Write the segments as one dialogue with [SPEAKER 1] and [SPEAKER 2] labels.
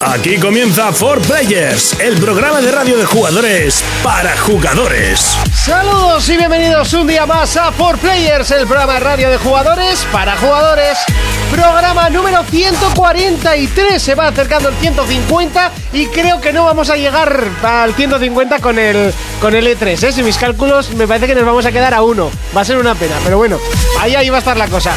[SPEAKER 1] Aquí comienza For Players, el programa de radio de jugadores para jugadores.
[SPEAKER 2] Saludos y bienvenidos un día más a For Players, el programa de radio de jugadores para jugadores. Programa número 143, se va acercando el 150 y creo que no vamos a llegar al 150 con el, con el E3, ¿eh? si mis cálculos me parece que nos vamos a quedar a uno. Va a ser una pena, pero bueno, ahí, ahí va a estar la cosa.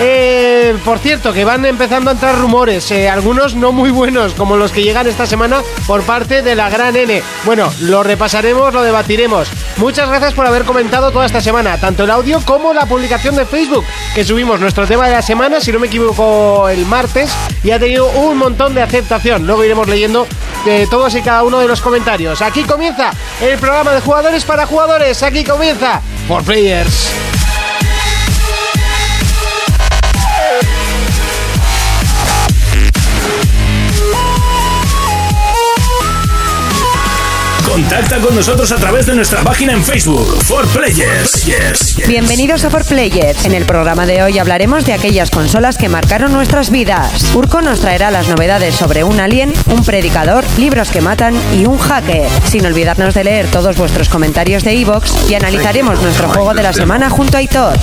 [SPEAKER 2] Eh, por cierto, que van empezando a entrar rumores, eh, algunos no muy buenos, como los que llegan esta semana por parte de la gran N. Bueno, lo repasaremos, lo debatiremos. Muchas gracias por haber comentado toda esta semana, tanto el audio como la publicación de Facebook, que subimos nuestro tema de la semana, si no me equivoco, el martes, y ha tenido un montón de aceptación. Luego iremos leyendo de todos y cada uno de los comentarios. Aquí comienza el programa de jugadores para jugadores, aquí comienza For Players.
[SPEAKER 1] Contacta con nosotros a través de nuestra página en Facebook, For Players. Yes, yes.
[SPEAKER 3] Bienvenidos a For Players. En el programa de hoy hablaremos de aquellas consolas que marcaron nuestras vidas. Urco nos traerá las novedades sobre un alien, un predicador, libros que matan y un hacker. Sin olvidarnos de leer todos vuestros comentarios de Evox y analizaremos nuestro juego de la semana junto a Hitor,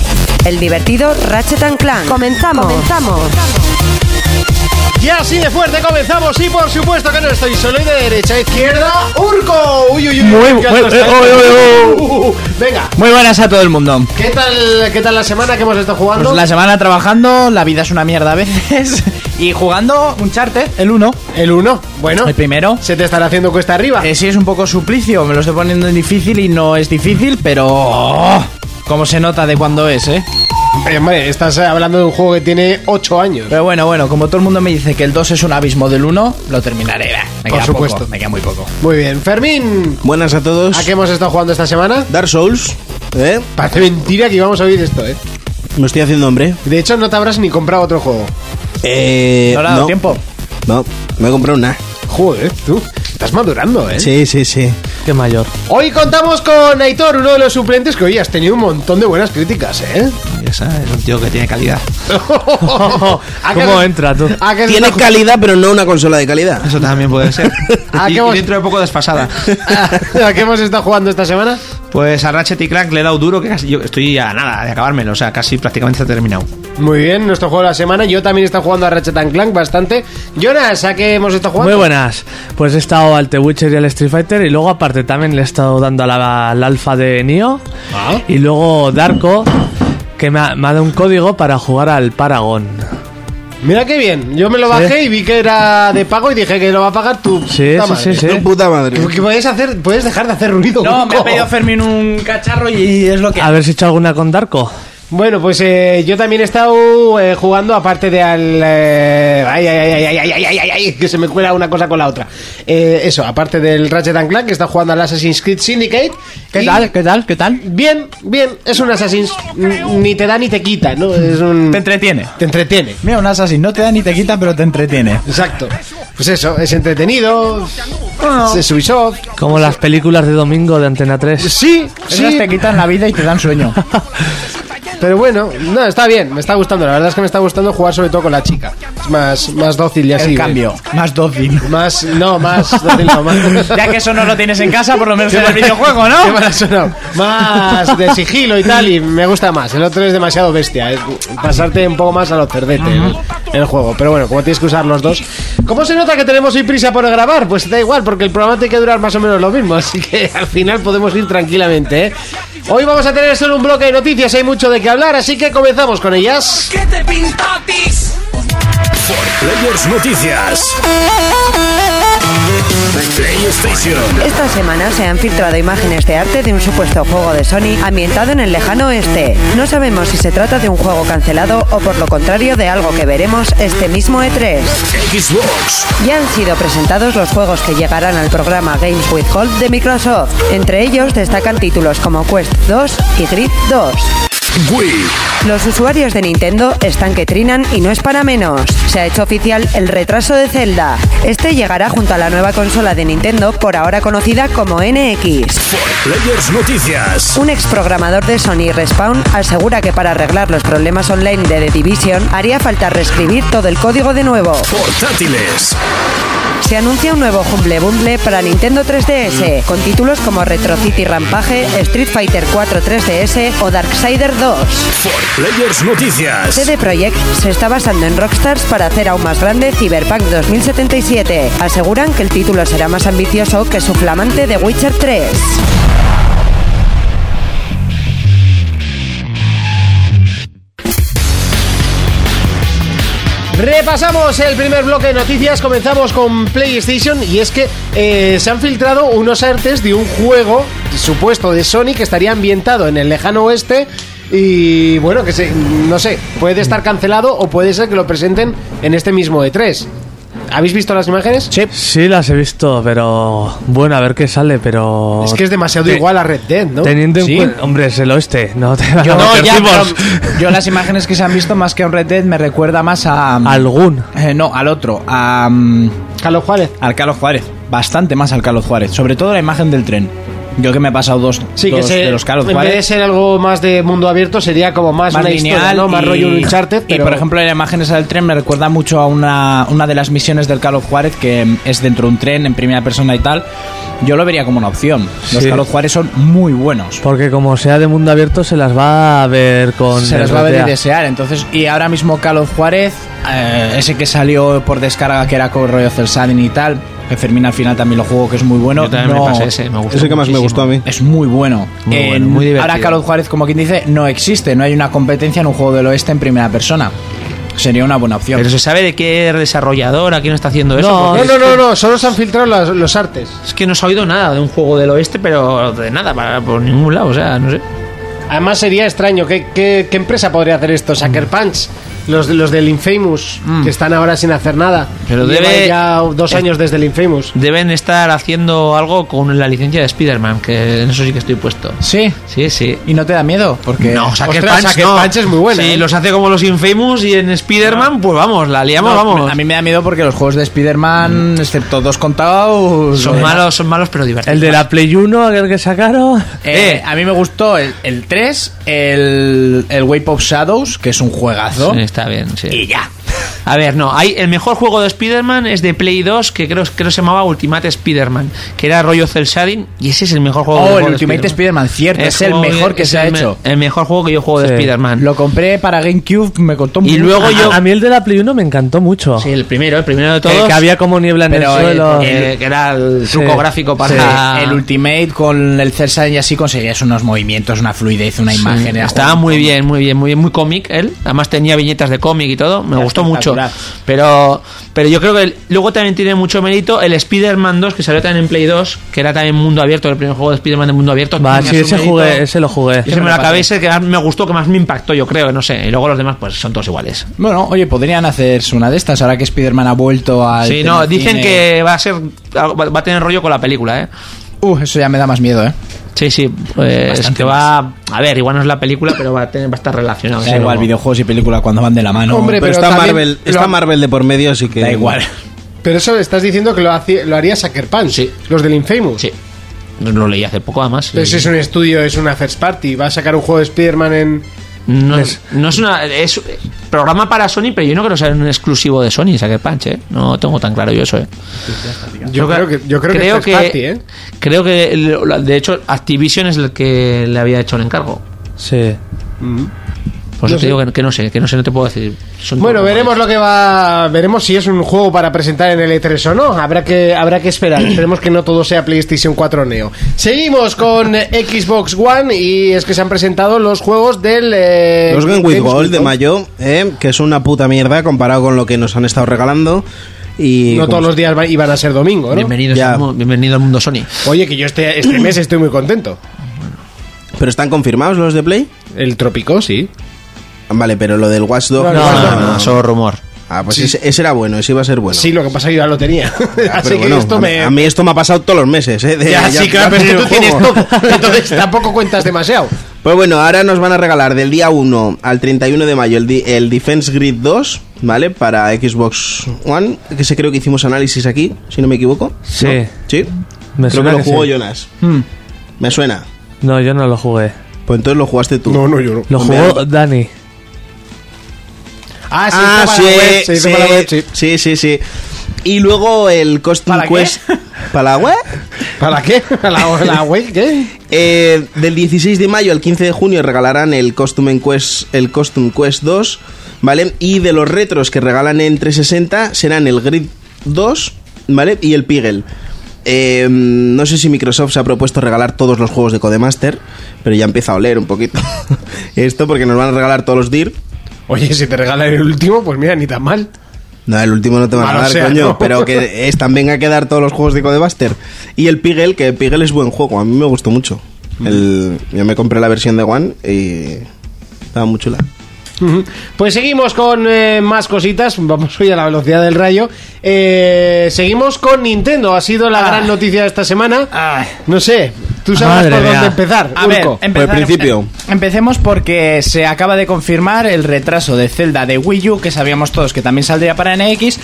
[SPEAKER 3] el divertido Ratchet and Clank. Comenzamos. Comenzamos.
[SPEAKER 2] Y así de fuerte comenzamos y por supuesto que no estoy solo y de derecha a izquierda, Urco. Uy, uy, uy.
[SPEAKER 4] Muy-
[SPEAKER 2] ya
[SPEAKER 4] muy-
[SPEAKER 2] está,
[SPEAKER 4] eh,
[SPEAKER 2] está.
[SPEAKER 4] uy, uy, uy.
[SPEAKER 2] Uh, uh, uh. Venga,
[SPEAKER 4] Muy buenas a todo el mundo.
[SPEAKER 2] ¿qué tal, ¿qué tal la semana que hemos estado jugando?
[SPEAKER 4] Pues la semana trabajando, la vida es una mierda a veces. Y jugando un charter, el 1,
[SPEAKER 2] El 1, bueno,
[SPEAKER 4] el primero.
[SPEAKER 2] se te estará haciendo cuesta arriba.
[SPEAKER 4] Eh, sí, es un poco suplicio, me lo estoy poniendo difícil y no es difícil, pero. oh, ¿Cómo se nota de cuándo es, eh?
[SPEAKER 2] Eh, hombre, estás eh, hablando de un juego que tiene 8 años.
[SPEAKER 4] Pero bueno, bueno, como todo el mundo me dice que el 2 es un abismo del 1, lo terminaré. bah, Me
[SPEAKER 2] Por
[SPEAKER 4] queda
[SPEAKER 2] supuesto.
[SPEAKER 4] poco, me queda muy poco.
[SPEAKER 2] Muy bien, Fermín,
[SPEAKER 5] Buenas a todos.
[SPEAKER 2] ¿a qué hemos estado jugando esta semana?
[SPEAKER 5] Dark Souls. ¿Eh?
[SPEAKER 2] Parece mentira que íbamos a oír esto, eh.
[SPEAKER 5] Me estoy haciendo hombre.
[SPEAKER 2] De hecho, no te habrás ni comprado otro juego.
[SPEAKER 5] Eh,
[SPEAKER 4] ¿No le ha dado tiempo?
[SPEAKER 5] No, me he comprado una.
[SPEAKER 2] Joder, tú, estás madurando, eh.
[SPEAKER 5] Sí, sí, sí.
[SPEAKER 4] Qué mayor.
[SPEAKER 2] Hoy contamos con Aitor, uno de los suplentes que hoy has tenido un montón de buenas críticas, ¿eh?
[SPEAKER 4] Ya sabes, un tío que tiene calidad.
[SPEAKER 2] ¿A qué
[SPEAKER 6] ¿Cómo
[SPEAKER 2] has-
[SPEAKER 6] entra tú?
[SPEAKER 2] ¿A qué has
[SPEAKER 5] Tiene
[SPEAKER 2] estado-
[SPEAKER 5] calidad, pero no una consola de calidad.
[SPEAKER 6] Eso también puede ser.
[SPEAKER 2] Ah,
[SPEAKER 6] y,
[SPEAKER 2] qué bueno.
[SPEAKER 6] y dentro de poco desfasada.
[SPEAKER 2] ¿A qué hemos estado jugando esta semana?
[SPEAKER 6] Pues a Ratchet y Clank le he dado duro que casi yo estoy a nada de acabármelo. O sea, casi prácticamente está terminado.
[SPEAKER 2] Muy bien, nuestro juego de la semana. Yo también he estado jugando a Ratchet and Clank bastante. Jonas, ¿a qué hemos estado jugando?
[SPEAKER 6] Muy buenas. Pues he estado al The Witcher y al Street Fighter y luego aparte también le he estado dando a la, al alfa de Nioh
[SPEAKER 2] Ah.
[SPEAKER 6] y luego Darko que me ha, me ha dado un código para jugar al Paragon.
[SPEAKER 2] Mira qué bien. Yo me lo bajé y vi que era de pago y dije que lo va a pagar tú.
[SPEAKER 6] Sí,
[SPEAKER 2] Puta
[SPEAKER 6] sí, sí,
[SPEAKER 2] madre.
[SPEAKER 6] sí.
[SPEAKER 5] No, puta madre.
[SPEAKER 2] ¿Qué, qué puedes hacer? Puedes dejar de hacer ruido.
[SPEAKER 4] No, me ha
[SPEAKER 2] Urco?
[SPEAKER 4] pedido Fermín un cacharro y es lo que.
[SPEAKER 6] A ver si he hecho alguna con Darko.
[SPEAKER 2] Bueno, pues eh, yo también he estado eh, jugando, aparte de al. eh, ay, ay, ay, ay, ay, ay, ay, ay, ay, que se me cuela una cosa con la otra. Eh, eso, aparte del Ratchet and Clank, que está jugando al Assassin's Creed Syndicate.
[SPEAKER 4] ¿Qué
[SPEAKER 2] y-
[SPEAKER 4] tal? ¿Qué tal? ¿Qué tal?
[SPEAKER 2] Bien, bien, es un Assassin's. n- Ni te da ni te quita, ¿no? Es un.
[SPEAKER 4] Te entretiene.
[SPEAKER 2] te entretiene.
[SPEAKER 4] Mira, un assassin no te da ni te quita, pero te entretiene.
[SPEAKER 2] Exacto. Pues eso, es entretenido. Es Ubisoft.
[SPEAKER 6] Como las películas de domingo de Antena 3.
[SPEAKER 2] Sí,
[SPEAKER 4] Esas
[SPEAKER 2] sí.
[SPEAKER 4] te quitan la vida y te dan sueño.
[SPEAKER 2] Pero bueno, no, está bien, me está gustando. La verdad es que me está gustando jugar sobre todo con la chica. Es más, más dócil y así.
[SPEAKER 4] El
[SPEAKER 2] ¿eh?
[SPEAKER 4] cambio, más dócil.
[SPEAKER 2] Más, no, más. dócil no, más.
[SPEAKER 4] Ya que eso no lo tienes en casa, por lo menos en el
[SPEAKER 2] mal-
[SPEAKER 4] videojuego,
[SPEAKER 2] Qué
[SPEAKER 4] ¿no?
[SPEAKER 2] mal ha sonado. Más de sigilo y tal, y me gusta más. El otro es demasiado bestia. Es pasarte un poco más a los cerdetes el, el juego. Pero bueno, como tienes que usar los dos. ¿Cómo se nota que tenemos hoy prisa por grabar? Pues da igual, porque el programa tiene que durar más o menos lo mismo. Así que al final podemos ir tranquilamente. ¿eh? Hoy vamos a tener solo un bloque de noticias. Hay mucho de qué hablar, así que comenzamos con ellas.
[SPEAKER 1] Players Noticias. PlayStation.
[SPEAKER 3] Esta semana se han filtrado imágenes de arte de un supuesto juego de Sony ambientado en el lejano oeste. No sabemos si se trata de un juego cancelado o por lo contrario de algo que veremos este mismo E3.
[SPEAKER 1] Xbox.
[SPEAKER 3] Ya han sido presentados los juegos que llegarán al programa Games with Gold de Microsoft. Entre ellos destacan títulos como Quest 2 y Grid 2.
[SPEAKER 1] Wii,
[SPEAKER 3] Los usuarios de Nintendo están que trinan y no es para menos. Se ha hecho oficial el retraso de Zelda. Este llegará junto a la nueva consola de Nintendo, por ahora conocida como NX.
[SPEAKER 1] Players Noticias,
[SPEAKER 3] Un exprogramador de Sony Respawn asegura que para arreglar los problemas online de The Division haría falta reescribir todo el código de nuevo.
[SPEAKER 1] Portátiles,
[SPEAKER 3] Se anuncia un nuevo Humble Bundle para Nintendo 3DS, con títulos como Retro City Rampage, Street Fighter 4 3DS o Darksider 2.
[SPEAKER 1] Players Noticias,
[SPEAKER 3] CD Projekt se está basando en Rockstars para hacer aún más grande Cyberpunk 2077. Aseguran que el título será más ambicioso que su flamante The Witcher 3.
[SPEAKER 2] Repasamos el primer bloque de noticias, comenzamos con PlayStation y es que eh, se han filtrado unos artes de un juego supuesto de Sony que estaría ambientado en el lejano oeste y bueno, que se, no sé, puede estar cancelado o puede ser que lo presenten en este mismo E3. ¿Habéis visto las imágenes? Sí.
[SPEAKER 6] Sí, las he visto, pero. Bueno, a ver qué sale, pero.
[SPEAKER 2] Es que es demasiado
[SPEAKER 6] Te-
[SPEAKER 2] igual a Red Dead, ¿no?
[SPEAKER 6] Teniendo en
[SPEAKER 4] Sí.
[SPEAKER 6] cuenta. Hombre, es el oeste. No te van a
[SPEAKER 4] Yo,
[SPEAKER 6] meter cibos.
[SPEAKER 4] pero yo las imágenes que se han visto más que a un Red Dead me recuerda más a...
[SPEAKER 6] Algún.
[SPEAKER 4] Eh, no, al otro, a... mm,
[SPEAKER 2] Carlos Juárez.
[SPEAKER 4] al Carlos Juárez. Bastante más al Carlos Juárez. Sobre todo la imagen del tren. Yo que me he pasado dos,
[SPEAKER 2] Sí,
[SPEAKER 4] dos
[SPEAKER 2] que se,
[SPEAKER 4] de los Carlos
[SPEAKER 2] en vez de
[SPEAKER 4] Juárez.
[SPEAKER 2] ser algo más de mundo abierto, sería como más,
[SPEAKER 4] Más
[SPEAKER 2] una
[SPEAKER 4] lineal,
[SPEAKER 2] historia, ¿no? Más
[SPEAKER 4] y,
[SPEAKER 2] rollo un Uncharted,
[SPEAKER 4] y,
[SPEAKER 2] pero...
[SPEAKER 4] por ejemplo la imagen esa del tren me recuerda mucho a una, una de las misiones del Carlos Juárez que mm, es dentro de un tren en primera persona y tal. Yo lo vería como una opción. Los
[SPEAKER 6] Sí.
[SPEAKER 4] Carlos Juárez son muy buenos.
[SPEAKER 6] Porque como sea de mundo abierto, se las va a ver con.
[SPEAKER 4] se las va a ver y
[SPEAKER 6] RTA.
[SPEAKER 4] desear. Entonces, y ahora mismo Carlos Juárez, eh, ese que salió por descarga que era con rollo Celsadin y tal, que Fermín al final también lo jugó, que es muy bueno.
[SPEAKER 7] Yo también
[SPEAKER 4] no,
[SPEAKER 7] me pasé ese, me gustó.
[SPEAKER 5] Es el que más me
[SPEAKER 7] muchísimo.
[SPEAKER 5] gustó a mí.
[SPEAKER 4] Es muy bueno.
[SPEAKER 7] Muy
[SPEAKER 4] Eh,
[SPEAKER 7] bueno, muy divertido.
[SPEAKER 4] ahora Carlos Juárez, como quien dice, no existe, no hay una competencia en un juego del oeste en primera persona. Sería una buena opción.
[SPEAKER 7] Pero se sabe de qué desarrollador, a quién está haciendo eso.
[SPEAKER 6] No,
[SPEAKER 2] No,
[SPEAKER 7] porque es
[SPEAKER 2] Oh, no,
[SPEAKER 7] que-
[SPEAKER 2] no, no, solo se han filtrado las- los artes.
[SPEAKER 7] Es que no se ha oído nada de un juego del oeste, pero de nada, para- por ningún lado, o sea, no sé.
[SPEAKER 2] Además sería extraño, ¿qué, qué, qué empresa podría hacer esto?
[SPEAKER 7] Mm.
[SPEAKER 2] Sucker Punch, los, de- los del Infamous, que están ahora sin hacer nada.
[SPEAKER 7] Pero
[SPEAKER 2] Llevan
[SPEAKER 7] debe-
[SPEAKER 2] ya dos
[SPEAKER 7] eh,
[SPEAKER 2] años desde el Infamous.
[SPEAKER 7] Deben estar haciendo algo con la licencia de Spider-Man, que en eso sí que estoy puesto.
[SPEAKER 4] Sí.
[SPEAKER 7] Sí, sí.
[SPEAKER 4] ¿Y no te da miedo? Porque
[SPEAKER 7] No, Sucker
[SPEAKER 2] Ostras,
[SPEAKER 7] Punch,
[SPEAKER 2] Sucker
[SPEAKER 7] no.
[SPEAKER 2] Punch es muy buena,
[SPEAKER 7] Si
[SPEAKER 2] ¿eh?
[SPEAKER 7] los hace como los Infamous y en Spider-Man, pues vamos, la liamos,
[SPEAKER 4] No,
[SPEAKER 7] vamos.
[SPEAKER 4] a mí me da miedo porque los juegos de Spider-Man, excepto dos contados, eh,
[SPEAKER 7] son
[SPEAKER 4] los demás-
[SPEAKER 7] malos, son malos, pero divertidos.
[SPEAKER 6] El de la Play 1, aquel que sacaron.
[SPEAKER 4] Eh, a mí me gustó el, el 3, el, el Wave of Shadows, que es un juegazo.
[SPEAKER 7] Sí, está bien, sí.
[SPEAKER 4] Y ya.
[SPEAKER 7] A ver, no, hay, el mejor juego de Spider-Man es de Play 2, que creo, creo se llamaba Ultimate Spider-Man, que era rollo cel shading, y ese es el mejor juego.
[SPEAKER 4] Oh,
[SPEAKER 7] que
[SPEAKER 4] el
[SPEAKER 7] juego de
[SPEAKER 4] Ultimate Spider-Man, cierto, es el
[SPEAKER 7] como-
[SPEAKER 4] mejor que
[SPEAKER 7] es
[SPEAKER 4] se ha
[SPEAKER 7] el me-
[SPEAKER 4] hecho.
[SPEAKER 7] El mejor juego que yo juego de
[SPEAKER 6] Sí.
[SPEAKER 7] Spider-Man.
[SPEAKER 4] Lo compré para GameCube, me costó
[SPEAKER 7] Y
[SPEAKER 4] mucho.
[SPEAKER 7] luego yo-
[SPEAKER 6] A, a mí el de la Play 1 me encantó mucho.
[SPEAKER 7] Sí, el primero, el primero de
[SPEAKER 6] Que-
[SPEAKER 7] todos.
[SPEAKER 6] que había como niebla en el
[SPEAKER 4] Pero el-
[SPEAKER 6] suelo.
[SPEAKER 7] eh, que era el truco
[SPEAKER 6] Sí.
[SPEAKER 7] gráfico
[SPEAKER 4] Sí,
[SPEAKER 7] para.
[SPEAKER 4] el Ultimate con el Celsa y así conseguías unos movimientos, una fluidez, una
[SPEAKER 7] Sí,
[SPEAKER 4] imagen. era
[SPEAKER 7] Mm. Estaba
[SPEAKER 4] como-
[SPEAKER 7] muy bien, muy bien, muy bien, muy cómic él. Además tenía viñetas de cómic y todo, me
[SPEAKER 4] Era
[SPEAKER 7] gustó mucho.
[SPEAKER 4] espectacular.
[SPEAKER 7] Pero pero yo creo que el- luego también tiene mucho mérito el Spider-Man 2 que salió también en Play 2, que era también mundo abierto, el primer juego de Spider-Man de mundo abierto.
[SPEAKER 6] Va,
[SPEAKER 7] tenía
[SPEAKER 6] sí,
[SPEAKER 7] su
[SPEAKER 6] ese
[SPEAKER 7] mérito.
[SPEAKER 6] jugué, ese lo jugué.
[SPEAKER 7] Ese me lo acabé, ese que más me gustó, que más me impactó, yo creo, no sé. Y luego los demás, pues son todos iguales.
[SPEAKER 4] Bueno, oye, podrían hacerse una de estas ahora que Spider-Man ha vuelto al.
[SPEAKER 7] sí, no,
[SPEAKER 4] telecine.
[SPEAKER 7] dicen que va a ser. Va va a tener rollo con la película, ¿eh?
[SPEAKER 4] Uh, eso ya me da más miedo, ¿eh?
[SPEAKER 7] Sí, sí, pues
[SPEAKER 4] Bastante
[SPEAKER 7] que va. A ver, igual no es la película, pero va a, tener, va a estar relacionado.
[SPEAKER 4] Da
[SPEAKER 7] ese
[SPEAKER 4] igual,
[SPEAKER 7] juego.
[SPEAKER 4] videojuegos y película cuando van de la mano.
[SPEAKER 2] Hombre,
[SPEAKER 5] Pero,
[SPEAKER 2] Pero
[SPEAKER 5] está,
[SPEAKER 2] también
[SPEAKER 5] Marvel,
[SPEAKER 2] lo-
[SPEAKER 5] está Marvel de por medio, así que.
[SPEAKER 4] da igual.
[SPEAKER 2] Pero eso estás diciendo que lo, haci- lo haría Sucker Punch,
[SPEAKER 7] Sí.
[SPEAKER 2] los del Infamous.
[SPEAKER 7] Sí. Lo leí hace poco, además.
[SPEAKER 2] Entonces
[SPEAKER 7] Y-
[SPEAKER 2] es un estudio, es una first party, va a sacar un juego de Spider-Man en...
[SPEAKER 7] No es, no es una. Es programa para Sony, pero yo no creo que sea un exclusivo de Sony, Sucker Punch, ¿eh? No tengo tan claro yo eso, ¿eh?
[SPEAKER 2] Yo creo que, yo creo que es first party, ¿eh?
[SPEAKER 7] Creo que. el- De hecho, Activision es el que le había hecho el encargo.
[SPEAKER 6] Sí.
[SPEAKER 7] Por eso
[SPEAKER 2] No
[SPEAKER 7] te
[SPEAKER 2] sé.
[SPEAKER 7] digo que, que no sé, que no sé, no te puedo decir. Son
[SPEAKER 2] Bueno,
[SPEAKER 7] todos
[SPEAKER 2] veremos
[SPEAKER 5] pues.
[SPEAKER 7] rumores.
[SPEAKER 2] lo que va... Veremos si es un juego para presentar en el E3 o no. Habrá que, habrá que esperar. Esperemos que no todo sea PlayStation 4 Neo. Seguimos con eh, Xbox One y es que se han presentado los juegos del... eh,
[SPEAKER 5] Los Game With
[SPEAKER 2] Games
[SPEAKER 5] Gold de
[SPEAKER 2] Gold.
[SPEAKER 5] mayo, eh, que es una puta mierda comparado con lo que nos han estado regalando. Y
[SPEAKER 2] No
[SPEAKER 5] como
[SPEAKER 2] todos los días va- iban a ser domingo, ¿no?
[SPEAKER 7] Bienvenidos
[SPEAKER 5] Ya.
[SPEAKER 7] al mu- bienvenido al mundo Sony.
[SPEAKER 2] Oye, que yo este, este mes estoy muy contento.
[SPEAKER 5] ¿Pero están confirmados los de Play?
[SPEAKER 2] El trópico, sí.
[SPEAKER 5] Vale, pero lo del Watch Dogs...
[SPEAKER 2] No, no,
[SPEAKER 7] solo rumor.
[SPEAKER 4] eh,
[SPEAKER 5] Ah, pues ese, ese era bueno, ese iba a ser bueno.
[SPEAKER 2] Sí, lo que pasa es que yo ya lo tenía.
[SPEAKER 5] Ya,
[SPEAKER 2] Así
[SPEAKER 5] pero
[SPEAKER 2] que
[SPEAKER 5] bueno,
[SPEAKER 2] esto
[SPEAKER 5] a,
[SPEAKER 2] me...
[SPEAKER 5] a mí esto me ha pasado todos los meses, ¿eh? de-
[SPEAKER 2] Ya, sí, claro,
[SPEAKER 5] ya
[SPEAKER 2] pero es que tú
[SPEAKER 5] tengo
[SPEAKER 2] tienes
[SPEAKER 5] juego.
[SPEAKER 2] todo. Entonces tampoco cuentas demasiado.
[SPEAKER 5] Pues bueno, ahora nos van a regalar del día 1 al 31 de mayo el, di- el Defense Grid 2, ¿vale? Para Xbox One, que se creo que hicimos análisis aquí, si no me equivoco.
[SPEAKER 6] Sí.
[SPEAKER 5] ¿No? Sí.
[SPEAKER 6] Me
[SPEAKER 5] creo
[SPEAKER 6] suena
[SPEAKER 5] que lo
[SPEAKER 6] que
[SPEAKER 5] jugó
[SPEAKER 6] sí.
[SPEAKER 5] Jonas.
[SPEAKER 2] Hmm.
[SPEAKER 8] Mm.
[SPEAKER 5] Me suena.
[SPEAKER 6] No, yo no lo jugué.
[SPEAKER 5] Pues entonces lo jugaste tú.
[SPEAKER 2] No, no, yo no.
[SPEAKER 6] Lo
[SPEAKER 5] Hombre,
[SPEAKER 6] jugó Dani.
[SPEAKER 2] Ah, se
[SPEAKER 5] Ah,
[SPEAKER 2] hizo
[SPEAKER 5] sí,
[SPEAKER 2] para la web, se hizo
[SPEAKER 5] sí,
[SPEAKER 2] para la web, sí.
[SPEAKER 5] sí, sí, sí. Y luego el Costing
[SPEAKER 2] ¿Para qué?
[SPEAKER 5] Quest. ¿Para la web?
[SPEAKER 2] ¿Para qué? ¿A la, la web qué?
[SPEAKER 5] Eh, del 16 de mayo al 15 de junio regalarán el Costume Quest, el Costume Quest 2, ¿vale? Y de los retros que regalan en 360 serán el Grid 2, ¿vale? Y el Pigel. Eh, no sé si Microsoft se ha propuesto regalar todos los juegos de Codemaster, pero ya empieza a oler un poquito esto porque nos van a regalar todos los DIR.
[SPEAKER 2] Oye, si te regalan el último, pues mira, ni tan mal.
[SPEAKER 5] No, el último no te van a
[SPEAKER 2] Malo
[SPEAKER 5] dar,
[SPEAKER 2] sea,
[SPEAKER 5] coño,
[SPEAKER 2] ¿no?
[SPEAKER 5] pero que están venga a quedar todos los juegos de Codebuster. Y el Pigel, que Pigel es buen juego, a mí me gustó mucho.
[SPEAKER 4] Mm.
[SPEAKER 5] El, yo me compré la versión de One y estaba muy chula.
[SPEAKER 9] Ujú. Pues seguimos con eh, más cositas. Vamos hoy a la velocidad del rayo. Eh, seguimos con Nintendo. Ha sido
[SPEAKER 2] Ah.
[SPEAKER 9] la gran noticia de esta semana.
[SPEAKER 4] Ay.
[SPEAKER 9] No sé, tú sabes
[SPEAKER 6] Madre
[SPEAKER 9] por
[SPEAKER 6] mía. Pues,
[SPEAKER 9] dónde empezar.
[SPEAKER 4] A ver,
[SPEAKER 9] Urco.
[SPEAKER 4] empezar-
[SPEAKER 5] Por el principio.
[SPEAKER 4] em- empecemos porque se acaba de confirmar el retraso de Zelda de Wii U, que sabíamos todos que también saldría para NX.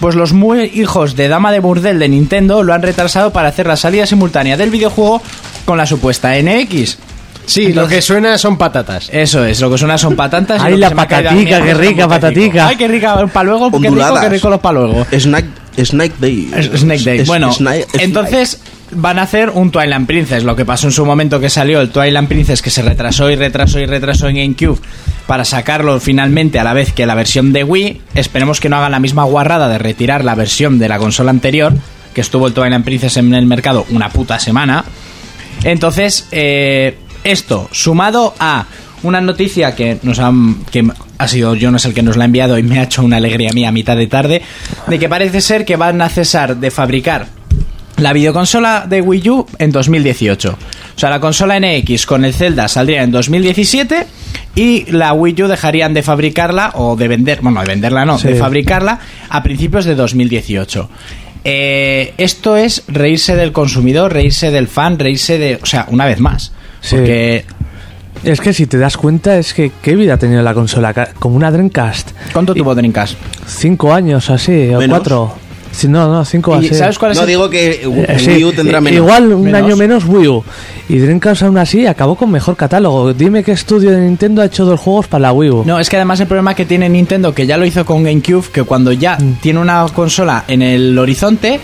[SPEAKER 4] Pues los muy hijos de Dama de Burdel de Nintendo lo han retrasado para hacer la salida simultánea del videojuego con la supuesta NX.
[SPEAKER 9] sí, lo que suena son patatas.
[SPEAKER 4] Eso es, lo que suena son patatas. y
[SPEAKER 6] Ay,
[SPEAKER 4] lo que
[SPEAKER 6] la
[SPEAKER 4] se me ha caído a
[SPEAKER 6] patatica,
[SPEAKER 4] mí es
[SPEAKER 6] qué rica
[SPEAKER 4] jamón técnico.
[SPEAKER 6] patatica.
[SPEAKER 4] Ay, qué rica, para luego, qué rico,
[SPEAKER 5] Onduladas.
[SPEAKER 4] qué rico los paluegos.
[SPEAKER 5] Snack, Snack Day.
[SPEAKER 4] Snake Day.
[SPEAKER 5] Es-
[SPEAKER 4] bueno,
[SPEAKER 5] Snack- Snack-
[SPEAKER 4] entonces van a hacer un Twilight Princess. Lo que pasó en su momento que salió el Twilight Princess, que se retrasó y retrasó y retrasó en GameCube para sacarlo finalmente a la vez que la versión de Wii. Esperemos que no hagan la misma guarrada de retirar la versión de la consola anterior, que estuvo el Twilight Princess en el mercado una puta semana. Entonces, eh, esto, sumado a una noticia que nos han. que ha sido Jonas el que nos la ha enviado y me ha hecho una alegría mía a mitad de tarde. De que parece ser que van a cesar de fabricar la videoconsola de Wii U en 2018. O sea, la consola NX con el Zelda saldría en 2017 y la Wii U dejarían de fabricarla o de vender, bueno, de venderla no, de fabricarla a principios de 2018. Eh, esto es reírse del consumidor, reírse del fan, reírse de... O sea, una vez más.
[SPEAKER 6] Sí.
[SPEAKER 4] Porque...
[SPEAKER 6] Es que si te das cuenta, es que qué vida ha tenido la consola. Ca- Como una Dreamcast.
[SPEAKER 4] ¿Cuánto tuvo Dreamcast?
[SPEAKER 6] Cinco años así, o
[SPEAKER 5] Menos.
[SPEAKER 6] cuatro. Si no, no, cinco
[SPEAKER 4] ¿Y
[SPEAKER 6] así.
[SPEAKER 4] sabes cuál es
[SPEAKER 5] No
[SPEAKER 4] el-
[SPEAKER 5] digo que
[SPEAKER 6] Eh,
[SPEAKER 5] Wii
[SPEAKER 6] sí,
[SPEAKER 5] U tendrá
[SPEAKER 6] i-
[SPEAKER 5] menos.
[SPEAKER 6] Igual un
[SPEAKER 4] Menos.
[SPEAKER 6] año menos Wii U. Y Dreamcast aún así acabó con mejor catálogo. Dime qué estudio de Nintendo ha hecho dos juegos para la Wii U.
[SPEAKER 4] No, es que además el problema que tiene Nintendo, que ya lo hizo con GameCube, que cuando ya
[SPEAKER 5] Mm.
[SPEAKER 4] tiene una consola en el horizonte,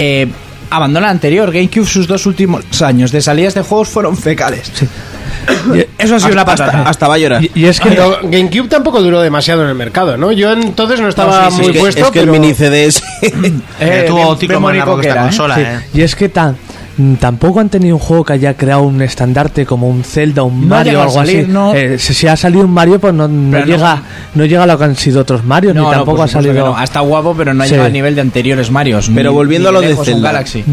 [SPEAKER 4] eh, abandona la anterior. GameCube, sus dos últimos años de salidas de juegos fueron fecales. Eso ha sido una
[SPEAKER 5] Hasta,
[SPEAKER 4] patata.
[SPEAKER 5] hasta va a llorar.
[SPEAKER 6] Y, y es que
[SPEAKER 5] eh,
[SPEAKER 9] Pero GameCube tampoco duró demasiado en el mercado, ¿no? Yo entonces no estaba
[SPEAKER 5] Es
[SPEAKER 9] muy
[SPEAKER 5] que-
[SPEAKER 9] puesto,
[SPEAKER 5] es que
[SPEAKER 9] pero-
[SPEAKER 5] el mini CDS.
[SPEAKER 4] Eh,
[SPEAKER 7] tuvo
[SPEAKER 4] bien-
[SPEAKER 7] ótico
[SPEAKER 4] bien
[SPEAKER 7] más
[SPEAKER 4] bonito
[SPEAKER 7] largo que
[SPEAKER 4] que
[SPEAKER 7] esta
[SPEAKER 4] era, ¿eh?
[SPEAKER 7] consola,
[SPEAKER 6] Sí,
[SPEAKER 7] eh.
[SPEAKER 6] Y es que tan, mm, tampoco han tenido un juego que haya creado un estandarte como un Zelda, un
[SPEAKER 4] No ha
[SPEAKER 6] Mario o
[SPEAKER 4] llegado a
[SPEAKER 6] algo
[SPEAKER 4] salir,
[SPEAKER 6] así.
[SPEAKER 4] no.
[SPEAKER 6] Eh, si, si ha salido un Mario, pues no, no
[SPEAKER 4] Pero no-
[SPEAKER 6] llega no llega a lo que han sido otros Mario,
[SPEAKER 4] No,
[SPEAKER 6] ni
[SPEAKER 4] no,
[SPEAKER 6] tampoco
[SPEAKER 4] por
[SPEAKER 6] ha
[SPEAKER 4] supuesto
[SPEAKER 6] salido.
[SPEAKER 4] que no. Hasta guapo, pero no ha
[SPEAKER 6] Sí.
[SPEAKER 4] llegado al nivel de anteriores Marios.
[SPEAKER 5] Pero
[SPEAKER 4] ni-
[SPEAKER 5] volviendo
[SPEAKER 4] ni
[SPEAKER 5] a lo de
[SPEAKER 4] lejos un
[SPEAKER 5] Zelda.
[SPEAKER 4] Galaxy.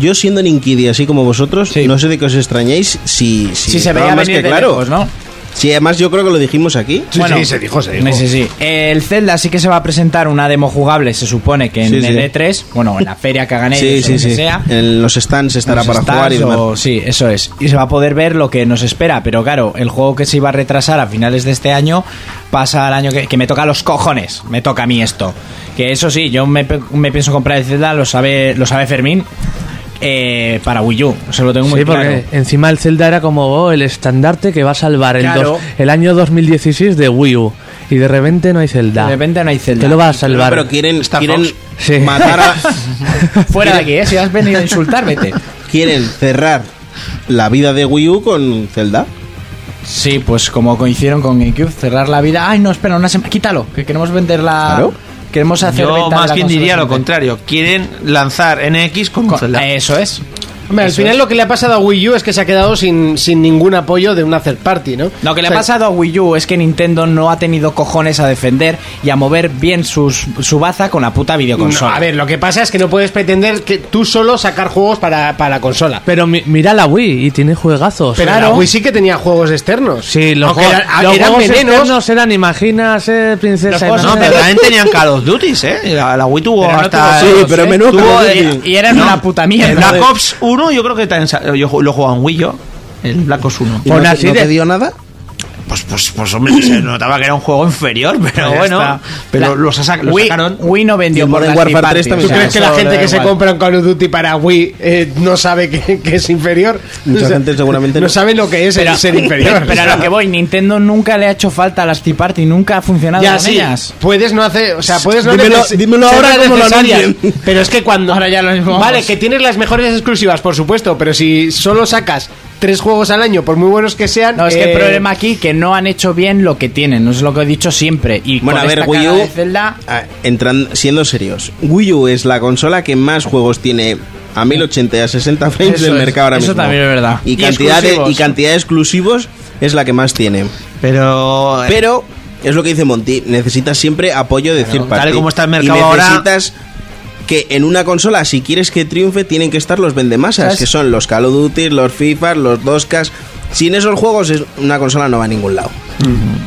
[SPEAKER 5] Yo siendo Ninkidi así como vosotros,
[SPEAKER 4] Sí.
[SPEAKER 5] no sé de qué os extrañéis si... Si,
[SPEAKER 4] Sí, se
[SPEAKER 5] estaba
[SPEAKER 4] veía
[SPEAKER 5] Ah, más
[SPEAKER 4] venir de
[SPEAKER 5] que claro.
[SPEAKER 4] lejos, ¿no?
[SPEAKER 5] Sí, además yo creo que lo dijimos aquí.
[SPEAKER 2] Sí, sí, se dijo, se dijo.
[SPEAKER 4] Sí, sí. El Zelda sí que se va a presentar una demo jugable, se supone que en
[SPEAKER 5] Sí, sí.
[SPEAKER 4] el E3, bueno, en la feria que hagan
[SPEAKER 5] Sí,
[SPEAKER 4] ellos o
[SPEAKER 5] sí,
[SPEAKER 4] lo que
[SPEAKER 5] sí.
[SPEAKER 4] sea.
[SPEAKER 5] En los stands estará
[SPEAKER 4] Los
[SPEAKER 5] para
[SPEAKER 4] stands
[SPEAKER 5] jugar y demás.
[SPEAKER 4] o- sí, eso es. Y se va a poder ver lo que nos espera, pero claro, el juego que se iba a retrasar a finales de este año pasa al año que, que me toca los cojones, me toca a mí esto. Que eso sí, yo me, pe- me pienso comprar el Zelda, lo sabe, lo sabe Fermín, eh, para Wii U, se lo tengo muy
[SPEAKER 6] Sí, porque
[SPEAKER 4] claro.
[SPEAKER 6] encima el Zelda era como oh, el estandarte que va a salvar el,
[SPEAKER 4] Claro.
[SPEAKER 6] dos- el año 2016 de Wii U. Y de repente no hay Zelda.
[SPEAKER 4] De repente no hay
[SPEAKER 6] Te lo
[SPEAKER 4] Zelda.
[SPEAKER 6] va a salvar.
[SPEAKER 5] Pero quieren,
[SPEAKER 7] Star
[SPEAKER 5] quieren
[SPEAKER 7] Fox.
[SPEAKER 6] Sí.
[SPEAKER 5] matar a...
[SPEAKER 4] Fuera de aquí, ¿eh? si has venido a insultar, vete.
[SPEAKER 5] quieren cerrar la vida de Wii U con Zelda.
[SPEAKER 4] Sí, pues como coincidieron con GameCube, cerrar la vida. Ay, no, espera, una semana. Quítalo, que queremos venderla.
[SPEAKER 5] Claro.
[SPEAKER 4] Queremos hacer
[SPEAKER 7] Yo
[SPEAKER 4] venta de
[SPEAKER 7] más
[SPEAKER 4] la
[SPEAKER 7] bien
[SPEAKER 4] consola
[SPEAKER 7] diría lo
[SPEAKER 4] siguiente.
[SPEAKER 7] contrario. Quieren lanzar NX con,
[SPEAKER 4] Con-
[SPEAKER 7] Zelda.
[SPEAKER 4] Eso es.
[SPEAKER 9] Hombre, al final lo que le ha pasado a Wii U es que se ha quedado sin, sin ningún apoyo de una third party, ¿no?
[SPEAKER 4] Lo que le
[SPEAKER 9] O sea,
[SPEAKER 4] ha pasado a Wii U es que Nintendo no ha tenido cojones a defender y a mover bien sus, su baza con la puta videoconsola.
[SPEAKER 9] A ver, lo que pasa es que no puedes pretender que tú solo sacar juegos para, para la consola.
[SPEAKER 6] Pero mi- mira la Wii y tiene juegazos.
[SPEAKER 9] Pero
[SPEAKER 6] Claro.
[SPEAKER 9] la Wii sí que tenía juegos externos.
[SPEAKER 6] Sí, los,
[SPEAKER 9] Aunque
[SPEAKER 6] juegos-
[SPEAKER 2] ah,
[SPEAKER 9] era-
[SPEAKER 6] los
[SPEAKER 9] eran
[SPEAKER 6] juegos
[SPEAKER 9] venenos.
[SPEAKER 6] externos eran Imaginas, eh, Princesa.
[SPEAKER 4] juegos-
[SPEAKER 7] No,
[SPEAKER 6] Imagina-
[SPEAKER 7] pero también tenían Call of Duty, ¿eh? La, la Wii tuvo
[SPEAKER 4] Pero no
[SPEAKER 7] hasta.
[SPEAKER 4] tuvo
[SPEAKER 5] Sí, pero menudo
[SPEAKER 7] tuvo
[SPEAKER 5] Call of
[SPEAKER 7] de-
[SPEAKER 5] Duty.
[SPEAKER 4] Y era una puta
[SPEAKER 7] El
[SPEAKER 4] mierda. ¿eh?
[SPEAKER 7] Black Ops 1 yo creo que también sa- yo ju- lo jugaba en Wii yo. el Black Ops 1.
[SPEAKER 5] ¿Y
[SPEAKER 6] Pon
[SPEAKER 5] no,
[SPEAKER 6] así
[SPEAKER 5] te, no
[SPEAKER 6] de-
[SPEAKER 5] te dio nada?
[SPEAKER 7] Pues, pues, pues hombre, se notaba que era un juego inferior, pero
[SPEAKER 4] Pues Ya
[SPEAKER 7] bueno.
[SPEAKER 4] está.
[SPEAKER 7] pero
[SPEAKER 4] La-
[SPEAKER 7] los, asa- los
[SPEAKER 4] Wii,
[SPEAKER 7] sacaron.
[SPEAKER 4] Wii no
[SPEAKER 5] Y
[SPEAKER 4] vendió
[SPEAKER 5] el
[SPEAKER 4] por
[SPEAKER 5] Modern
[SPEAKER 4] las
[SPEAKER 5] Warfare
[SPEAKER 4] ni
[SPEAKER 5] 3
[SPEAKER 4] partes,
[SPEAKER 2] ¿Tú
[SPEAKER 4] o
[SPEAKER 5] también
[SPEAKER 4] sea,
[SPEAKER 2] crees que la
[SPEAKER 4] eso
[SPEAKER 2] gente
[SPEAKER 4] da
[SPEAKER 2] que se
[SPEAKER 4] igual.
[SPEAKER 2] compra un Call of Duty para Wii eh, no sabe que, que es inferior?
[SPEAKER 5] Mucha gente seguramente
[SPEAKER 2] no.
[SPEAKER 5] no.
[SPEAKER 2] sabe lo que es el ser inferior.
[SPEAKER 4] Pero a lo que voy, Nintendo nunca le ha hecho falta a las Tea Party, nunca ha funcionado
[SPEAKER 2] ya
[SPEAKER 4] con
[SPEAKER 2] sí,
[SPEAKER 4] ellas.
[SPEAKER 2] puedes no hacer, o sea, puedes no
[SPEAKER 5] Dímelo-
[SPEAKER 2] neces-
[SPEAKER 5] dímelo
[SPEAKER 2] ser
[SPEAKER 5] ahora
[SPEAKER 2] las
[SPEAKER 5] como lo
[SPEAKER 2] necesarias,
[SPEAKER 5] anuncien.
[SPEAKER 2] Pero es que cuando
[SPEAKER 7] Ahora ya lo mismo.
[SPEAKER 2] Vale, que tienes las mejores exclusivas, por supuesto, pero si solo sacas tres juegos al año, por muy buenos que sean.
[SPEAKER 4] No, es que
[SPEAKER 2] eh,
[SPEAKER 4] el problema aquí que no han hecho bien lo que tienen, no es lo que he dicho siempre. Y
[SPEAKER 5] Bueno,
[SPEAKER 4] con
[SPEAKER 5] a ver,
[SPEAKER 4] esta
[SPEAKER 5] Wii
[SPEAKER 4] cara
[SPEAKER 5] U.
[SPEAKER 4] de Zelda,
[SPEAKER 5] ah, entran- siendo serios, Wii U es la consola que más juegos tiene a 1080 y a 60 frames
[SPEAKER 4] Eso
[SPEAKER 5] del
[SPEAKER 4] es,
[SPEAKER 5] mercado ahora
[SPEAKER 4] eso
[SPEAKER 5] mismo.
[SPEAKER 4] también es verdad.
[SPEAKER 5] Y,
[SPEAKER 4] Y
[SPEAKER 5] cantidad de, y
[SPEAKER 4] exclusivos.
[SPEAKER 5] cantidad de exclusivos es la que más tiene.
[SPEAKER 7] Pero.
[SPEAKER 5] Pero es lo que dice Monty, necesitas siempre apoyo de third party.
[SPEAKER 7] tal y como está el
[SPEAKER 5] y
[SPEAKER 7] mercado ahora-
[SPEAKER 5] necesitas que en una consola, si quieres que triunfe, tienen que estar los vendemasas,
[SPEAKER 4] ¿Sabes?
[SPEAKER 5] que son los Call of Duty, los FIFA, los 2K. Sin esos juegos, es- una consola no va a ningún lado.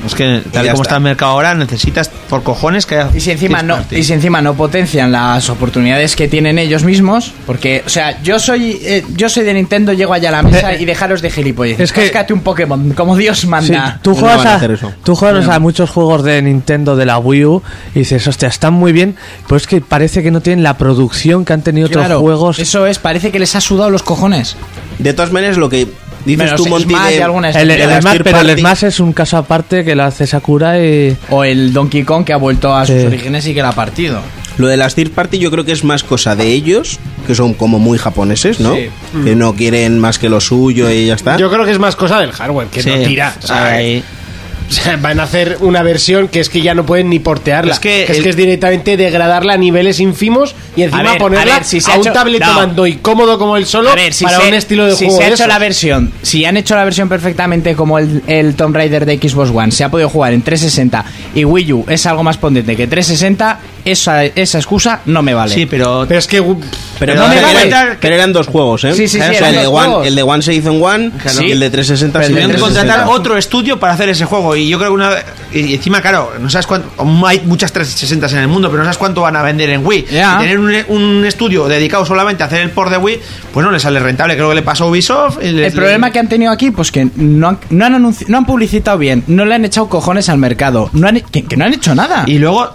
[SPEAKER 7] es que
[SPEAKER 5] Y
[SPEAKER 7] tal y
[SPEAKER 5] ya
[SPEAKER 7] como
[SPEAKER 5] está.
[SPEAKER 7] está el mercado ahora, necesitas por cojones que haya.
[SPEAKER 4] Y si encima
[SPEAKER 7] third
[SPEAKER 4] no,
[SPEAKER 7] party.
[SPEAKER 4] y si encima no potencian las oportunidades que tienen ellos mismos, porque, o sea, yo soy, eh, yo soy de Nintendo, llego allá a la mesa y dejaros de gilipollas.
[SPEAKER 6] Eh, es que-
[SPEAKER 4] Cáscate un Pokémon, como Dios
[SPEAKER 6] Sí,
[SPEAKER 4] manda.
[SPEAKER 6] tú
[SPEAKER 5] No
[SPEAKER 6] juegas,
[SPEAKER 5] van a
[SPEAKER 6] a,
[SPEAKER 5] hacer eso.
[SPEAKER 6] tú juegas a muchos juegos de Nintendo de la Wii U y dices, hostia, están muy bien, pero es que parece que no tienen la producción que han tenido
[SPEAKER 4] Claro,
[SPEAKER 6] otros juegos.
[SPEAKER 4] Eso es, parece que les ha sudado los cojones.
[SPEAKER 5] De todas maneras, lo que dices
[SPEAKER 4] Menos
[SPEAKER 5] tú,
[SPEAKER 4] el
[SPEAKER 5] Monty,
[SPEAKER 4] Smash
[SPEAKER 5] de-
[SPEAKER 4] y alguna
[SPEAKER 6] El, el
[SPEAKER 5] de las
[SPEAKER 6] Smash,
[SPEAKER 5] third
[SPEAKER 6] pero el
[SPEAKER 5] party-
[SPEAKER 6] Smash es un caso aparte que lo hace Sakura y...
[SPEAKER 4] O el Donkey Kong que ha vuelto a sus
[SPEAKER 6] Sí.
[SPEAKER 4] orígenes y que la ha partido.
[SPEAKER 5] Lo de las third party yo creo que es más cosa de ellos, que son como muy japoneses, ¿no?
[SPEAKER 4] Sí.
[SPEAKER 5] Que no quieren más que lo suyo y ya
[SPEAKER 4] ¿Ah?
[SPEAKER 5] está.
[SPEAKER 2] Yo creo que es más cosa del hardware, que
[SPEAKER 7] Sí,
[SPEAKER 2] no tira. O sea, eh,
[SPEAKER 7] ahí.
[SPEAKER 2] o sea, van a hacer una versión que es que ya no pueden ni portearla.
[SPEAKER 7] Es que
[SPEAKER 2] es,
[SPEAKER 7] el-
[SPEAKER 2] que es directamente degradarla a niveles infimos y encima
[SPEAKER 4] A ver,
[SPEAKER 2] ponerla a,
[SPEAKER 4] a ver, si se ha
[SPEAKER 2] un
[SPEAKER 4] hecho-
[SPEAKER 2] tableto
[SPEAKER 4] no.
[SPEAKER 2] mando y cómodo como el solo
[SPEAKER 4] A ver, si
[SPEAKER 2] para
[SPEAKER 4] se,
[SPEAKER 2] un estilo de
[SPEAKER 4] si
[SPEAKER 2] juego.
[SPEAKER 4] se ha
[SPEAKER 2] de
[SPEAKER 4] hecho la
[SPEAKER 2] esos.
[SPEAKER 4] versión, si han hecho la versión perfectamente como el, el Tomb Raider de Xbox One, se ha podido jugar en 360 y Wii U es algo más potente que 360, esa, esa excusa no me vale.
[SPEAKER 7] Sí, pero.
[SPEAKER 2] Pero es que. u-
[SPEAKER 5] Pero,
[SPEAKER 7] Pero
[SPEAKER 5] no
[SPEAKER 7] no me
[SPEAKER 5] eran,
[SPEAKER 7] vale.
[SPEAKER 5] pero eran dos juegos, ¿eh?
[SPEAKER 4] Sí, sí, sí,
[SPEAKER 5] O sea,
[SPEAKER 4] eran
[SPEAKER 5] el, de
[SPEAKER 4] dos
[SPEAKER 5] One,
[SPEAKER 4] juegos.
[SPEAKER 5] el de One se hizo en One y el de 360 se hizo en
[SPEAKER 7] Tuvieron que contratar
[SPEAKER 5] 360.
[SPEAKER 7] otro estudio para hacer ese juego. Y yo creo que una. Y encima, claro, no sabes cuánto. Hay muchas 360 en el mundo, pero no sabes cuánto van a vender en Wii.
[SPEAKER 4] Ya.
[SPEAKER 7] Y tener un, un estudio dedicado solamente a hacer el port de Wii, pues no le sale rentable. Creo que le pasó a Ubisoft. y
[SPEAKER 4] El
[SPEAKER 7] les-
[SPEAKER 4] problema que han tenido aquí, pues que no han, no han, anunci- no han publicitado bien, no le han echado cojones al mercado, no han, que, que no han hecho nada.
[SPEAKER 7] Y luego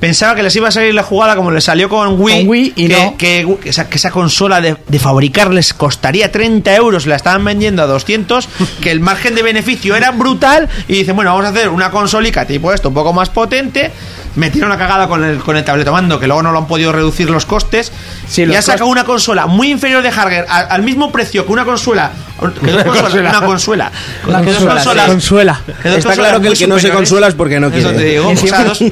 [SPEAKER 7] pensaba que les iba a salir la jugada como les salió con Wii.
[SPEAKER 4] Con Wii y
[SPEAKER 7] que,
[SPEAKER 4] no.
[SPEAKER 7] que- que esa, que esa consola de, de fabricar les costaría 30 euros, la estaban vendiendo a 200, que el margen de beneficio era brutal. Y dicen, bueno, vamos a hacer una consolica tipo esto, un poco más potente. Metieron la cagada con el, con el tableto mando, que luego no lo han podido reducir los costes.
[SPEAKER 4] Sí,
[SPEAKER 7] y
[SPEAKER 4] los
[SPEAKER 7] han sacado una consola muy inferior de hardware, a- al mismo precio que una consola. Que dos consolas, una consuela.
[SPEAKER 4] Una
[SPEAKER 7] que dos
[SPEAKER 4] consola, sí.
[SPEAKER 7] consolas-
[SPEAKER 6] Consuela.
[SPEAKER 7] que dos
[SPEAKER 5] Está
[SPEAKER 7] consolas
[SPEAKER 5] claro que el
[SPEAKER 7] muy
[SPEAKER 5] que no se
[SPEAKER 7] superiores.
[SPEAKER 5] consuela es porque no
[SPEAKER 7] Eso
[SPEAKER 5] quiere.
[SPEAKER 7] te digo, o
[SPEAKER 4] Encima-
[SPEAKER 7] sea, dos,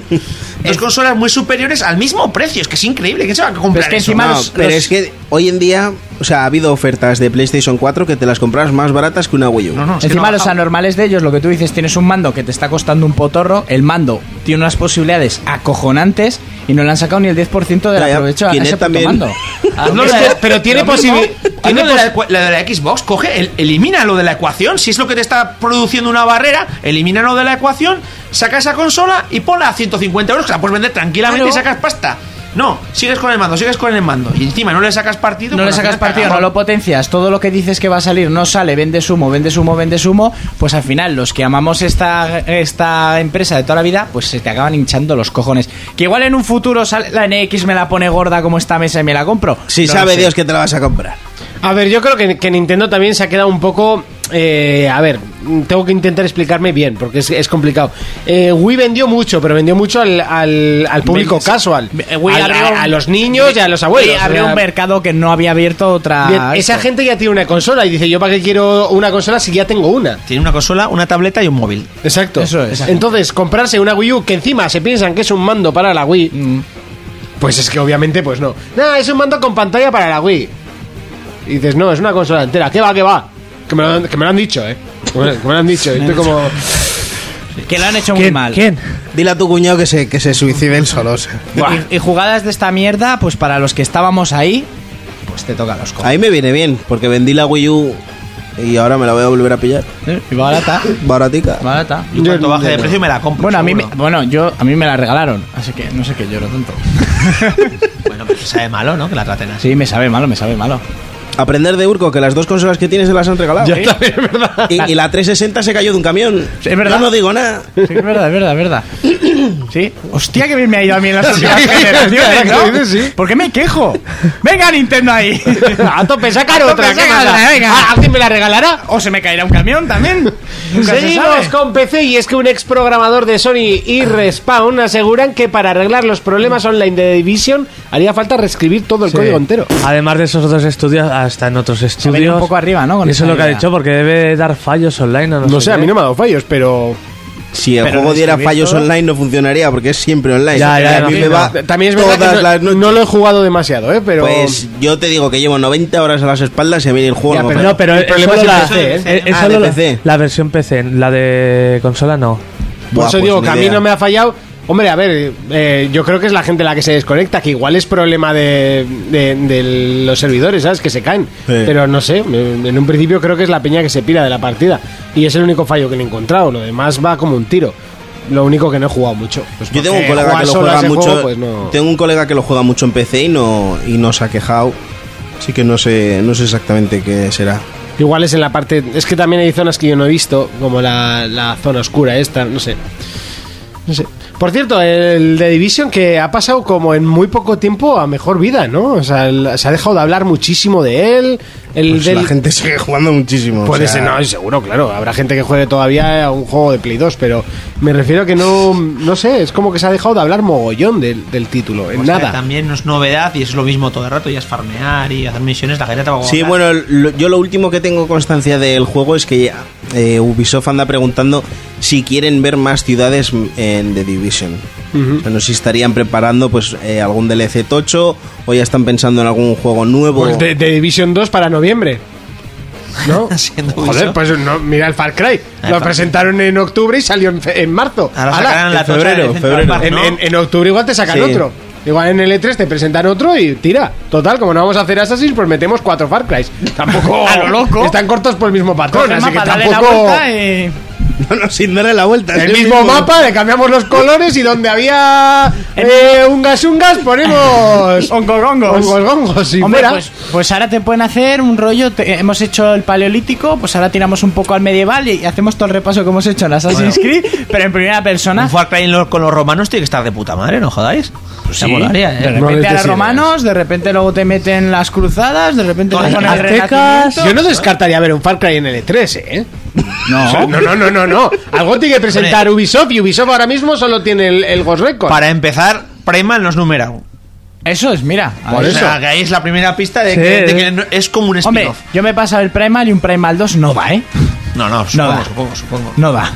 [SPEAKER 7] dos consolas muy superiores al mismo precio. Es que es increíble. ¿Quién se va a comprar
[SPEAKER 4] es que
[SPEAKER 7] eso?
[SPEAKER 4] encima
[SPEAKER 5] No,
[SPEAKER 4] los-
[SPEAKER 5] pero
[SPEAKER 4] los-
[SPEAKER 5] es que hoy en día, o sea, ha habido ofertas de PlayStation 4 que te las comprabas más baratas que una Wii U.
[SPEAKER 7] No, no, es que
[SPEAKER 4] Encima
[SPEAKER 7] no ha
[SPEAKER 4] los
[SPEAKER 7] bajado.
[SPEAKER 4] anormales de ellos, lo que tú dices, tienes un mando que te está costando un potorro, el mando tiene unas posibilidades acojonantes y no le han sacado ni el 10% del
[SPEAKER 5] Ya, ya,
[SPEAKER 4] aprovecho a
[SPEAKER 5] Kinect
[SPEAKER 4] ese puto
[SPEAKER 5] también.
[SPEAKER 4] mando.
[SPEAKER 7] Hazlo
[SPEAKER 2] Es
[SPEAKER 7] de
[SPEAKER 2] que-
[SPEAKER 7] la-
[SPEAKER 2] pero tiene
[SPEAKER 7] lo mismo,
[SPEAKER 2] posibil-
[SPEAKER 7] hazlo
[SPEAKER 2] tiene
[SPEAKER 7] de la, la de la Xbox, coge, el- elimina lo de la ecuación. Si es lo que te está produciendo una barrera, elimina lo de la ecuación, saca esa consola y ponla a 150 euros, que la puedes vender tranquilamente
[SPEAKER 4] Claro.
[SPEAKER 7] y sacas pasta. No, sigues con el mando, sigues con el mando. Y encima no le sacas partido.
[SPEAKER 4] No
[SPEAKER 7] pues
[SPEAKER 4] le
[SPEAKER 7] al
[SPEAKER 4] sacas
[SPEAKER 7] final
[SPEAKER 4] partido, no
[SPEAKER 7] cagamos.
[SPEAKER 4] lo potencias, todo lo que dices que va a salir no sale, vende sumo, vende sumo, vende sumo, pues al final los que amamos esta, esta empresa de toda la vida, pues se te acaban hinchando los cojones. Que igual en un futuro sale la NX me la pone gorda como esta mesa y me la compro.
[SPEAKER 5] Si
[SPEAKER 4] No lo
[SPEAKER 5] sabe
[SPEAKER 4] sé.
[SPEAKER 5] Dios que te la vas a comprar.
[SPEAKER 2] A ver, yo creo que, que Nintendo también se ha quedado un poco. eh, a ver, tengo que intentar explicarme bien porque es, es complicado. Eh, Wii vendió mucho, pero vendió mucho al, al- al público
[SPEAKER 4] Ven-
[SPEAKER 2] casual.
[SPEAKER 4] Eh, Wii
[SPEAKER 2] Al-
[SPEAKER 4] abrió un-
[SPEAKER 2] a, a los niños y a los abuelos.
[SPEAKER 4] Wii abrió
[SPEAKER 2] O sea,
[SPEAKER 4] un mercado que no había abierto otra.
[SPEAKER 2] bien, esa
[SPEAKER 4] esto.
[SPEAKER 2] gente ya tiene una consola y dice: ¿Yo para qué quiero una consola si ya tengo una?
[SPEAKER 7] Tiene una consola, una tableta y un móvil.
[SPEAKER 2] Exacto.
[SPEAKER 4] Eso es.
[SPEAKER 2] Entonces, comprarse una Wii U que encima se piensan que es un mando para la Wii. Pues es que obviamente, pues no. Nada, es un mando con pantalla para la Wii. Y dices, no, es una consola entera. ¿Qué va, qué va? Que me lo han, que me lo han dicho, ¿eh? Que me, que me lo han dicho. Y estoy como...
[SPEAKER 4] que lo han hecho muy
[SPEAKER 6] ¿Quién?
[SPEAKER 4] mal.
[SPEAKER 6] ¿Quién?
[SPEAKER 5] Dile a tu cuñado que se, que se suicide él solo. o sea.
[SPEAKER 4] Y, y jugadas de esta mierda, pues para los que estábamos ahí, pues te toca los cojones.
[SPEAKER 5] A mí me viene bien, porque vendí la Wii U y ahora me la voy a volver a pillar.
[SPEAKER 4] ¿Eh? Y barata,
[SPEAKER 5] Baratica.
[SPEAKER 4] barata.
[SPEAKER 7] Y cuanto baje de precio me la compro.
[SPEAKER 4] Bueno, a mí, me-
[SPEAKER 7] seguro.
[SPEAKER 4] bueno, yo, a mí me la regalaron, así que no sé qué lloro tanto.
[SPEAKER 7] Bueno, pero sabe malo, ¿no? Que la traten así.
[SPEAKER 4] Sí, me sabe malo, me sabe malo.
[SPEAKER 5] Aprender de Urco que las dos consolas que tienes se las han regalado. ¿eh?
[SPEAKER 7] Sí.
[SPEAKER 5] Y, y la 360 se cayó de un camión.
[SPEAKER 7] es verdad.
[SPEAKER 5] Yo no digo nada.
[SPEAKER 7] Sí, es verdad, es verdad, es verdad. Sí.
[SPEAKER 4] Hostia, que bien me ha ido a mí en las últimas
[SPEAKER 2] ahora
[SPEAKER 4] generaciones,
[SPEAKER 2] que
[SPEAKER 4] ¿no?
[SPEAKER 2] lo dices, sí.
[SPEAKER 4] ¿Por qué me quejo? ¡Venga, Nintendo ahí! Ah,
[SPEAKER 2] A tope, sacar otra. ¿qué Ah,
[SPEAKER 4] saca
[SPEAKER 2] manda?
[SPEAKER 4] otra, venga.
[SPEAKER 2] ¿A- ¿Alguien me la regalará?
[SPEAKER 4] ¿O se me caerá un camión también? Nunca se
[SPEAKER 2] Seguimos
[SPEAKER 4] sabe.
[SPEAKER 2] con PC y es que un ex programador de Sony y Respawn aseguran que para arreglar los problemas online de The Division haría falta reescribir todo el
[SPEAKER 6] Sí.
[SPEAKER 2] código entero.
[SPEAKER 6] Además de esos dos estudios, hasta en otros
[SPEAKER 4] venido
[SPEAKER 6] estudios.
[SPEAKER 4] un poco arriba, ¿no? Con
[SPEAKER 6] Y eso es lo que ha
[SPEAKER 4] esa idea.
[SPEAKER 6] dicho, porque debe dar fallos online. o No,
[SPEAKER 2] No sé, ¿eh?
[SPEAKER 6] qué.
[SPEAKER 2] a mí no me ha dado fallos, pero
[SPEAKER 5] Si el
[SPEAKER 4] Pero
[SPEAKER 5] juego diera
[SPEAKER 4] reescribir
[SPEAKER 5] fallos
[SPEAKER 4] todo.
[SPEAKER 5] online no funcionaría porque es siempre online.
[SPEAKER 6] Ya,
[SPEAKER 5] Y
[SPEAKER 6] ya,
[SPEAKER 5] a
[SPEAKER 6] ya,
[SPEAKER 5] mí me
[SPEAKER 6] no.
[SPEAKER 5] va
[SPEAKER 2] también es verdad
[SPEAKER 5] todas
[SPEAKER 2] que no,
[SPEAKER 5] las noches.
[SPEAKER 2] no lo he jugado demasiado, ¿eh? Pero
[SPEAKER 5] Pues yo te digo que llevo 90 horas a las espaldas y a mí el juego
[SPEAKER 2] Ya,
[SPEAKER 5] no me
[SPEAKER 2] pero-
[SPEAKER 5] frena.
[SPEAKER 6] No, pero
[SPEAKER 2] El
[SPEAKER 6] es
[SPEAKER 2] problema
[SPEAKER 6] solo
[SPEAKER 2] es el
[SPEAKER 6] la,
[SPEAKER 2] PC,
[SPEAKER 5] ¿eh?
[SPEAKER 6] es
[SPEAKER 5] Ah,
[SPEAKER 6] solo
[SPEAKER 5] de
[SPEAKER 6] la-
[SPEAKER 5] PC.
[SPEAKER 6] la versión PC, la de consola no.
[SPEAKER 2] por
[SPEAKER 5] Buah,
[SPEAKER 2] eso
[SPEAKER 5] pues
[SPEAKER 2] digo
[SPEAKER 5] ni
[SPEAKER 2] que a mí
[SPEAKER 5] idea.
[SPEAKER 2] no me ha fallado. Hombre, a ver, eh, yo creo que es la gente la que se desconecta, que igual es problema de, de- de los servidores, ¿sabes? Que se caen.
[SPEAKER 5] Sí.
[SPEAKER 2] Pero no sé, me- en un principio creo que es la peña que se pira de la partida. Y es el único fallo que le he encontrado, lo demás va como un tiro. Lo único que no he jugado mucho. Pues
[SPEAKER 5] Yo tengo
[SPEAKER 2] porque
[SPEAKER 5] un colega
[SPEAKER 2] jugar
[SPEAKER 5] que lo
[SPEAKER 2] solo a
[SPEAKER 5] juega
[SPEAKER 2] ese
[SPEAKER 5] mucho.
[SPEAKER 2] juego, pues no.
[SPEAKER 5] Tengo un colega que lo juega mucho en PC y no y no se ha quejado. Así que no sé no sé exactamente qué será.
[SPEAKER 2] Igual es en la parte. Es que también hay zonas que yo no he visto, como la, la zona oscura esta, no sé. No sé. Por cierto, el de Division que ha pasado como en muy poco tiempo a mejor vida, ¿no? O sea, el- se ha dejado de hablar muchísimo de él. El
[SPEAKER 5] Pues
[SPEAKER 2] del-
[SPEAKER 5] la gente sigue jugando muchísimo. o
[SPEAKER 2] Puede ser,
[SPEAKER 5] sea,
[SPEAKER 2] no, seguro, claro. Habrá gente que juegue todavía a un juego de Play 2, pero me refiero a que no. No sé, es como que se ha dejado de hablar mogollón del, del título, en
[SPEAKER 7] Pues que
[SPEAKER 2] nada.
[SPEAKER 7] También no es novedad y es lo mismo todo el rato, ya es farmear y hacer misiones, la gente te va a
[SPEAKER 5] Sí,
[SPEAKER 7] guardar.
[SPEAKER 5] bueno, lo- yo lo último que tengo constancia del juego es que ya, eh, Ubisoft anda preguntando si quieren ver más ciudades en The Division. O sea, no sé si estarían preparando pues eh, algún DLC tocho o ya están pensando en algún juego nuevo.
[SPEAKER 2] Pues de, de Division 2 para noviembre. ¿No?
[SPEAKER 7] Siendo
[SPEAKER 2] Joder,
[SPEAKER 7] Ubisoft.
[SPEAKER 2] pues no, mira el Far Cry.
[SPEAKER 7] Ah,
[SPEAKER 2] Lo
[SPEAKER 7] Far-
[SPEAKER 2] presentaron en octubre y salió en, fe- en marzo.
[SPEAKER 7] Ahora
[SPEAKER 2] Ala,
[SPEAKER 7] sacarán la
[SPEAKER 5] en
[SPEAKER 7] tocha
[SPEAKER 5] febrero,
[SPEAKER 7] de Central
[SPEAKER 5] febrero.
[SPEAKER 7] Park,
[SPEAKER 2] en,
[SPEAKER 7] ¿no?
[SPEAKER 2] en- en octubre igual te sacan
[SPEAKER 5] Sí.
[SPEAKER 2] otro. Igual en el E3 te presentan otro y tira. Total, como no vamos a hacer Assassin's, pues metemos cuatro Far Crys. Tampoco.
[SPEAKER 4] A lo loco.
[SPEAKER 2] Están cortos por el mismo patrón,
[SPEAKER 4] Coge el
[SPEAKER 2] así que
[SPEAKER 4] mapa, dale la
[SPEAKER 2] tampoco.
[SPEAKER 4] vuelta y-
[SPEAKER 5] No, no, sin darle la vuelta. es
[SPEAKER 2] El mismo mapa, le cambiamos los colores y donde había eh, ungas ungas ponemos.
[SPEAKER 4] Ongogongos.
[SPEAKER 2] Hongos, hongos, si
[SPEAKER 4] Hombre,
[SPEAKER 2] fuera.
[SPEAKER 4] pues, pues ahora te pueden hacer un rollo. te- hemos hecho el paleolítico, pues ahora tiramos un poco al medieval y hacemos todo el repaso que hemos hecho en Assassin's Creed, pero en primera
[SPEAKER 7] Un
[SPEAKER 4] persona.
[SPEAKER 7] Far Cry en lo- con los romanos tiene que estar de puta madre, no jodáis. Pues
[SPEAKER 4] Sí,
[SPEAKER 2] ¿eh?
[SPEAKER 4] de repente a los romanos, de repente luego te meten las cruzadas, de repente
[SPEAKER 7] Con
[SPEAKER 4] te ponen el
[SPEAKER 6] aztecas.
[SPEAKER 4] renacimiento.
[SPEAKER 2] Yo no descartaría ver un Far Cry en el E3, ¿eh?
[SPEAKER 4] No.
[SPEAKER 2] O sea, No, no, no, no, no. Algo tiene que presentar Ubisoft y Ubisoft ahora mismo solo tiene el, el Ghost Recon.
[SPEAKER 7] Para empezar, Primal no es numerado.
[SPEAKER 4] Eso es, mira.
[SPEAKER 2] Por
[SPEAKER 7] o
[SPEAKER 2] eso.
[SPEAKER 7] sea, que ahí es la primera pista de,
[SPEAKER 6] Sí.
[SPEAKER 7] que, de que no- es como un
[SPEAKER 4] Hombre,
[SPEAKER 7] spin-off.
[SPEAKER 4] yo me he pasado el Primal y un Primal 2 no va, ¿eh?
[SPEAKER 7] No, no, supongo,
[SPEAKER 4] da.
[SPEAKER 7] supongo, supongo.
[SPEAKER 4] No va.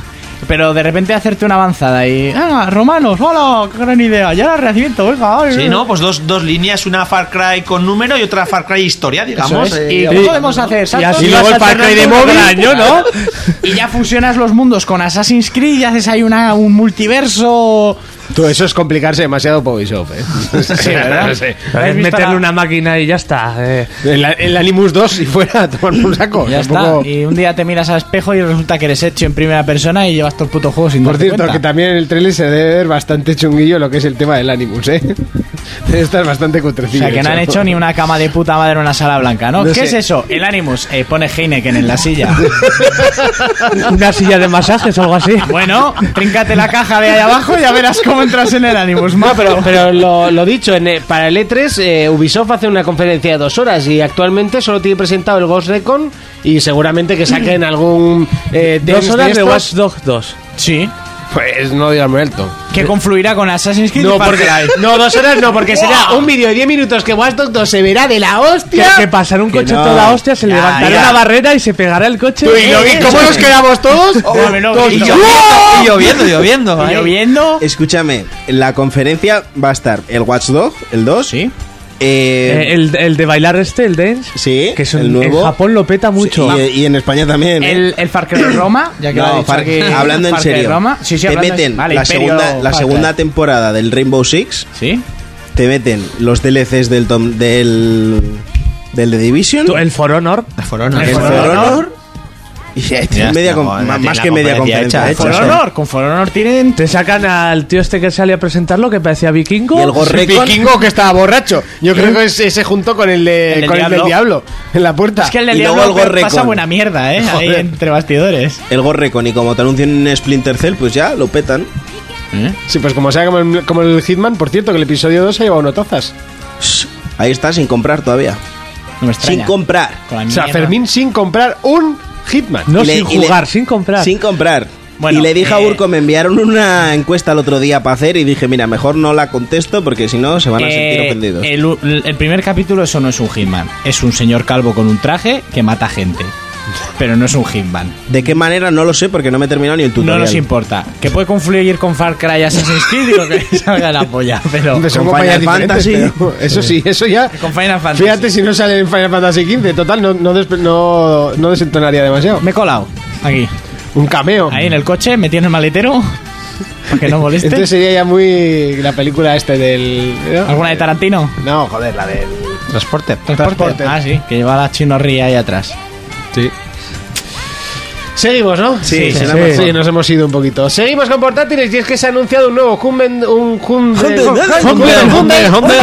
[SPEAKER 4] Pero de repente hacerte una avanzada y. ¡Ah, romanos! ¡Hola! ¡Qué gran idea! ¡Ya la recibimiento! ¡Venga! ay,
[SPEAKER 7] Sí,
[SPEAKER 4] ay".
[SPEAKER 7] ¿no? Pues dos, dos líneas, una Far Cry con número y otra Far Cry historia,
[SPEAKER 4] Eso
[SPEAKER 7] digamos.
[SPEAKER 4] es.
[SPEAKER 7] eh,
[SPEAKER 4] ¿Y
[SPEAKER 7] vamos
[SPEAKER 4] qué podemos
[SPEAKER 7] hablando.
[SPEAKER 4] hacer?
[SPEAKER 6] Y así
[SPEAKER 4] saltos?
[SPEAKER 6] luego el
[SPEAKER 4] Vas
[SPEAKER 6] Far Cry de
[SPEAKER 4] alternando
[SPEAKER 6] móvil.
[SPEAKER 4] cada año, ¿no? Y ya fusionas los mundos con Assassin's Creed y haces ahí una, un multiverso.
[SPEAKER 2] Todo eso es complicarse demasiado por Ubisoft, ¿eh? sí, ¿verdad?
[SPEAKER 4] ¿Habéis
[SPEAKER 6] Es
[SPEAKER 4] visto
[SPEAKER 6] Eh, meterle
[SPEAKER 4] la-
[SPEAKER 6] una máquina y ya está. eh.
[SPEAKER 2] El, el Animus 2 y fuera a tomar por saco.
[SPEAKER 4] Ya
[SPEAKER 2] Tampoco-
[SPEAKER 4] está. Y un día te miras al espejo y resulta que eres hecho en primera persona y llevas todo el puto juego sin
[SPEAKER 2] Por
[SPEAKER 4] darte
[SPEAKER 2] cierto,
[SPEAKER 4] cuenta.
[SPEAKER 2] que también en el trailer se debe ver bastante chunguillo lo que es el tema del Animus, ¿eh? Debe estar bastante
[SPEAKER 4] O
[SPEAKER 2] cutrecillo.
[SPEAKER 4] sea, que no han hecho ni una cama de puta madre en una sala blanca, ¿no?
[SPEAKER 2] No
[SPEAKER 4] ¿Qué
[SPEAKER 2] sé.
[SPEAKER 4] es eso? El Animus. Eh, pone Heineken en la silla.
[SPEAKER 6] Una silla de masajes o algo así.
[SPEAKER 4] bueno, tríncate la caja de ahí abajo y ya verás cómo entras en el Animus, ma, pero...
[SPEAKER 9] Pero lo, lo dicho, en, eh, para el E3 eh, Ubisoft hace una conferencia de dos horas y actualmente solo tiene presentado el Ghost Recon y seguramente que saquen algún... eh,
[SPEAKER 6] Dos
[SPEAKER 9] Dems
[SPEAKER 6] horas de
[SPEAKER 9] estos.
[SPEAKER 6] Watch Dogs 2.
[SPEAKER 4] Sí.
[SPEAKER 2] Pues no digas muy alto.
[SPEAKER 4] Que confluirá con Assassin's Creed. y
[SPEAKER 2] No,
[SPEAKER 4] Far
[SPEAKER 2] porque,
[SPEAKER 4] Cry.
[SPEAKER 2] no, dos horas no, porque será un vídeo de 10 minutos que Watch Dogs 2 se verá de la
[SPEAKER 6] Que,
[SPEAKER 2] hostia.
[SPEAKER 6] que pasará un coche
[SPEAKER 5] no.
[SPEAKER 6] toda hostia, se levantará
[SPEAKER 4] ya.
[SPEAKER 6] una barrera y se pegará el coche. Eh,
[SPEAKER 2] Tú y yo, ¿y ¿Cómo nos quedamos todos?
[SPEAKER 7] oh,
[SPEAKER 4] Hombre, no,
[SPEAKER 2] Todos
[SPEAKER 4] y
[SPEAKER 2] no.
[SPEAKER 4] yo-
[SPEAKER 7] Y lloviendo, lloviendo.
[SPEAKER 4] Y
[SPEAKER 5] ¿eh?
[SPEAKER 7] ahí.
[SPEAKER 4] lloviendo.
[SPEAKER 5] Escúchame, en la conferencia va a estar el Watchdog, el 2.
[SPEAKER 4] Sí.
[SPEAKER 5] eh,
[SPEAKER 6] Eh, el, el de bailar este, el dance.
[SPEAKER 5] Sí,
[SPEAKER 6] Que es un-
[SPEAKER 5] el nuevo.
[SPEAKER 6] En Japón lo peta mucho.
[SPEAKER 5] sí, y, y en España también. ¿eh?
[SPEAKER 4] El, el Far Cry Roma, ya que lo ha
[SPEAKER 5] No,
[SPEAKER 4] dicho
[SPEAKER 5] Far-
[SPEAKER 4] aquí,
[SPEAKER 5] hablando en
[SPEAKER 4] Far Cry
[SPEAKER 5] serio.
[SPEAKER 4] Roma. Sí, sí,
[SPEAKER 5] te
[SPEAKER 4] hablando en-
[SPEAKER 5] meten
[SPEAKER 4] vale,
[SPEAKER 5] la,
[SPEAKER 4] Imperio
[SPEAKER 5] segunda, la
[SPEAKER 4] Far
[SPEAKER 5] segunda
[SPEAKER 4] Cry.
[SPEAKER 5] temporada del Rainbow Six.
[SPEAKER 4] Sí.
[SPEAKER 5] Te meten los DLCs del Tom- del del The Division.
[SPEAKER 6] Tú, El For Honor.
[SPEAKER 7] El foro, no,
[SPEAKER 5] el
[SPEAKER 7] el
[SPEAKER 5] For
[SPEAKER 7] foro.
[SPEAKER 5] Honor, Y ya media
[SPEAKER 7] está,
[SPEAKER 5] con-
[SPEAKER 7] joder,
[SPEAKER 5] ma-
[SPEAKER 7] tiene
[SPEAKER 5] más
[SPEAKER 7] la
[SPEAKER 5] que media
[SPEAKER 7] conferencia
[SPEAKER 5] conferencia
[SPEAKER 7] hecha,
[SPEAKER 5] hecha.
[SPEAKER 4] For
[SPEAKER 5] sí.
[SPEAKER 4] Honor, con For Honor tienen.
[SPEAKER 6] Te sacan al tío este que sale a presentarlo que parecía vikingo.
[SPEAKER 5] Y el gorrecon.
[SPEAKER 2] Vikingo que estaba borracho. Yo creo que ese se juntó con el, de-
[SPEAKER 4] El del
[SPEAKER 2] con el del
[SPEAKER 4] diablo.
[SPEAKER 2] diablo en la puerta.
[SPEAKER 4] Es que el del
[SPEAKER 5] Y luego
[SPEAKER 4] diablo
[SPEAKER 5] el Gorrecon.
[SPEAKER 4] pasa buena mierda, ¿eh? Ahí
[SPEAKER 2] Joder.
[SPEAKER 4] entre bastidores.
[SPEAKER 5] El Gorrecon y como te anuncian en Splinter Cell, pues ya lo petan.
[SPEAKER 2] Sí, pues como sea como el, como el Hitman, por cierto, que el episodio 2 ha llevado notazas.
[SPEAKER 5] Ahí está, sin comprar todavía.
[SPEAKER 4] No me extraña.
[SPEAKER 5] Sin comprar.
[SPEAKER 4] Con la
[SPEAKER 2] O sea,
[SPEAKER 4] mierda.
[SPEAKER 2] Fermín sin comprar un Hitman.
[SPEAKER 6] No
[SPEAKER 5] Y le-
[SPEAKER 6] sin
[SPEAKER 5] y le-
[SPEAKER 6] jugar, sin comprar.
[SPEAKER 5] Sin comprar.
[SPEAKER 4] Bueno,
[SPEAKER 5] y le dije a
[SPEAKER 4] eh,
[SPEAKER 5] Urco, me enviaron una encuesta el otro día para hacer y dije, mira, mejor no la contesto porque si no se van a sentir
[SPEAKER 4] Eh,
[SPEAKER 5] ofendidos.
[SPEAKER 4] El, el primer capítulo eso no es un Hitman. Es un señor calvo con un traje que mata gente. Pero no es un Hitman.
[SPEAKER 5] ¿De qué manera? No lo sé porque no me he terminado ni el
[SPEAKER 4] No
[SPEAKER 5] tutorial.
[SPEAKER 4] nos importa. Que puede confluir con Far Cry y Assassin's Creed digo que salga la polla. Pero
[SPEAKER 2] Hombre, son
[SPEAKER 5] con
[SPEAKER 2] compañías
[SPEAKER 5] Final
[SPEAKER 2] diferentes,
[SPEAKER 5] Fantasy.
[SPEAKER 2] pero Eso sí, eso ya.
[SPEAKER 4] con Final Fantasy.
[SPEAKER 2] Fíjate si no sale en Final Fantasy XV. Total, no, no, despe- no, no desentonaría demasiado.
[SPEAKER 4] Me he colado. Aquí.
[SPEAKER 2] Un cameo.
[SPEAKER 4] Ahí en el coche, metido en el maletero. Para que no moleste.
[SPEAKER 2] Entonces sería ya muy la película este del... ¿no?
[SPEAKER 4] ¿Alguna de Tarantino?
[SPEAKER 2] No, joder, la del...
[SPEAKER 7] Transporte.
[SPEAKER 2] Transporte.
[SPEAKER 4] Ah, sí. Que lleva la chinorría ahí atrás.
[SPEAKER 2] Seguimos, ¿no?
[SPEAKER 5] Sí, será
[SPEAKER 2] Sí,
[SPEAKER 5] mejor.
[SPEAKER 2] nos hemos ido un poquito. Seguimos con portátiles y es que se ha anunciado un nuevo Humben, un Humben,
[SPEAKER 5] Humben,
[SPEAKER 2] Humben, Humben,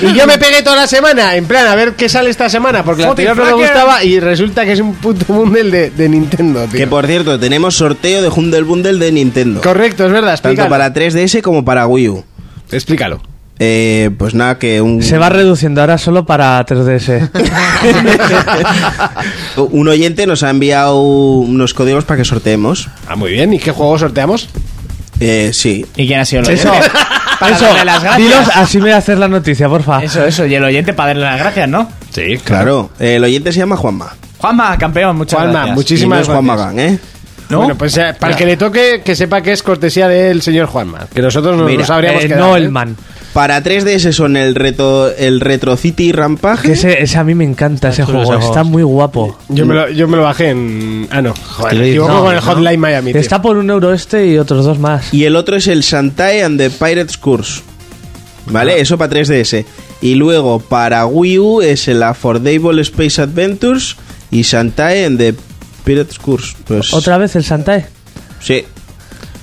[SPEAKER 2] Y yo me pegué toda la semana en plan a ver qué sale esta semana porque la anterior no me gustaba y resulta que es un puto Bundle de, de Nintendo, tío.
[SPEAKER 5] Que por cierto, tenemos sorteo de Humble Bundle de Nintendo.
[SPEAKER 2] Correcto, es verdad.
[SPEAKER 5] Tanto
[SPEAKER 2] Explícalo.
[SPEAKER 5] para 3DS como para Wii U.
[SPEAKER 2] Explícalo.
[SPEAKER 5] Eh, pues nada, que un,
[SPEAKER 6] Se va reduciendo ahora solo para 3DS.
[SPEAKER 5] un oyente nos ha enviado unos códigos para que sorteemos.
[SPEAKER 2] Ah, muy bien. ¿Y qué juego sorteamos?
[SPEAKER 5] Eh, sí.
[SPEAKER 4] ¿Y quién ha sido el oyente?
[SPEAKER 6] Eso,
[SPEAKER 4] Para
[SPEAKER 6] eso,
[SPEAKER 4] darle las gracias.
[SPEAKER 6] dilos, así me haces la noticia, porfa.
[SPEAKER 4] Eso, eso. Y el oyente para darle las gracias, ¿no?
[SPEAKER 2] Sí,
[SPEAKER 5] Claro, Eh, el oyente se llama Juanma.
[SPEAKER 4] Juanma, campeón, muchas
[SPEAKER 2] Juanma,
[SPEAKER 4] gracias.
[SPEAKER 2] muchísimas-
[SPEAKER 5] Y no es Juanma
[SPEAKER 2] gracias.
[SPEAKER 5] Gang, ¿eh?
[SPEAKER 4] ¿No?
[SPEAKER 2] Bueno, pues eh, para el que le toque, que sepa que es cortesía del señor Juanma. Que nosotros no
[SPEAKER 5] Mira,
[SPEAKER 2] nos habríamos
[SPEAKER 6] Eh,
[SPEAKER 2] quedado.
[SPEAKER 6] no
[SPEAKER 2] ¿eh?
[SPEAKER 6] el man.
[SPEAKER 5] Para 3DS son el reto el Retro City Rampage.
[SPEAKER 6] Que ese, ese a mí me encanta ese
[SPEAKER 7] chulo
[SPEAKER 6] juego,
[SPEAKER 7] ese
[SPEAKER 6] está
[SPEAKER 7] juego.
[SPEAKER 6] muy guapo.
[SPEAKER 2] Yo me, lo, yo me lo bajé en. Ah, no. Joder,
[SPEAKER 7] Te lo
[SPEAKER 2] me equivoco
[SPEAKER 7] dices,
[SPEAKER 2] con el
[SPEAKER 7] no,
[SPEAKER 2] Hotline Miami. tío.
[SPEAKER 6] Está por un euro este y otros dos más.
[SPEAKER 5] Y el otro es el Shantae and the Pirates Curse.
[SPEAKER 6] Ah.
[SPEAKER 5] ¿Vale? Eso para 3DS. Y luego para Wii U es el Affordable Space Adventures y Shantae and the Pirates Curse. Pues,
[SPEAKER 6] ¿Otra vez el E. Santae?
[SPEAKER 5] Sí.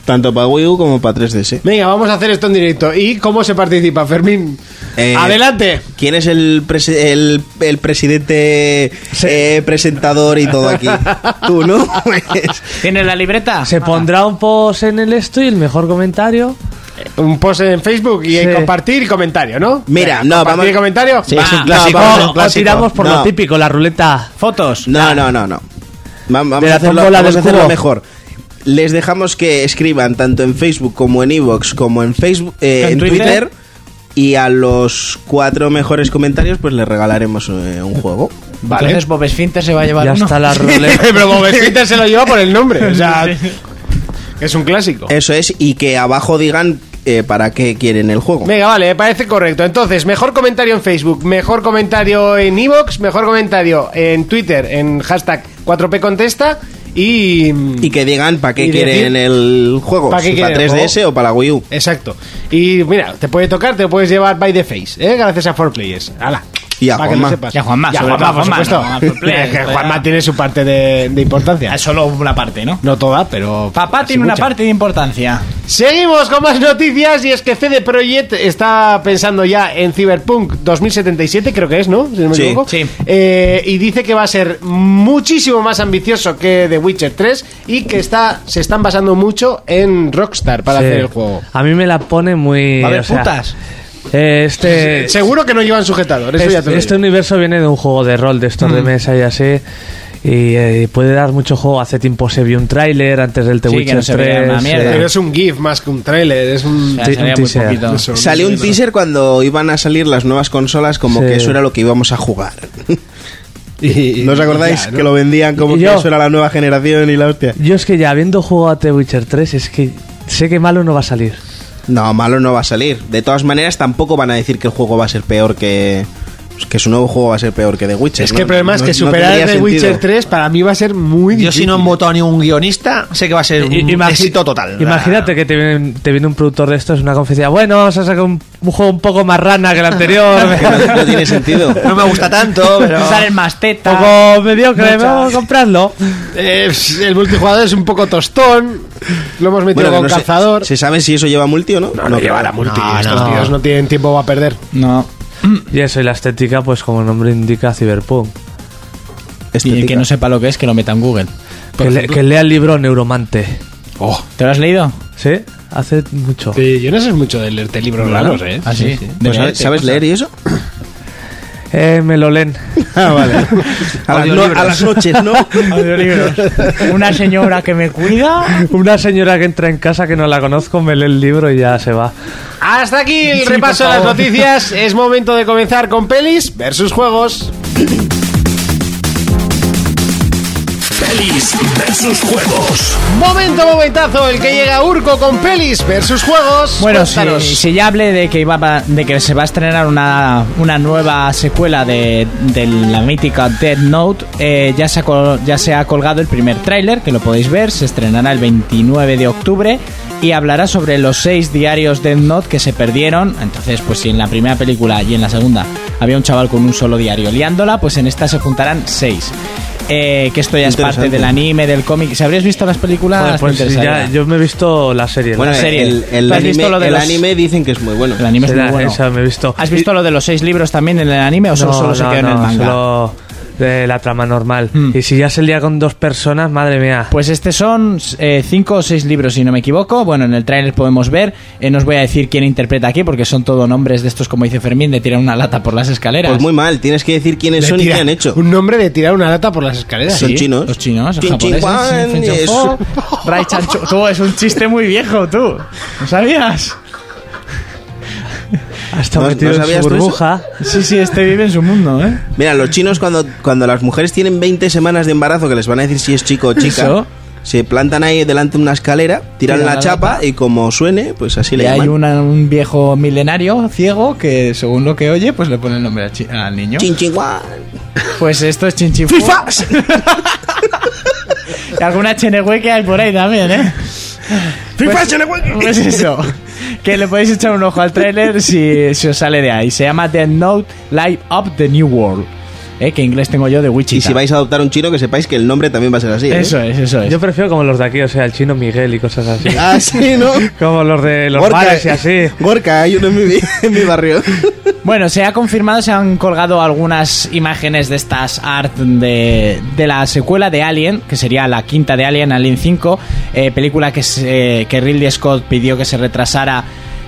[SPEAKER 5] Tanto para Wii U como para 3DS.
[SPEAKER 2] Venga, vamos a hacer esto en directo. ¿Y cómo se participa, Fermín?
[SPEAKER 5] Eh,
[SPEAKER 2] Adelante.
[SPEAKER 5] ¿Quién es el, presi- el, el presidente eh, presentador y todo aquí? Tú, ¿no? Pues,
[SPEAKER 4] ¿Tienes la libreta?
[SPEAKER 6] Se pondrá un post en el esto y el mejor comentario.
[SPEAKER 2] Un post en Facebook y
[SPEAKER 6] Sí.
[SPEAKER 2] compartir y comentario, ¿no?
[SPEAKER 5] Mira,
[SPEAKER 2] Venga,
[SPEAKER 5] no,
[SPEAKER 2] compartir
[SPEAKER 5] vamos-
[SPEAKER 2] y comentario.
[SPEAKER 5] Sí,
[SPEAKER 2] Va.
[SPEAKER 5] es un clásico.
[SPEAKER 6] O-
[SPEAKER 5] es un
[SPEAKER 6] o
[SPEAKER 5] clásico.
[SPEAKER 6] tiramos pues por
[SPEAKER 5] No.
[SPEAKER 6] lo típico, la ruleta.
[SPEAKER 4] Fotos.
[SPEAKER 2] Ah.
[SPEAKER 5] No, no, no, no. Va- Vamos
[SPEAKER 6] De la
[SPEAKER 5] a hacerlo,
[SPEAKER 6] tómbola
[SPEAKER 5] vamos a
[SPEAKER 6] del
[SPEAKER 5] hacerlo
[SPEAKER 6] cubo.
[SPEAKER 5] mejor. Les dejamos que escriban tanto en Facebook como en Evox, como en Facebook, eh,
[SPEAKER 4] ¿En
[SPEAKER 5] en Twitter?
[SPEAKER 4] Twitter?
[SPEAKER 5] Y a los cuatro mejores comentarios, pues les regalaremos eh, un juego.
[SPEAKER 4] Entonces Bob Esfínter se va a llevar
[SPEAKER 6] Ya
[SPEAKER 4] uno.
[SPEAKER 6] está la ruleta.
[SPEAKER 2] Pero Bob Esfínter se lo lleva por el nombre. O sea, es un clásico.
[SPEAKER 5] Eso es, y que abajo digan eh, para qué quieren el juego.
[SPEAKER 2] Venga, vale, me parece correcto. Entonces, mejor comentario en Facebook, mejor comentario en Evox, mejor comentario en Twitter, en hashtag 4P Contesta y... mm,
[SPEAKER 5] Y que digan para qué
[SPEAKER 2] Y decir-
[SPEAKER 5] quieren el juego.
[SPEAKER 2] ¿Para qué
[SPEAKER 5] si para
[SPEAKER 2] quieren el
[SPEAKER 5] 3DS o para Wii U.
[SPEAKER 2] Exacto. Y mira, te puede tocar, te lo puedes llevar by the face, ¿eh? gracias a 4Players. ¡Hala!
[SPEAKER 5] Y a
[SPEAKER 2] Para que lo
[SPEAKER 5] Juanma.
[SPEAKER 2] sepas.
[SPEAKER 4] Y a Juanma, sobre todo a
[SPEAKER 2] por
[SPEAKER 4] Juanma,
[SPEAKER 2] supuesto.
[SPEAKER 4] no, a 4Players,
[SPEAKER 2] Que
[SPEAKER 4] pero-
[SPEAKER 2] Juanma tiene su parte de, de importancia.
[SPEAKER 4] Ah, Es solo una parte, ¿no?
[SPEAKER 2] No toda, pero...
[SPEAKER 4] Papá
[SPEAKER 2] casi
[SPEAKER 4] tiene una
[SPEAKER 2] mucha.
[SPEAKER 4] parte de importancia.
[SPEAKER 2] Seguimos con más noticias y es que CD Projekt está pensando ya en Cyberpunk 2077, creo que es, ¿no? Si no me
[SPEAKER 5] Sí,
[SPEAKER 2] equivoco.
[SPEAKER 4] sí.
[SPEAKER 2] Eh, y dice que va a ser muchísimo más ambicioso que The Witcher 3 y que está, se están basando mucho en Rockstar para
[SPEAKER 6] Sí.
[SPEAKER 2] hacer el juego.
[SPEAKER 6] A mí me la pone muy.
[SPEAKER 4] Va a haber
[SPEAKER 6] o sea,
[SPEAKER 4] putas.
[SPEAKER 6] eh, este.
[SPEAKER 2] Seguro que no llevan sujetador, eso
[SPEAKER 6] es-
[SPEAKER 2] ya te lo
[SPEAKER 6] este
[SPEAKER 2] digo. Mm.
[SPEAKER 6] universo viene de un juego de rol, de estos de mesa y así. Y eh, puede dar mucho juego. Hace tiempo se vio un tráiler antes del The
[SPEAKER 4] Sí, que
[SPEAKER 6] Witcher
[SPEAKER 4] no se veía
[SPEAKER 6] 3.
[SPEAKER 4] una mierda.
[SPEAKER 6] eh,
[SPEAKER 2] Pero es un GIF más que un trailer, es un...
[SPEAKER 4] O sea,
[SPEAKER 6] Sí,
[SPEAKER 4] sería
[SPEAKER 6] un
[SPEAKER 4] muy
[SPEAKER 6] teaser.
[SPEAKER 4] poquito.
[SPEAKER 2] Eso,
[SPEAKER 5] Salió
[SPEAKER 2] no sé,
[SPEAKER 5] un
[SPEAKER 2] no.
[SPEAKER 5] teaser cuando iban a salir las nuevas consolas, como
[SPEAKER 6] Sí.
[SPEAKER 5] que eso era lo que íbamos a jugar.
[SPEAKER 2] Y-
[SPEAKER 5] ¿No os acordáis que lo vendían como
[SPEAKER 6] Y
[SPEAKER 5] que
[SPEAKER 6] yo-
[SPEAKER 5] eso era la nueva generación y la hostia?
[SPEAKER 6] Yo es que ya habiendo jugado a The Witcher 3, es que sé que malo no va a salir.
[SPEAKER 5] No, malo no va a salir. De todas maneras, tampoco van a decir que el juego va a ser peor que, que su nuevo juego va a ser peor que The Witcher.
[SPEAKER 2] Es
[SPEAKER 5] ¿no?
[SPEAKER 2] que el problema es
[SPEAKER 5] No-
[SPEAKER 2] que
[SPEAKER 5] no
[SPEAKER 2] superar
[SPEAKER 5] tendría
[SPEAKER 2] The
[SPEAKER 5] sentido.
[SPEAKER 2] Witcher 3 para mí va a ser muy
[SPEAKER 7] Yo
[SPEAKER 2] difícil.
[SPEAKER 7] si no han votado ni un guionista, sé que va a ser un
[SPEAKER 6] I- imagi-
[SPEAKER 7] éxito total.
[SPEAKER 6] Imagínate que te viene, te viene un productor de estos en una conferencia. Bueno, vamos a sacar un, un juego un poco más rana que el anterior.
[SPEAKER 5] Que no, no tiene sentido.
[SPEAKER 7] No me gusta tanto, pero...
[SPEAKER 4] Salen más tetas.
[SPEAKER 6] poco mediocre, vamos a comprarlo.
[SPEAKER 2] Eh, el multijugador es un poco tostón. Lo hemos metido
[SPEAKER 5] Bueno, que
[SPEAKER 2] con
[SPEAKER 5] no sé-
[SPEAKER 2] calzador.
[SPEAKER 5] ¿Se sabe si eso lleva multi o no?
[SPEAKER 2] No, no llevará
[SPEAKER 5] claro.
[SPEAKER 2] multi.
[SPEAKER 7] No,
[SPEAKER 2] Estos
[SPEAKER 7] no.
[SPEAKER 2] tíos no tienen tiempo para perder.
[SPEAKER 4] No.
[SPEAKER 6] Y eso, y la estética, pues como el nombre indica, Cyberpunk.
[SPEAKER 4] Y el que
[SPEAKER 5] Estética.
[SPEAKER 4] no sepa lo que es, que lo meta en Google.
[SPEAKER 6] Que, le- que lea el libro Neuromante.
[SPEAKER 4] Oh, ¿Te lo has leído?
[SPEAKER 6] ¿Sí? Hace mucho.
[SPEAKER 2] Sí, yo no sé mucho de leerte libros raros, ¿eh?
[SPEAKER 4] Ah, sí.
[SPEAKER 5] Pues, ¿Sabes, sabes leer y eso?
[SPEAKER 6] Eh, me lo leen.
[SPEAKER 5] Ah, vale. A, las no-
[SPEAKER 7] Audiolibros.
[SPEAKER 5] a las noches, ¿no?
[SPEAKER 4] Una señora que me cuida.
[SPEAKER 6] Una señora que entra en casa que no la conozco, me lee el libro y ya se va.
[SPEAKER 9] Hasta aquí el
[SPEAKER 4] Sí,
[SPEAKER 9] repaso
[SPEAKER 4] por
[SPEAKER 9] de las
[SPEAKER 4] favor.
[SPEAKER 9] noticias. Es momento de comenzar con pelis versus juegos.
[SPEAKER 1] Pelis versus juegos.
[SPEAKER 9] Momento, momentazo, el que llega Urco con pelis versus juegos.
[SPEAKER 4] Bueno,
[SPEAKER 9] Cuéntanos.
[SPEAKER 4] si, si ya hablé de que, iba pa- de que se va a estrenar una, una nueva secuela de, de la mítica Dead Note, eh, ya, se ha col- ya se ha colgado el primer tráiler, que lo podéis ver, se estrenará el 29 de octubre y hablará sobre los seis diarios Dead Note que se perdieron. Entonces, pues si en la primera película y en la segunda había un chaval con un solo diario liándola, pues en esta se juntarán seis. Eh, que esto ya es parte
[SPEAKER 5] Interesante.
[SPEAKER 4] del anime, del cómic. Si habrías visto las películas,
[SPEAKER 6] Joder,
[SPEAKER 4] te
[SPEAKER 6] pues sí,
[SPEAKER 4] interesaría.
[SPEAKER 6] ya- yo me he visto la serie. ¿no?
[SPEAKER 5] Bueno,
[SPEAKER 4] La serie.
[SPEAKER 5] el, el
[SPEAKER 4] ¿Tú has
[SPEAKER 5] anime,
[SPEAKER 4] visto lo de
[SPEAKER 5] el
[SPEAKER 4] los-
[SPEAKER 5] anime dicen que es muy bueno.
[SPEAKER 4] El anime es
[SPEAKER 6] Será-
[SPEAKER 4] muy bueno.
[SPEAKER 6] esa me he visto.
[SPEAKER 4] ¿Has visto lo de los seis libros también en el anime o solo,
[SPEAKER 6] No,
[SPEAKER 4] solo se
[SPEAKER 6] no,
[SPEAKER 4] quedó en el
[SPEAKER 6] no,
[SPEAKER 4] manga?
[SPEAKER 6] solo de la trama normal.
[SPEAKER 4] Mm.
[SPEAKER 6] Y si ya se lía con dos personas, madre mía.
[SPEAKER 4] Pues este son eh, cinco o seis libros, si no me equivoco. Bueno, en el tráiler podemos ver. Eh, no os voy a decir quién interpreta aquí, porque son todo nombres de estos, como dice Fermín, de tirar una lata por las escaleras.
[SPEAKER 5] Pues muy mal, tienes que decir quiénes
[SPEAKER 2] De
[SPEAKER 5] son y
[SPEAKER 2] tirar-
[SPEAKER 5] qué han hecho.
[SPEAKER 2] Un nombre de tirar una lata por las escaleras.
[SPEAKER 5] Son
[SPEAKER 2] Sí.
[SPEAKER 5] chinos.
[SPEAKER 4] Los chinos,
[SPEAKER 5] Chin, chin,
[SPEAKER 4] japoneses. Fen,
[SPEAKER 5] guan,
[SPEAKER 4] fen,
[SPEAKER 5] es-
[SPEAKER 4] fo. Rai, chan, chu. Tú, es un chiste muy viejo, tú. ¿No sabías? Pues,
[SPEAKER 6] Hasta
[SPEAKER 5] ¿no-
[SPEAKER 6] metido
[SPEAKER 5] no
[SPEAKER 6] en
[SPEAKER 5] sabías
[SPEAKER 6] su
[SPEAKER 5] tú eso?
[SPEAKER 6] burbuja.
[SPEAKER 4] Sí, sí, este vive en su mundo, ¿eh?
[SPEAKER 5] Mira, los chinos cuando, cuando las mujeres tienen 20 semanas de embarazo, que les van a decir si es chico o chica,
[SPEAKER 4] Eso.
[SPEAKER 5] se plantan ahí delante de una escalera, tiran
[SPEAKER 4] Tiran
[SPEAKER 5] la,
[SPEAKER 4] la
[SPEAKER 5] chapa
[SPEAKER 4] lata.
[SPEAKER 5] y como suene, pues así
[SPEAKER 4] Y
[SPEAKER 5] le
[SPEAKER 4] hay
[SPEAKER 5] llaman.
[SPEAKER 4] una- un viejo milenario ciego que, según lo que oye, pues le pone el nombre al, chi- al niño.
[SPEAKER 5] Chin, chin, guan.
[SPEAKER 4] Pues esto es chinchifú. y alguna chenegüe que hay por ahí también, ¿eh? Pues- Pues eso. Que le podéis echar un ojo al tráiler si, si os sale de ahí. Se llama The Note Light Up the New World. ¿Eh? Que inglés tengo yo de Wichita.
[SPEAKER 5] Y si vais a adoptar un chino, que sepáis que el nombre también va a ser así. ¿eh?
[SPEAKER 4] Eso es, eso es.
[SPEAKER 6] Yo prefiero como los de aquí, o sea, el chino Miguel y cosas así.
[SPEAKER 5] Ah, sí, ¿no?
[SPEAKER 6] como los de los bares y así.
[SPEAKER 5] Gorka, hay uno en mi, vi- en mi barrio.
[SPEAKER 4] Bueno, se ha confirmado, se han colgado algunas imágenes de estas art de, de la secuela de Alien, que sería la quinta de Alien, Alien 5, eh, película que, se- que Ridley Scott pidió que se retrasara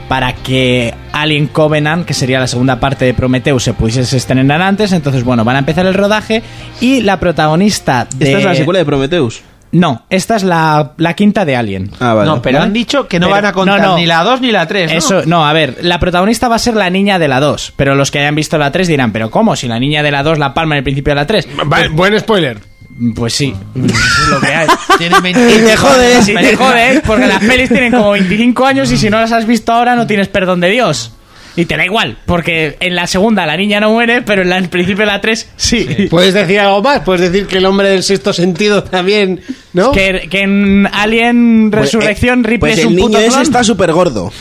[SPEAKER 4] para que Alien Covenant, que sería la segunda parte de Prometheus, se pudiese estrenar antes. Entonces, bueno, van a empezar el rodaje y la protagonista de...
[SPEAKER 5] Esta es la secuela de Prometheus.
[SPEAKER 4] No, esta es la, la quinta de Alien.
[SPEAKER 5] Ah, vale.
[SPEAKER 7] No, pero
[SPEAKER 4] ¿Vale?
[SPEAKER 7] han dicho que no
[SPEAKER 4] Pero-
[SPEAKER 7] van a contar
[SPEAKER 4] no, no.
[SPEAKER 7] ni la 2 ni la 3.
[SPEAKER 4] Eso, no, a ver, la protagonista va a ser la niña de la 2, pero los que hayan visto la 3 dirán, pero ¿cómo? Si la niña de la 2 la palma en el principio de la 3.
[SPEAKER 2] Vale, buen spoiler.
[SPEAKER 4] Pues sí, es lo que hay.
[SPEAKER 7] Tiene 20
[SPEAKER 4] te jodes, te jodes, porque las pelis tienen como 25 años y si no las has visto ahora no tienes perdón de Dios. Y te da igual, porque en la segunda la niña no muere, pero en la- en el principio de la 3 sí.
[SPEAKER 9] ¿Puedes decir algo más? ¿Puedes decir que el hombre del sexto sentido también, no?
[SPEAKER 4] Que, que en Alien
[SPEAKER 5] Pues, eh,
[SPEAKER 4] Resurrección Ripley
[SPEAKER 5] pues
[SPEAKER 4] es
[SPEAKER 5] el
[SPEAKER 4] un puto
[SPEAKER 5] niño ese
[SPEAKER 4] clon.
[SPEAKER 5] está súper gordo.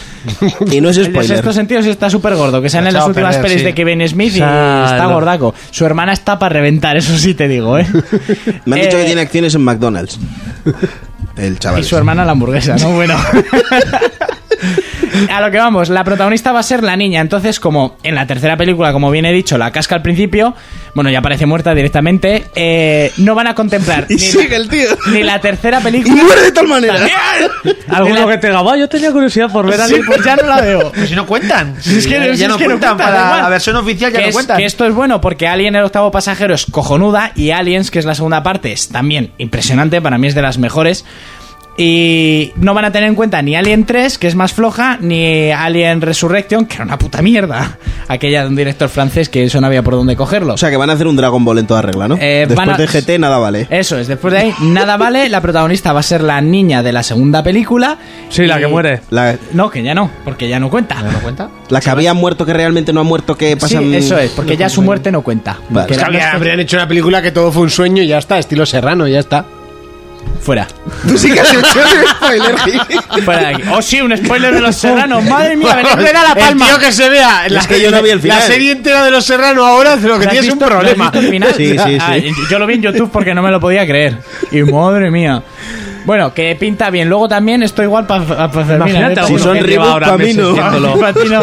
[SPEAKER 5] Y no es
[SPEAKER 4] En
[SPEAKER 5] spoiler.
[SPEAKER 4] estos sentidos está súper gordo, que salen en las
[SPEAKER 7] Echado a
[SPEAKER 4] últimas
[SPEAKER 7] perder,
[SPEAKER 4] pelis
[SPEAKER 7] sí.
[SPEAKER 4] de Kevin Smith y
[SPEAKER 6] Claro.
[SPEAKER 4] está gordaco. Su hermana está para reventar, eso sí te digo, ¿eh?
[SPEAKER 5] Me han dicho
[SPEAKER 4] Eh,
[SPEAKER 5] que tiene acciones en McDonald's. El chaval.
[SPEAKER 4] Y su hermana la hamburguesa, ¿no? Bueno. A lo que vamos, la protagonista va a ser la niña. Entonces, como en la tercera película, como bien he dicho, la casca al principio, bueno, ya aparece muerta directamente, eh, no van a contemplar ni,
[SPEAKER 5] sigue el tío.
[SPEAKER 4] ni la tercera
[SPEAKER 5] Y
[SPEAKER 4] película.
[SPEAKER 5] muere de tal manera.
[SPEAKER 6] Alguno que te diga, "Buah, yo tenía curiosidad por ver a
[SPEAKER 4] Sí,
[SPEAKER 6] alguien.
[SPEAKER 4] pues ya no la veo.
[SPEAKER 7] Pero si no cuentan.
[SPEAKER 4] Si es que-
[SPEAKER 7] ya,
[SPEAKER 4] si
[SPEAKER 7] ya
[SPEAKER 4] es
[SPEAKER 7] no
[SPEAKER 4] que no
[SPEAKER 7] cuentan.
[SPEAKER 4] cuentan, da
[SPEAKER 7] para
[SPEAKER 4] igual.
[SPEAKER 7] la versión oficial ya
[SPEAKER 4] que
[SPEAKER 7] no
[SPEAKER 4] es-
[SPEAKER 7] cuentan.
[SPEAKER 4] que esto es bueno porque Alien el octavo pasajero es cojonuda y Aliens, que es la segunda parte, es también impresionante, para mí es de las mejores. Y no van a tener en cuenta ni Alien 3, que es más floja, ni Alien Resurrection, que era una puta mierda. Aquella de un director francés que eso no había por dónde cogerlo.
[SPEAKER 5] O sea, que van a hacer un Dragon Ball en toda regla, ¿no?
[SPEAKER 4] Eh, van
[SPEAKER 5] Después
[SPEAKER 4] a- Eh,
[SPEAKER 5] de GT nada vale.
[SPEAKER 4] Eso es, después de ahí nada vale. La protagonista va a ser la niña de la segunda película.
[SPEAKER 6] Sí, la
[SPEAKER 4] y-
[SPEAKER 6] que muere.
[SPEAKER 5] La,
[SPEAKER 4] No, que ya no, porque ya no cuenta. no cuenta?
[SPEAKER 5] la que había muerto que realmente no ha muerto, que
[SPEAKER 4] Sí,
[SPEAKER 5] pasan...
[SPEAKER 4] eso es, porque ya su muerte no cuenta.
[SPEAKER 5] Vale.
[SPEAKER 4] Que
[SPEAKER 2] Es que
[SPEAKER 4] era-
[SPEAKER 2] habría- habrían hecho una película que todo fue un sueño y ya está, estilo serrano, ya está.
[SPEAKER 4] Fuera.
[SPEAKER 9] Tú sí que has hecho un spoiler.
[SPEAKER 4] Fuera de aquí. Oh, sí, un spoiler de los serranos. Madre mía, Venezuela era la palma.
[SPEAKER 2] El tío que se vea la,
[SPEAKER 5] Es que yo no vi el final.
[SPEAKER 2] la serie entera de los serranos ahora es lo que
[SPEAKER 4] ¿Has
[SPEAKER 2] tiene es un
[SPEAKER 4] visto- no has
[SPEAKER 2] problema.
[SPEAKER 4] visto el final?
[SPEAKER 5] Sí, sí, sí.
[SPEAKER 4] Ah, yo lo vi en YouTube porque no me lo podía creer. Y madre mía. Bueno, que pinta bien. Luego también esto igual para
[SPEAKER 6] Imagínate
[SPEAKER 5] Si
[SPEAKER 6] alguno
[SPEAKER 5] son
[SPEAKER 6] que lleva
[SPEAKER 5] reboot,
[SPEAKER 6] ahora
[SPEAKER 5] pa' mí
[SPEAKER 6] meses
[SPEAKER 5] no.
[SPEAKER 6] haciéndolo.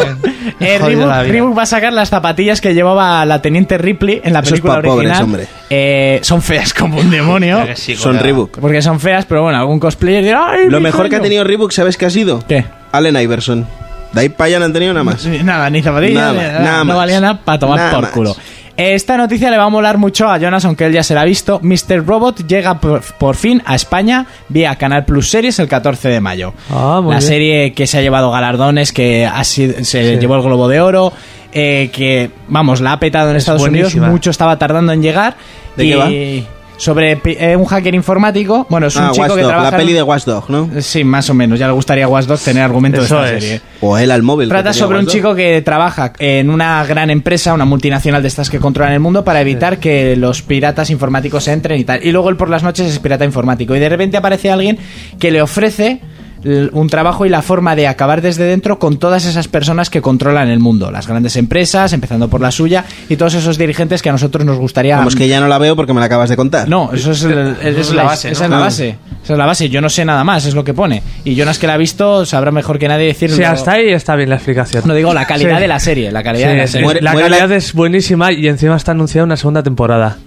[SPEAKER 4] Eh,
[SPEAKER 6] Jodida la
[SPEAKER 4] Reebok,
[SPEAKER 6] vida.
[SPEAKER 4] Reebok va a sacar las zapatillas que llevaba la teniente Ripley en la
[SPEAKER 5] Eso es
[SPEAKER 4] película
[SPEAKER 5] pa' pobres,
[SPEAKER 4] original.
[SPEAKER 5] hombre.
[SPEAKER 4] Eh, son feas como un demonio.
[SPEAKER 5] Son Reebok.
[SPEAKER 4] porque son feas, pero bueno, algún cosplayer dirá, "Ay,
[SPEAKER 5] Lo
[SPEAKER 4] mi
[SPEAKER 5] mejor que ha
[SPEAKER 4] sueño".
[SPEAKER 5] tenido Reebok, ¿sabes qué ha sido?
[SPEAKER 4] ¿Qué?
[SPEAKER 5] Allen Iverson. De ahí para allá no han tenido nada más.
[SPEAKER 4] Nada, ni zapatillas,
[SPEAKER 5] Nada
[SPEAKER 4] ni
[SPEAKER 5] más,
[SPEAKER 4] nada,
[SPEAKER 5] nada
[SPEAKER 4] no
[SPEAKER 5] más.
[SPEAKER 4] valía nada para tomar
[SPEAKER 5] Nada
[SPEAKER 4] por
[SPEAKER 5] más.
[SPEAKER 4] culo. Esta noticia le va a molar mucho a Jonas, aunque él ya se la ha visto. Mr. Robot llega por, por fin a España vía Canal Plus Series el 14 de mayo.
[SPEAKER 6] Ah, muy
[SPEAKER 4] la
[SPEAKER 6] bien.
[SPEAKER 4] serie que se ha llevado galardones, que ha sido- se llevó el Globo de Oro, eh, que, vamos, la ha petado en Estados
[SPEAKER 6] buenísima.
[SPEAKER 4] Unidos. Mucho estaba tardando en llegar.
[SPEAKER 5] ¿De
[SPEAKER 4] y
[SPEAKER 5] qué va?
[SPEAKER 4] Sobre pi- eh, un hacker informático. Bueno, es un
[SPEAKER 5] Ah,
[SPEAKER 4] chico
[SPEAKER 5] Watchdog,
[SPEAKER 4] que trabaja...
[SPEAKER 5] la
[SPEAKER 4] en-
[SPEAKER 5] peli de Watchdog, ¿no?
[SPEAKER 4] Sí, más o menos. Ya le gustaría a Watch Dogs tener argumento
[SPEAKER 6] Eso
[SPEAKER 4] de esta
[SPEAKER 6] es.
[SPEAKER 4] serie.
[SPEAKER 5] O él al móvil. que
[SPEAKER 4] Trata
[SPEAKER 5] tenía
[SPEAKER 4] sobre un
[SPEAKER 5] Watchdog.
[SPEAKER 4] chico que trabaja en una gran empresa, una multinacional de estas que controlan el mundo, para evitar que los piratas informáticos entren y tal. Y luego él por las noches es pirata informático. Y de repente aparece alguien que le ofrece l- un trabajo y la forma de acabar desde dentro con todas esas personas que controlan el mundo. Las grandes empresas, empezando por la suya, y todos esos dirigentes que a nosotros nos gustaría...
[SPEAKER 5] Vamos, que ya no la veo porque me la acabas de contar.
[SPEAKER 4] No, eso es, el- el- es la base. Esa es la
[SPEAKER 5] Ah.
[SPEAKER 4] base. Esa es la base. Yo no sé nada más, es lo que pone. Y Jonas que la ha visto sabrá mejor que nadie decir
[SPEAKER 6] Sí, hasta ahí está bien la explicación.
[SPEAKER 4] no digo la calidad
[SPEAKER 6] Sí.
[SPEAKER 4] de la serie, la
[SPEAKER 6] Sí,
[SPEAKER 4] calidad de la serie.
[SPEAKER 5] Muere-
[SPEAKER 6] la
[SPEAKER 5] muere la-
[SPEAKER 6] calidad es buenísima y encima está anunciada una segunda temporada.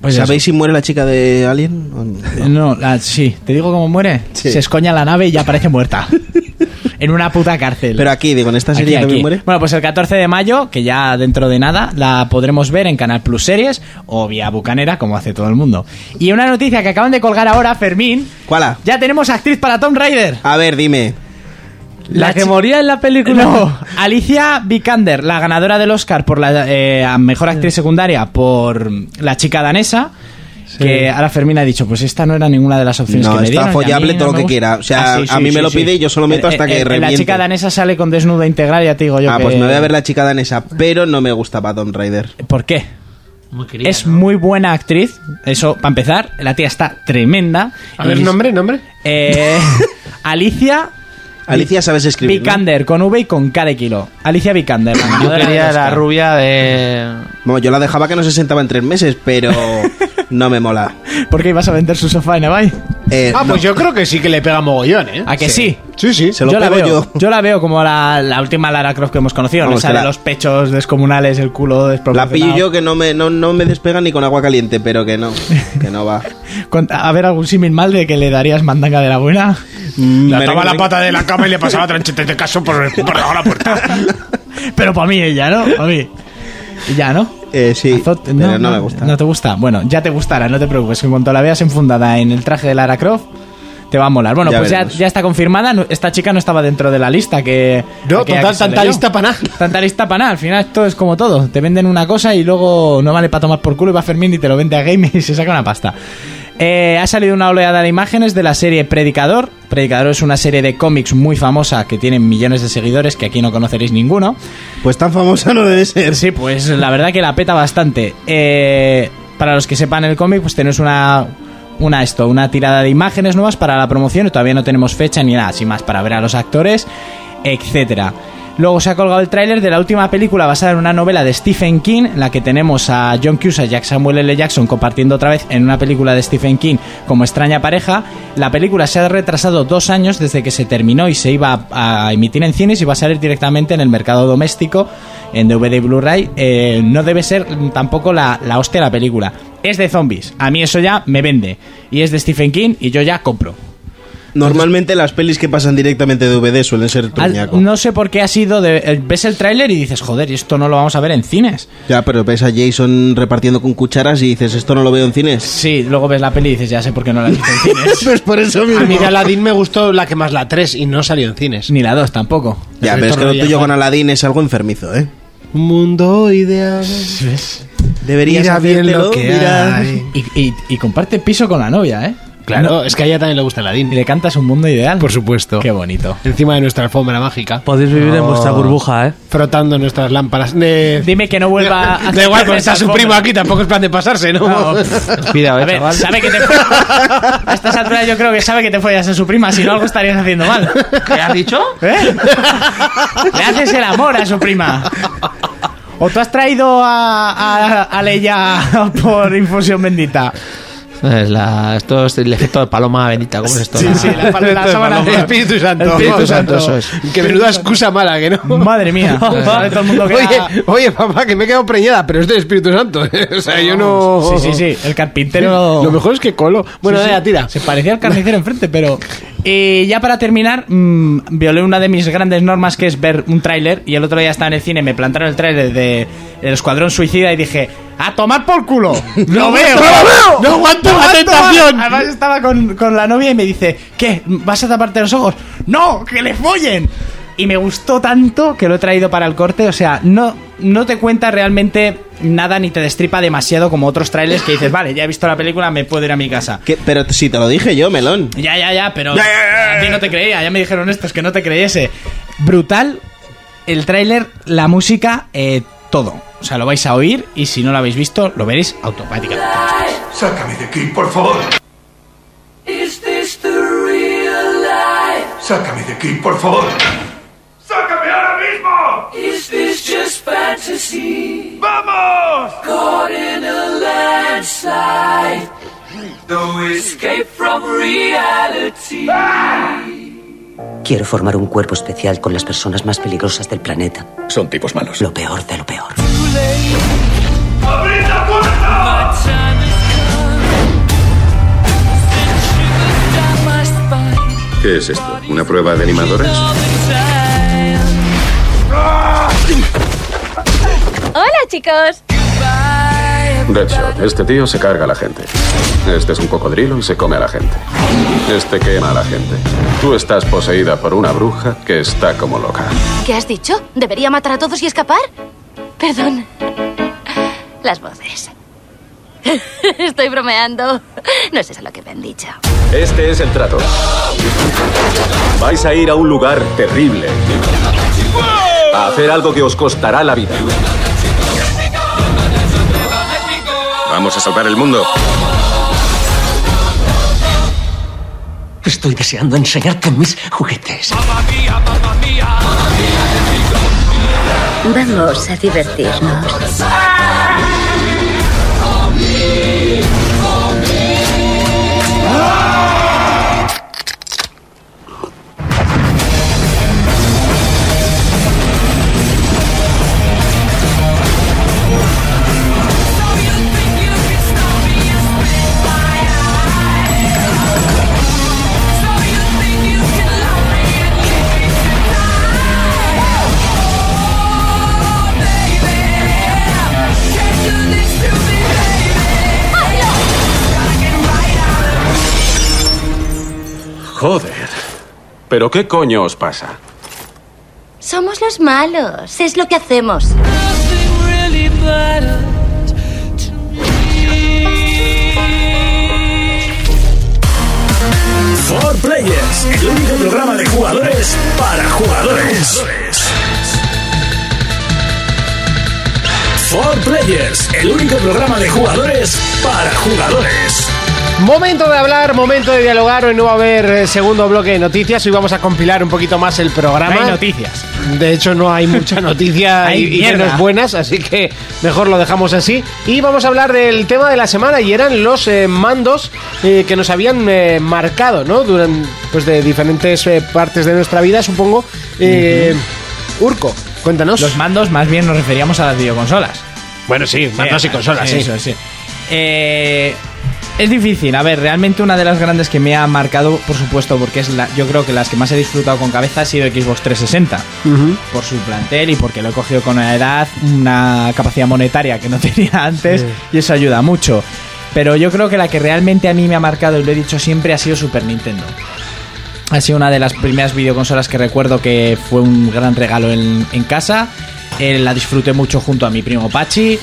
[SPEAKER 4] Pues
[SPEAKER 5] ¿Sabéis si muere la chica de Alien? o no?
[SPEAKER 4] eso. No, la- sí, te digo cómo muere.
[SPEAKER 5] Sí.
[SPEAKER 4] Se escoña la nave y ya aparece muerta. en una puta cárcel.
[SPEAKER 5] Pero aquí, digo, en esta
[SPEAKER 4] Aquí,
[SPEAKER 5] serie
[SPEAKER 4] aquí.
[SPEAKER 5] también muere.
[SPEAKER 4] Bueno, pues el 14 de mayo, que ya dentro de nada, la podremos ver en Canal Plus Series o vía Bucanera, como hace todo el mundo. Y una noticia que acaban de colgar ahora, Fermín.
[SPEAKER 5] ¿Cuál? ah?
[SPEAKER 4] Ya tenemos actriz para Tomb Raider.
[SPEAKER 5] A ver, dime.
[SPEAKER 6] La,
[SPEAKER 4] La
[SPEAKER 6] que
[SPEAKER 4] chi-
[SPEAKER 6] moría en la película.
[SPEAKER 4] No, Alicia Vikander, la ganadora del Oscar por la eh, a mejor actriz secundaria por La chica danesa. Que ahora Fermín ha dicho, pues esta no era ninguna de las opciones
[SPEAKER 5] No,
[SPEAKER 4] que me dieron.
[SPEAKER 5] está
[SPEAKER 4] y a mí
[SPEAKER 5] follable
[SPEAKER 4] no
[SPEAKER 5] todo lo
[SPEAKER 4] me
[SPEAKER 5] que
[SPEAKER 4] gusta. Ah,
[SPEAKER 5] quiera. O sea, a mí me lo pide y yo se lo meto
[SPEAKER 4] En-
[SPEAKER 5] hasta
[SPEAKER 4] en-
[SPEAKER 5] que
[SPEAKER 4] en eh, La
[SPEAKER 5] reviente.
[SPEAKER 4] chica danesa sale con desnuda integral, ya te digo yo
[SPEAKER 5] ah, pues
[SPEAKER 4] que-
[SPEAKER 5] me voy a ver la chica danesa, pero no me gustaba Tomb Raider.
[SPEAKER 4] ¿Por qué?
[SPEAKER 7] Muy querida,
[SPEAKER 4] es
[SPEAKER 7] ¿no?
[SPEAKER 4] muy buena actriz, eso para empezar. La tía está tremenda.
[SPEAKER 2] A ver,
[SPEAKER 4] Y-
[SPEAKER 2] nombre, nombre.
[SPEAKER 4] eh, Alicia
[SPEAKER 5] Alicia, ¿sabes escribir? no?
[SPEAKER 4] Vikander, con V y con K de kilo. Alicia Vikander. la
[SPEAKER 7] Yo
[SPEAKER 4] ganadora del
[SPEAKER 7] quería la
[SPEAKER 4] Oscar.
[SPEAKER 7] rubia de.
[SPEAKER 5] Vamos, yo la dejaba que no se sentaba en tres meses, pero no me mola.
[SPEAKER 4] ¿Por qué ibas a vender su sofá en Ebay?
[SPEAKER 5] Eh,
[SPEAKER 2] Ah,
[SPEAKER 5] no,
[SPEAKER 2] pues yo creo que sí que le pega mogollón, ¿eh?
[SPEAKER 4] ¿A que sí?
[SPEAKER 2] Sí, sí.
[SPEAKER 5] Se lo
[SPEAKER 4] la
[SPEAKER 5] pego
[SPEAKER 4] veo.
[SPEAKER 5] yo.
[SPEAKER 4] la veo como la, la última Lara Croft que hemos conocido.
[SPEAKER 5] Vamos,
[SPEAKER 4] esa
[SPEAKER 5] que
[SPEAKER 4] de
[SPEAKER 5] la-
[SPEAKER 4] los pechos descomunales, el culo
[SPEAKER 5] La
[SPEAKER 4] desproporcionado.
[SPEAKER 5] pillo yo que no me, no, no me despega ni con agua caliente, pero que no, que no va.
[SPEAKER 4] Con- A ver, algún símil mal de que le darías mandanga de la buena.
[SPEAKER 2] Le
[SPEAKER 5] Merengue,
[SPEAKER 2] ataba la
[SPEAKER 5] merengue.
[SPEAKER 2] pata de la cama y le pasaba tranchetes de caso por, por la puerta.
[SPEAKER 4] Pero para mí ella, ¿no? Para mí. Y ya, ¿no?
[SPEAKER 5] Eh, sí,
[SPEAKER 4] Azot-
[SPEAKER 5] pero no, me gusta.
[SPEAKER 4] ¿No te gusta? Bueno, ya te gustará, no te preocupes. Que en cuanto la veas enfundada en el traje de Lara Croft, te va a molar. Bueno,
[SPEAKER 5] Ya
[SPEAKER 4] pues ya,
[SPEAKER 5] veremos.
[SPEAKER 4] ya está confirmada. no- Esta chica no estaba dentro de la lista que.
[SPEAKER 2] No,
[SPEAKER 4] aquella
[SPEAKER 2] total,
[SPEAKER 4] que se
[SPEAKER 2] tanta
[SPEAKER 4] leyó.
[SPEAKER 2] lista para nada.
[SPEAKER 4] Tanta lista para nada. Al final esto es como todo. Te venden una cosa y luego no vale para tomar por culo y va Fermín y te lo vende a Game y se saca una pasta. Eh, ha salido una oleada de imágenes de la serie Predicador. Predicador es una serie de cómics muy famosa que tiene millones de seguidores que aquí no conoceréis ninguno.
[SPEAKER 5] Pues tan famosa no debe ser.
[SPEAKER 4] Sí, pues la verdad que la peta bastante. Eh, para los que sepan el cómic, pues tenemos una. Una esto, una tirada de imágenes nuevas para la promoción y todavía no tenemos fecha ni nada, sin más, para ver a los actores, etcétera. Luego se ha colgado el tráiler de la última película basada en una novela de Stephen King, en la que tenemos a John Cusack y a Samuel L. Jackson compartiendo otra vez en una película de Stephen King como extraña pareja. La película se ha retrasado dos años desde que se terminó y se iba a, a emitir en cines y va a salir directamente en el mercado doméstico en DVD y Blu-ray, eh, no debe ser tampoco la, la hostia de la película. Es de zombies. A mí eso ya me vende. Y es de Stephen King y yo ya compro.
[SPEAKER 5] Normalmente las pelis que pasan directamente de DVD suelen ser
[SPEAKER 4] Al-
[SPEAKER 5] truñaco.
[SPEAKER 4] no sé por qué ha sido de... el- Ves el tráiler y dices, joder, ¿y esto no lo vamos a ver en cines.
[SPEAKER 5] Ya, pero ves a Jason repartiendo con cucharas y dices, esto no lo veo en cines.
[SPEAKER 4] Sí, luego ves la peli y dices, ya sé por qué no la he visto en cines.
[SPEAKER 5] Pues por eso mismo.
[SPEAKER 2] A mí de Aladdin me gustó la que más la 3 y no salió en cines.
[SPEAKER 4] Ni la dos tampoco.
[SPEAKER 5] Ya, pero es que lo tuyo con Aladdin es algo enfermizo, ¿eh?
[SPEAKER 9] Mundo ideal.
[SPEAKER 5] Deberías hacértelo, mira.
[SPEAKER 4] Y, y- y comparte piso con la novia, ¿eh?
[SPEAKER 2] Claro, es que a ella también le gusta
[SPEAKER 4] Y
[SPEAKER 2] Aladdin.
[SPEAKER 4] le cantas un mundo ideal.
[SPEAKER 2] Por supuesto.
[SPEAKER 4] Qué bonito.
[SPEAKER 2] Encima de nuestra alfombra mágica.
[SPEAKER 6] Podéis vivir en vuestra burbuja, ¿eh?
[SPEAKER 2] Frotando nuestras lámparas. De...
[SPEAKER 4] Dime que no vuelva a...
[SPEAKER 2] Da igual, pero está su primo aquí, tampoco es plan de pasarse, ¿no?
[SPEAKER 7] Cuidado,
[SPEAKER 4] A
[SPEAKER 7] eh,
[SPEAKER 4] ver,
[SPEAKER 7] chaval.
[SPEAKER 4] sabe que te A estas alturas yo creo que sabe que te follas a su prima, si no algo estarías haciendo mal.
[SPEAKER 7] ¿Qué has dicho?
[SPEAKER 4] ¿Eh? Le haces el amor a su prima. O tú has traído a, a, a Leia por infusión bendita.
[SPEAKER 7] Es la- esto es el efecto de paloma bendita. ¿Cómo es esto?
[SPEAKER 4] Sí, sí, la, pal- la sábana
[SPEAKER 2] El Espíritu Santo.
[SPEAKER 7] El Espíritu Santo, eso es.
[SPEAKER 2] Que menuda excusa mala, que no.
[SPEAKER 4] Madre mía. Sabe todo el mundo que era-
[SPEAKER 2] Oye, oye, papá, que me he quedado preñada, pero es del Espíritu Santo. ¿eh? O sea, yo no.
[SPEAKER 4] Sí, sí, sí. El carpintero.
[SPEAKER 2] Lo mejor es que colo. Bueno,
[SPEAKER 4] Sí, sí.
[SPEAKER 2] venga, tira.
[SPEAKER 4] Se parecía al carnicero enfrente, pero. Y ya para terminar, mm, violé una de mis grandes normas que es ver un tráiler. Y el otro día estaba en el cine, me plantaron el tráiler de El Escuadrón Suicida y dije: ¡A tomar por culo! ¡Lo veo!
[SPEAKER 2] veo! ¡No aguanto la tentación!
[SPEAKER 4] Además estaba con, con la novia y me dice, ¿qué? ¿Vas a taparte los ojos? ¡No! ¡Que le follen! Y me gustó tanto que lo he traído para el corte. O sea, no, no te cuenta realmente nada ni te destripa demasiado como otros trailers que dices, vale, ya he visto la película, me puedo ir a mi casa.
[SPEAKER 5] ¿Qué? Pero si te lo dije yo, melón.
[SPEAKER 4] Ya, ya, ya, pero
[SPEAKER 5] Ya, ya, ya, ya.
[SPEAKER 4] a mí no te creía, ya me dijeron estos que no te creyese. Brutal el tráiler, la música, eh, todo. O sea, lo vais a oír y si no lo habéis visto, lo veréis automáticamente.
[SPEAKER 10] Sácame de aquí, por favor. Sácame de aquí, por favor. ¡Sácame ahora mismo! ¡Vamos!
[SPEAKER 11] Quiero formar un cuerpo especial con las personas más peligrosas del planeta.
[SPEAKER 10] Son tipos malos.
[SPEAKER 11] Lo peor de lo peor.
[SPEAKER 10] ¡Abrid la puerta!
[SPEAKER 12] ¿Qué es esto? ¿Una prueba de animadoras?
[SPEAKER 10] Hola, chicos.
[SPEAKER 12] Deadshot, este tío se carga a la gente. Este es un cocodrilo y se come a la gente. Este quema a la gente. Tú estás poseída por una bruja que está como loca.
[SPEAKER 10] ¿Qué has dicho? ¿Debería matar a todos y escapar? Perdón. Las voces. Estoy bromeando. No es eso lo que me han dicho.
[SPEAKER 12] Este es el trato. Vais a ir a un lugar terrible. A hacer algo que os costará la vida. Vamos a salvar el mundo.
[SPEAKER 11] Estoy deseando enseñarte mis juguetes.
[SPEAKER 10] Vamos a divertirnos.
[SPEAKER 12] Joder. ¿Pero qué coño os pasa?
[SPEAKER 10] Somos los malos. Es lo que hacemos.
[SPEAKER 1] For Players, el único programa de jugadores para jugadores. For Players, el único programa de jugadores para jugadores.
[SPEAKER 9] Momento de hablar, momento de dialogar. Hoy no va a haber eh, segundo bloque de noticias. Hoy vamos a compilar un poquito más el programa.
[SPEAKER 4] No hay noticias.
[SPEAKER 9] De hecho, no hay mucha noticia
[SPEAKER 4] Hay
[SPEAKER 9] y, y
[SPEAKER 4] mierda.
[SPEAKER 9] menos buenas, así que mejor lo dejamos así. Y vamos a hablar del tema de la semana y eran los eh, mandos eh, que nos habían eh, marcado, ¿no? Durante, pues de diferentes eh, partes de nuestra vida, supongo. Eh, Urco, cuéntanos.
[SPEAKER 4] Los mandos, más bien nos referíamos a las videoconsolas.
[SPEAKER 9] bueno, sí,
[SPEAKER 4] Eso, sí. Eh, Es difícil, a ver, realmente una de las grandes que me ha marcado, por supuesto, porque es la, yo creo que las que más he disfrutado con cabeza ha sido Xbox 360. Por su plantel y porque lo he cogido con una edad, una capacidad monetaria que no tenía antes y eso ayuda mucho. Pero yo creo que la que realmente a mí me ha marcado, y lo he dicho siempre, ha sido Super Nintendo. Ha sido una de las primeras videoconsolas que recuerdo que fue un gran regalo en, en casa. Eh, la disfruté mucho junto a mi primo Pachi.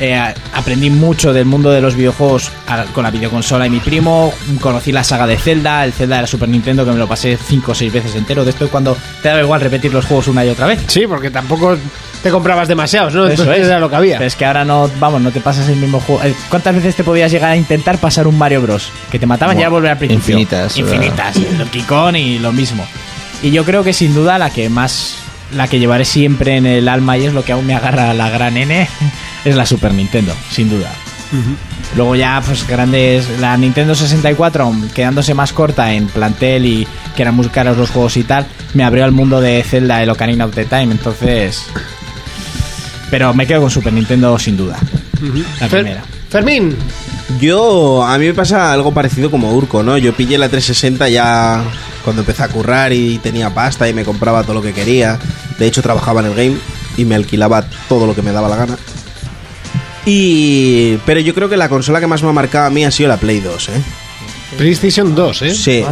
[SPEAKER 4] Eh, a- aprendí mucho del mundo de los videojuegos a- con la videoconsola y mi primo. Conocí la saga de Zelda, el Zelda de la Super Nintendo, que me lo pasé 5 o 6 veces entero. De esto es cuando te daba igual repetir los juegos una y otra vez.
[SPEAKER 2] Sí, porque tampoco te comprabas demasiados, ¿no?
[SPEAKER 4] Eso
[SPEAKER 2] Entonces
[SPEAKER 4] es.
[SPEAKER 2] era lo que había.
[SPEAKER 4] Pero es que ahora no, vamos, no te pasas el mismo juego. Eh, ¿Cuántas veces te podías llegar a intentar pasar un Mario Bros? Que te mataban ya
[SPEAKER 7] Buah,
[SPEAKER 4] volver al principio.
[SPEAKER 7] infinitas,
[SPEAKER 4] Infinitas. el Donkey Kong y lo mismo. Y yo creo que sin duda la que más. La que llevaré siempre en el alma y es lo que aún me agarra la gran N es la Super Nintendo, sin duda. Luego ya, pues grandes. La Nintendo 64, aun quedándose más corta en plantel y que eran muy caros los juegos y tal, me abrió al mundo de Zelda, el Ocarina of the Time. Entonces. Pero me quedo con Super Nintendo sin duda. La primera.
[SPEAKER 2] Fermín.
[SPEAKER 5] Yo, a mí me pasa algo parecido como Urco, ¿no? Yo pillé la 360 ya cuando empecé a currar y tenía pasta y me compraba todo lo que quería. De hecho, trabajaba en el game y me alquilaba todo lo que me daba la gana. Y... Pero yo creo que la consola que más me ha marcado a mí ha sido la Play 2, ¿eh?
[SPEAKER 2] PlayStation 2, ¿eh?
[SPEAKER 5] Sí.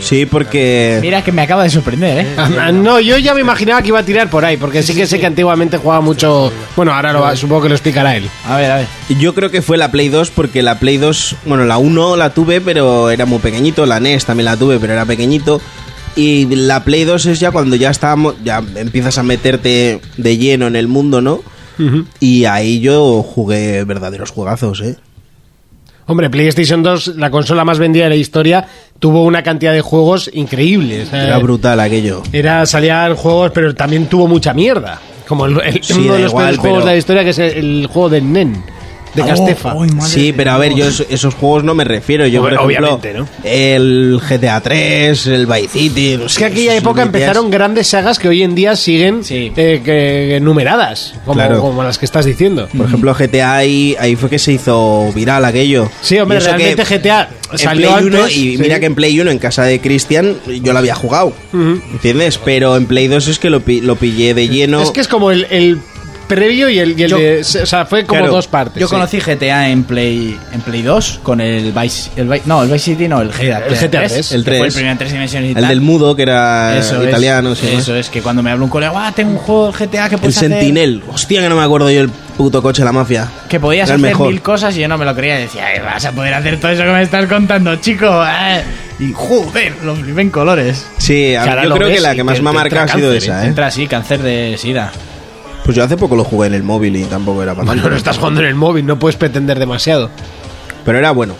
[SPEAKER 5] Sí, porque...
[SPEAKER 4] Mira que me acaba de sorprender, ¿eh?
[SPEAKER 2] Ah, ah, No, yo ya me imaginaba que iba a tirar por ahí, porque sí que sé que antiguamente jugaba mucho. Bueno, ahora lo, va- supongo que lo explicará él.
[SPEAKER 4] A ver, a ver.
[SPEAKER 5] Yo creo que fue la Play 2 porque la Play 2, bueno, la 1 la tuve, pero era muy pequeñito. La NES también la tuve, pero era pequeñito. Y la Play 2 es ya cuando ya estábamos, ya empiezas a meterte de lleno en el mundo, ¿no? Y ahí yo jugué verdaderos juegazos, ¿eh?
[SPEAKER 2] Hombre, PlayStation 2, la consola más vendida de la historia, tuvo una cantidad de juegos increíbles. eh.
[SPEAKER 5] Era brutal aquello.
[SPEAKER 2] Era, salían juegos, pero también tuvo mucha mierda. Como el, el-
[SPEAKER 5] Sí,
[SPEAKER 2] uno
[SPEAKER 5] da
[SPEAKER 2] de los
[SPEAKER 5] igual,
[SPEAKER 2] peores juegos
[SPEAKER 5] pero- Oh,
[SPEAKER 2] de la historia, que es el, el juego de Nen, de Castefa.
[SPEAKER 5] Sí, pero a ver, yo es- esos juegos no me refiero. Yo, por
[SPEAKER 2] Bueno,
[SPEAKER 5] ejemplo,
[SPEAKER 2] obviamente, ¿no?
[SPEAKER 5] el GTA 3, el Vice City. no
[SPEAKER 2] Es
[SPEAKER 5] sé,
[SPEAKER 2] que aquella
[SPEAKER 5] esos
[SPEAKER 2] época
[SPEAKER 5] metías-
[SPEAKER 2] empezaron grandes sagas que hoy en día siguen
[SPEAKER 4] Sí.
[SPEAKER 2] eh, que- numeradas, como,
[SPEAKER 5] Claro.
[SPEAKER 2] como las que estás diciendo.
[SPEAKER 5] Por ejemplo, GTA ahí, ahí fue que se hizo viral aquello.
[SPEAKER 2] Sí, hombre,
[SPEAKER 5] Y eso que
[SPEAKER 2] realmente GTA
[SPEAKER 5] en
[SPEAKER 2] salió
[SPEAKER 5] Play uno,
[SPEAKER 2] antes,
[SPEAKER 5] y
[SPEAKER 2] sí.
[SPEAKER 5] mira que en Play 1 en casa de Cristian yo lo había jugado. ¿Entiendes? Pero en Play 2 es que lo, pi- lo pillé de lleno.
[SPEAKER 2] Es que es como el, el previo y el, y el
[SPEAKER 4] Yo-
[SPEAKER 2] de- O sea, fue como
[SPEAKER 5] Claro,
[SPEAKER 2] dos partes.
[SPEAKER 4] Yo
[SPEAKER 2] sí.
[SPEAKER 4] conocí GTA en Play en Play 2 con el Vice, el Vi- no, el Vice City no, el GTA
[SPEAKER 2] El GTA 3,
[SPEAKER 5] el
[SPEAKER 4] que fue
[SPEAKER 5] 3.
[SPEAKER 4] el primero en tres dimensiones y
[SPEAKER 5] el
[SPEAKER 4] tal.
[SPEAKER 5] del mudo, que era
[SPEAKER 4] Eso es,
[SPEAKER 5] italiano. sí, ¿no?
[SPEAKER 4] Eso es que cuando me habla un colega, "Guau, tengo un juego GTA que
[SPEAKER 5] El
[SPEAKER 4] puedes hacer-
[SPEAKER 5] Sentinel. Hostia, que no me acuerdo yo el puto coche de la mafia.
[SPEAKER 4] que podías
[SPEAKER 5] Era el
[SPEAKER 4] hacer
[SPEAKER 5] mejor.
[SPEAKER 4] mil cosas y yo no me lo creía, decía, "Ay, vas a poder hacer todo eso que me estás contando, chico." Ah, Y joder, lo flipé en colores.
[SPEAKER 5] Sí, a-
[SPEAKER 4] Que ahora
[SPEAKER 5] yo
[SPEAKER 4] lo
[SPEAKER 5] creo
[SPEAKER 4] ves
[SPEAKER 5] que la
[SPEAKER 4] y
[SPEAKER 5] que
[SPEAKER 4] te-
[SPEAKER 5] más me ha
[SPEAKER 4] te
[SPEAKER 5] marcado ha
[SPEAKER 4] entra
[SPEAKER 5] sido
[SPEAKER 4] cáncer,
[SPEAKER 5] esa,
[SPEAKER 4] te
[SPEAKER 5] ¿eh?
[SPEAKER 4] Entra así, cáncer de sida.
[SPEAKER 5] Pues yo hace poco lo jugué en el móvil y tampoco era para
[SPEAKER 2] Bueno,
[SPEAKER 5] tanto.
[SPEAKER 2] no estás jugando en el móvil, no puedes pretender demasiado.
[SPEAKER 5] Pero era bueno.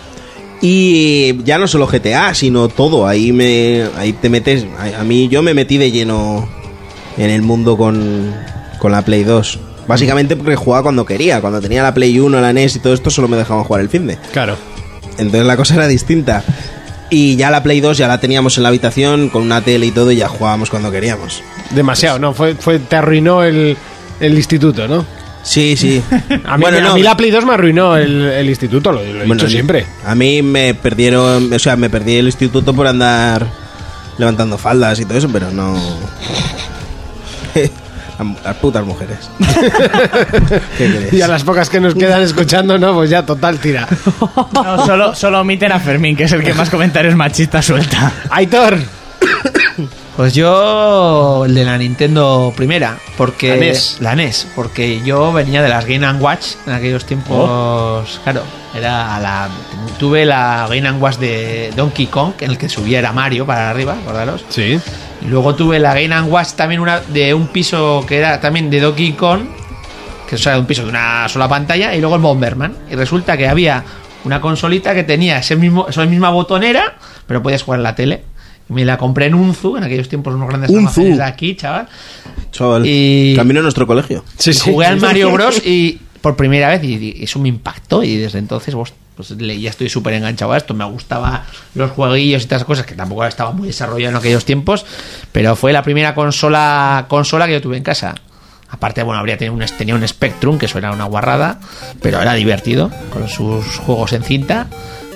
[SPEAKER 5] Y ya no solo GTA, sino todo. Ahí me. Ahí te metes. A, a mí yo me metí de lleno en el mundo con, con la Play 2. Básicamente porque jugaba cuando quería. Cuando tenía la Play 1, la NES y todo esto, solo me dejaban jugar el fin de.
[SPEAKER 2] Claro.
[SPEAKER 5] Entonces la cosa era distinta. Y ya la Play 2 ya la teníamos en la habitación con una tele y todo y ya jugábamos cuando queríamos.
[SPEAKER 2] Demasiado, ¿no? Fue, fue, te arruinó el, el instituto, ¿no?
[SPEAKER 5] Sí, sí.
[SPEAKER 2] A mí, a mí la Play 2 me arruinó el, el instituto, lo, lo he dicho siempre.
[SPEAKER 5] A mí me perdieron, o sea, me perdí el instituto por andar levantando faldas y todo eso, pero no. Las- Las putas mujeres. ¿Qué crees?
[SPEAKER 2] Y a las pocas que nos quedan escuchando, no, pues ya, total, tira.
[SPEAKER 4] No, solo, solo omiten a Fermín, que es el que más comentarios machistas suelta.
[SPEAKER 2] Aitor,
[SPEAKER 7] Pues yo el de la Nintendo primera, porque
[SPEAKER 2] La NES.
[SPEAKER 7] la NES, porque yo venía de las Game and Watch en aquellos tiempos, claro, era a la tuve la Game and Watch de Donkey Kong en el que subía era Mario para arriba, acordaros.
[SPEAKER 2] Sí.
[SPEAKER 7] Y luego tuve la Game and Watch también una de un piso que era también de Donkey Kong, que o sea, de un piso de una sola pantalla y luego el Bomberman. Y resulta que había una consolita que tenía ese mismo esa misma botonera, pero podías jugar en la tele. Me la compré en Unzu, en aquellos tiempos unos grandes
[SPEAKER 5] Unzu.
[SPEAKER 7] almacenes de aquí, chaval.
[SPEAKER 5] Chaval,
[SPEAKER 7] Y-
[SPEAKER 5] camino a nuestro colegio.
[SPEAKER 2] Sí, sí.
[SPEAKER 7] Jugué al Mario Bros y por primera vez y, y eso me impactó y desde entonces vos, pues le- ya estoy súper enganchado a esto. Me gustaba los jueguillos y todas esas cosas que tampoco estaba muy desarrollado en aquellos tiempos, pero fue la primera consola consola que yo tuve en casa. Aparte, bueno, habría tenido un, tenía un Spectrum, que eso era una guarrada, pero era divertido, con sus juegos en cinta.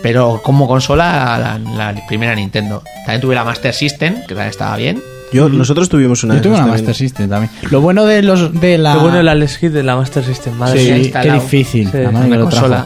[SPEAKER 7] Pero como consola, la, la primera Nintendo. También tuve la Master System, que también estaba bien.
[SPEAKER 5] Yo, nosotros tuvimos una.
[SPEAKER 7] Yo
[SPEAKER 5] de
[SPEAKER 7] tuve
[SPEAKER 5] esas
[SPEAKER 7] una
[SPEAKER 5] también.
[SPEAKER 4] Master System también. Lo bueno de los de la
[SPEAKER 6] Qué bueno el Alex Kidd de la Master System. Madre
[SPEAKER 4] Ah. Sí,
[SPEAKER 6] mía.
[SPEAKER 4] qué difícil.
[SPEAKER 6] Sí.
[SPEAKER 4] la madre que lo trajo.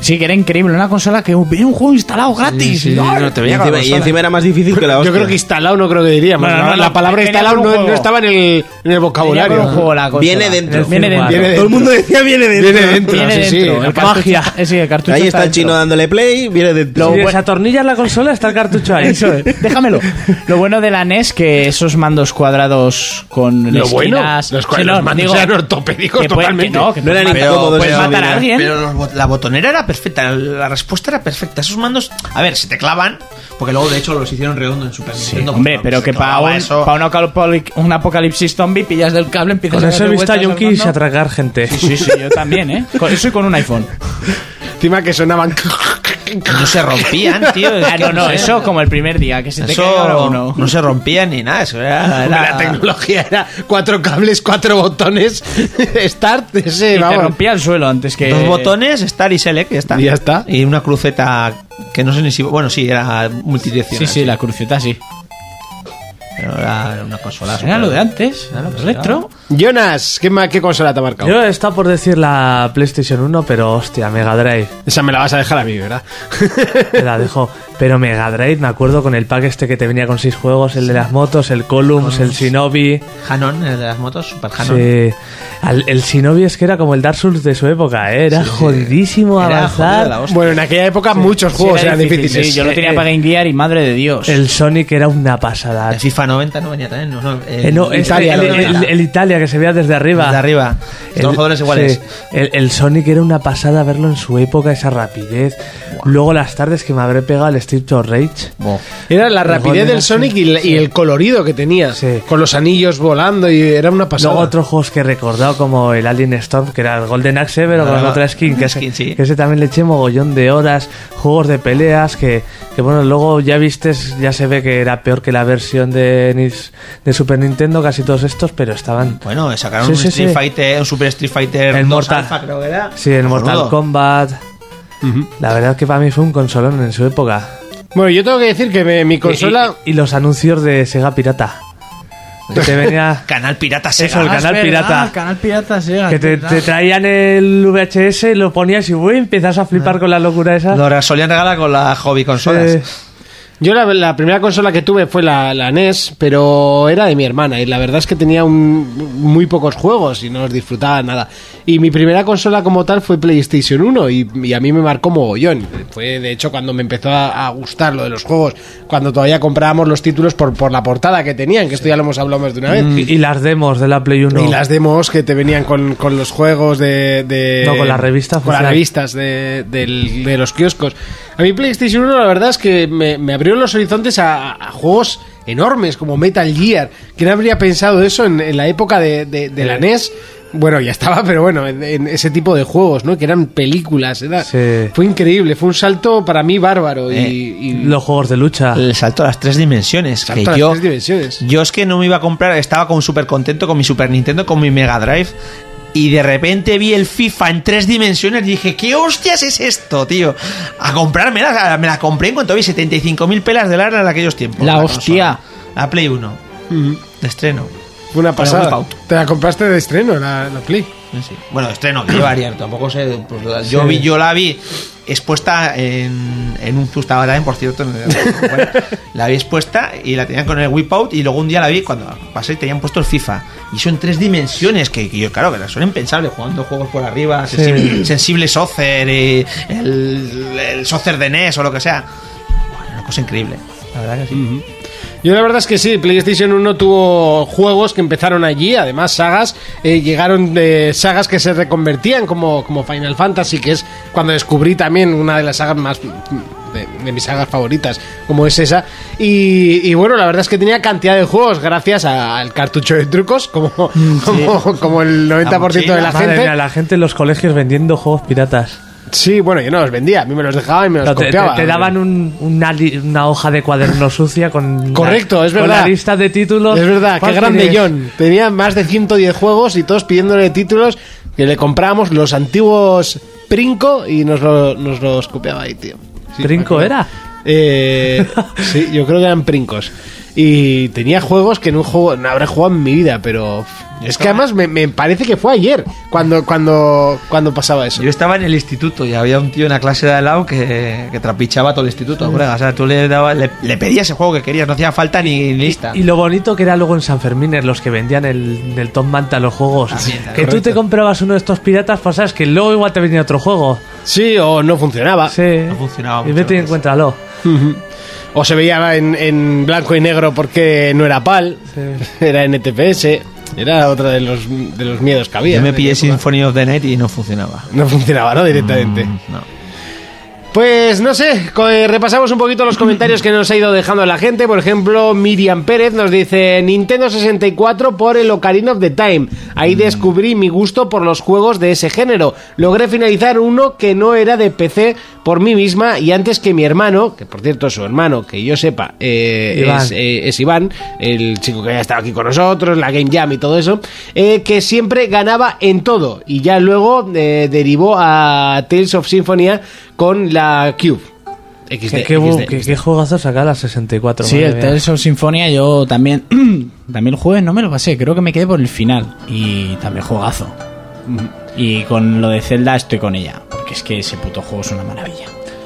[SPEAKER 4] Sí, que era increíble. Una consola que viene un juego instalado gratis.
[SPEAKER 5] Sí, sí,
[SPEAKER 4] ¡No!
[SPEAKER 5] no, te veía Y encima- con la y consola. encima era más difícil que la
[SPEAKER 4] Yo
[SPEAKER 5] hostia.
[SPEAKER 4] creo que
[SPEAKER 2] instalado no creo que diríamos.
[SPEAKER 4] No, no,
[SPEAKER 2] La-
[SPEAKER 4] no,
[SPEAKER 2] la
[SPEAKER 4] no,
[SPEAKER 2] palabra
[SPEAKER 4] tenía
[SPEAKER 2] instalado
[SPEAKER 4] algún
[SPEAKER 2] no,
[SPEAKER 4] juego.
[SPEAKER 2] no estaba en el, en el vocabulario.
[SPEAKER 4] Tenía algún juego la consola.
[SPEAKER 5] Viene dentro.
[SPEAKER 4] Viene dentro.
[SPEAKER 2] Viene
[SPEAKER 5] Todo el
[SPEAKER 2] dentro.
[SPEAKER 5] mundo decía viene dentro.
[SPEAKER 2] Viene dentro, Viene sí, sí, dentro, el el cartucho-
[SPEAKER 6] magia. el cartucho
[SPEAKER 5] Ahí está,
[SPEAKER 6] está
[SPEAKER 5] el chino
[SPEAKER 6] dentro.
[SPEAKER 5] dándole play, viene dentro.
[SPEAKER 6] Si desatornillas la consola, está el cartucho ahí.
[SPEAKER 4] Eso es. Déjamelo. Lo bueno de la NES que esos mandos cuadrados con
[SPEAKER 2] Lo
[SPEAKER 4] esquinas,
[SPEAKER 2] bueno, los cuales
[SPEAKER 4] Sí, no,
[SPEAKER 2] los mandos
[SPEAKER 4] digo,
[SPEAKER 2] eran ortopédicos
[SPEAKER 4] que puede-
[SPEAKER 2] totalmente.
[SPEAKER 4] que no, que puede matar- puedes matar a alguien.
[SPEAKER 7] Pero los bot- la botonera era perfecta, la respuesta era perfecta. Esos mandos, a ver, se te clavan, porque luego de hecho los hicieron redondo en Super Nintendo.
[SPEAKER 4] Hombre,
[SPEAKER 7] porque
[SPEAKER 4] pero
[SPEAKER 7] se
[SPEAKER 4] que para
[SPEAKER 7] clavaba
[SPEAKER 4] un,
[SPEAKER 7] eso.
[SPEAKER 4] pa' un, acalopoli- un apocalipsis zombie pillas del cable, empiezas
[SPEAKER 6] Con
[SPEAKER 4] a
[SPEAKER 6] eso he
[SPEAKER 4] darle
[SPEAKER 6] visto a
[SPEAKER 4] vueltas
[SPEAKER 6] John
[SPEAKER 4] al
[SPEAKER 6] Keys
[SPEAKER 4] mando.
[SPEAKER 6] atragar gente.
[SPEAKER 4] Sí, sí, yo también, ¿eh? Con eso y con un iPhone.
[SPEAKER 2] Encima que sonaban.
[SPEAKER 7] No se rompían, tío. es
[SPEAKER 4] Ah,
[SPEAKER 7] que
[SPEAKER 4] no, no,
[SPEAKER 7] sé.
[SPEAKER 4] eso como el primer día, que se te caiga
[SPEAKER 7] Eso
[SPEAKER 4] uno.
[SPEAKER 7] no se rompían ni nada. Eso era,
[SPEAKER 2] Hombre, La tecnología era cuatro cables, cuatro botones. Start, ese,
[SPEAKER 4] Y te
[SPEAKER 2] vamos.
[SPEAKER 4] rompía el suelo antes que...
[SPEAKER 7] Dos botones, Star y Select, ya está.
[SPEAKER 2] Y ya está.
[SPEAKER 7] Y una cruceta que no sé ni si. Bueno, sí, era multidireccional.
[SPEAKER 4] Sí, sí, la cruceta, sí.
[SPEAKER 7] Pero era una consola.
[SPEAKER 4] Era
[SPEAKER 7] super-
[SPEAKER 4] lo de antes, retro.
[SPEAKER 2] Jonas, ¿qué, ma- ¿qué consola te ha marcado?
[SPEAKER 6] Yo he estado por decir la PlayStation 1, pero hostia, Mega Drive.
[SPEAKER 2] Esa me la vas a dejar a mí, ¿verdad?
[SPEAKER 6] Te la dejo. Pero Mega Drive, me acuerdo con el pack este que te venía con seis juegos, el de las motos, el Columns, el Shinobi.
[SPEAKER 7] Hanon, el de las motos, Super Hanon.
[SPEAKER 6] Sí. Al- el Shinobi es que era como el Dark Souls de su época, ¿eh? era jodidísimo
[SPEAKER 7] Era jodido de
[SPEAKER 6] avanzar.
[SPEAKER 7] la hostia.
[SPEAKER 2] Bueno, en aquella época muchos juegos
[SPEAKER 4] era
[SPEAKER 2] eran
[SPEAKER 4] difícil,
[SPEAKER 2] difíciles.
[SPEAKER 4] sí, yo lo tenía para Game Gear y madre de Dios.
[SPEAKER 6] el Sonic era una pasada.
[SPEAKER 7] El FIFA 90 no venía también. No, no, el,
[SPEAKER 6] Eh, no, este,
[SPEAKER 7] Italia,
[SPEAKER 6] el,
[SPEAKER 7] el-
[SPEAKER 6] el- el Italia que se veía desde arriba.
[SPEAKER 7] el de arriba. Los dos jugadores iguales.
[SPEAKER 6] sí. el, el Sonic era una pasada verlo en su época, esa rapidez. Luego las tardes que me habré pegado al Street of Rage.
[SPEAKER 2] Era la
[SPEAKER 6] Luego
[SPEAKER 2] rapidez
[SPEAKER 6] era
[SPEAKER 2] del
[SPEAKER 6] así,
[SPEAKER 2] Sonic y, la- y el colorido que tenía.
[SPEAKER 6] Sí.
[SPEAKER 2] Con los anillos volando y era una pasada.
[SPEAKER 6] Luego otros juegos que he recordado como el Alien Storm, que era el Golden Axe, ¿eh? pero
[SPEAKER 7] No,
[SPEAKER 6] con
[SPEAKER 7] no,
[SPEAKER 6] otra skin, que, ese-
[SPEAKER 7] skin, sí.
[SPEAKER 6] que ese también le eché mogollón de horas, juegos de peleas, que, que, bueno, luego ya vistes, ya se ve que era peor que la versión de, Nis- de Super Nintendo, casi todos estos, pero estaban...
[SPEAKER 7] Bueno, sacaron
[SPEAKER 6] Sí,
[SPEAKER 7] un
[SPEAKER 6] sí,
[SPEAKER 7] Street
[SPEAKER 6] sí.
[SPEAKER 7] Fighter, un Super Street Fighter
[SPEAKER 6] El
[SPEAKER 7] 2
[SPEAKER 6] Mortal-
[SPEAKER 7] Alpha, creo que era.
[SPEAKER 6] Sí, el Mortal
[SPEAKER 7] Cojonudo.
[SPEAKER 6] Kombat... La verdad que para mí fue un consolón en su época.
[SPEAKER 2] Bueno, yo tengo que decir que me- mi consola.
[SPEAKER 6] Y, y los anuncios de Sega Pirata. Que te venía.
[SPEAKER 7] Canal Pirata Sega.
[SPEAKER 6] Eso, el
[SPEAKER 4] Ah, es
[SPEAKER 6] canal
[SPEAKER 4] verdad,
[SPEAKER 6] pirata.
[SPEAKER 4] Canal pirata, sí.
[SPEAKER 7] Ah,
[SPEAKER 6] Que te, te traían el VHS, lo ponías y uy, empiezas a flipar con la locura esa.
[SPEAKER 7] Lo re- solían regalar con las hobby consolas.
[SPEAKER 6] Eh,
[SPEAKER 2] Yo la, la primera consola que tuve fue la, la NES, pero era de mi hermana y la verdad es que tenía un- muy pocos juegos y no los disfrutaba nada. Y mi primera consola como tal fue PlayStation 1 y, y a mí me marcó mogollón. Fue de hecho cuando me empezó a, a gustar lo de los juegos, cuando todavía comprábamos los títulos por, por la portada que tenían, que esto ya lo hemos hablado más de una vez.
[SPEAKER 6] y, y las demos Mm. de la Play 1.
[SPEAKER 2] Y las demos que te venían con, con los juegos de, de-
[SPEAKER 6] No, con las revistas
[SPEAKER 2] Con las
[SPEAKER 6] oficiales.
[SPEAKER 2] revistas de, del- de los kioscos. A mí PlayStation 1 la verdad es que me, me abrió los horizontes a, a juegos enormes como Metal Gear. ¿Quién habría pensado eso en, en la época de, de- de la NES? Bueno, ya estaba, pero bueno, en, en ese tipo de juegos, ¿no? Que eran películas. Era,
[SPEAKER 6] Sí.
[SPEAKER 2] Fue increíble, fue un salto para mí bárbaro. y-
[SPEAKER 7] Eh,
[SPEAKER 2] y,
[SPEAKER 6] Los juegos de lucha.
[SPEAKER 7] El salto a las tres dimensiones.
[SPEAKER 2] Salto
[SPEAKER 7] que
[SPEAKER 2] a las
[SPEAKER 7] yo,
[SPEAKER 2] tres dimensiones.
[SPEAKER 7] Yo es que no me iba a comprar, estaba como súper contento con mi Super Nintendo, con mi Mega Drive. Y de repente vi el FIFA en tres dimensiones y dije, ¿qué hostias es esto, tío? A comprármela, me la compré en cuanto vi 75.000 pelas de larga en aquellos tiempos.
[SPEAKER 4] La
[SPEAKER 7] consola.
[SPEAKER 4] hostia.
[SPEAKER 7] La Play 1,
[SPEAKER 6] Mm.
[SPEAKER 2] Ujú.
[SPEAKER 7] de estreno.
[SPEAKER 2] Fue una pasada.
[SPEAKER 7] Wipeout.
[SPEAKER 2] Te la compraste de estreno, la, la Play.
[SPEAKER 7] Sí, sí. Bueno, estreno, que variar, tampoco sé. pues, la- yo, vi, yo la vi expuesta en, en un Zustaba también, por cierto. en el- bueno, la vi expuesta y la tenían con el whip out y luego un día la vi cuando pasé y tenían puesto el FIFA. Y son tres dimensiones que, que yo, claro, que son impensables, jugando juegos por arriba, sensible, sensible soccer, eh, el, el soccer de NES o lo que sea. Bueno, una cosa increíble. La verdad que sí.
[SPEAKER 2] Yo la verdad es que sí, PlayStation 1 tuvo juegos que empezaron allí, además sagas, eh, llegaron de sagas que se reconvertían como, como Final Fantasy, que es cuando descubrí también una de las sagas más de, de mis sagas favoritas, como es esa. Y, y bueno, la verdad es que tenía cantidad de juegos gracias a- al cartucho de trucos, como,
[SPEAKER 6] Mm,
[SPEAKER 2] como, como el 90% de la
[SPEAKER 6] Madre
[SPEAKER 2] gente.
[SPEAKER 6] mía, la gente en los colegios vendiendo juegos piratas.
[SPEAKER 2] Sí, bueno, yo no los vendía, a mí me los dejaba y me los
[SPEAKER 6] No, te, te-
[SPEAKER 2] copiaba.
[SPEAKER 6] te daban un- una, li- una hoja de cuaderno sucia con.
[SPEAKER 2] Correcto,
[SPEAKER 6] la,
[SPEAKER 2] es
[SPEAKER 6] Con
[SPEAKER 2] verdad.
[SPEAKER 6] la lista de títulos.
[SPEAKER 2] Es verdad, qué
[SPEAKER 6] ¿Cuál
[SPEAKER 2] grande
[SPEAKER 6] querías?
[SPEAKER 2] John. Tenía más de 110 juegos y todos pidiéndole títulos que le comprábamos los antiguos Princo y nos, lo- nos los copiaba ahí, tío.
[SPEAKER 6] Trinco era.
[SPEAKER 2] Eh, sí, yo creo que eran princos. Y tenía juegos que en un juego no habré jugado en mi vida, pero es que además me, me parece que fue ayer cuando, cuando, cuando pasaba eso.
[SPEAKER 7] Yo estaba en el instituto y había un tío en la clase de al lado que, que trapichaba todo el instituto, hombre. O sea, tú le, dabas, le, le pedías el juego que querías, no hacía falta ni, ni lista.
[SPEAKER 6] Y lo bonito que era luego en San Fermín, es los que vendían el, el Tom Manta los juegos.
[SPEAKER 7] También, también,
[SPEAKER 6] que tú te comprabas uno de estos piratas, pues sabes que luego igual te venía otro juego.
[SPEAKER 2] Sí, o Ah, no funcionaba.
[SPEAKER 6] Sí.
[SPEAKER 7] No funcionaba
[SPEAKER 6] Y
[SPEAKER 7] muchas
[SPEAKER 6] vete y
[SPEAKER 7] veces.
[SPEAKER 6] encuéntralo.
[SPEAKER 2] O se veía en, en blanco y negro porque no era PAL, era NTPS, era otra de los, de los miedos que había.
[SPEAKER 7] Yo me
[SPEAKER 2] de
[SPEAKER 7] pillé
[SPEAKER 2] aquella época.
[SPEAKER 7] Symphony of the Night y no funcionaba.
[SPEAKER 2] No funcionaba, ¿no? Directamente.
[SPEAKER 7] No.
[SPEAKER 2] Pues no sé, co- eh, repasamos un poquito los comentarios que nos ha ido dejando la gente. Por ejemplo, Miriam Pérez nos dice Nintendo 64 por el Ocarina of the Time. Ahí
[SPEAKER 7] Mm.
[SPEAKER 2] descubrí mi gusto por los juegos de ese género. Logré finalizar uno que no era de PC por mí misma y antes que mi hermano, que por cierto su hermano, que yo sepa, eh,
[SPEAKER 6] Iván.
[SPEAKER 2] es, eh, es Iván, el chico que ha estado aquí con nosotros, la Game Jam y todo eso, eh, que siempre ganaba en todo y ya luego eh, derivó a Tales of Symphonia con la Cube. XD,
[SPEAKER 6] ¿Qué, qué, bu-
[SPEAKER 2] XD.
[SPEAKER 6] qué- qué juegazo saca la 64.
[SPEAKER 4] Sí,
[SPEAKER 6] madre
[SPEAKER 4] el
[SPEAKER 6] mía.
[SPEAKER 4] Tales of Sinfonia yo también también lo jugué, no me lo pasé, creo que me quedé por el final y también juegazo. Y con lo de Zelda estoy con ella, porque es que ese puto juego es una maravilla.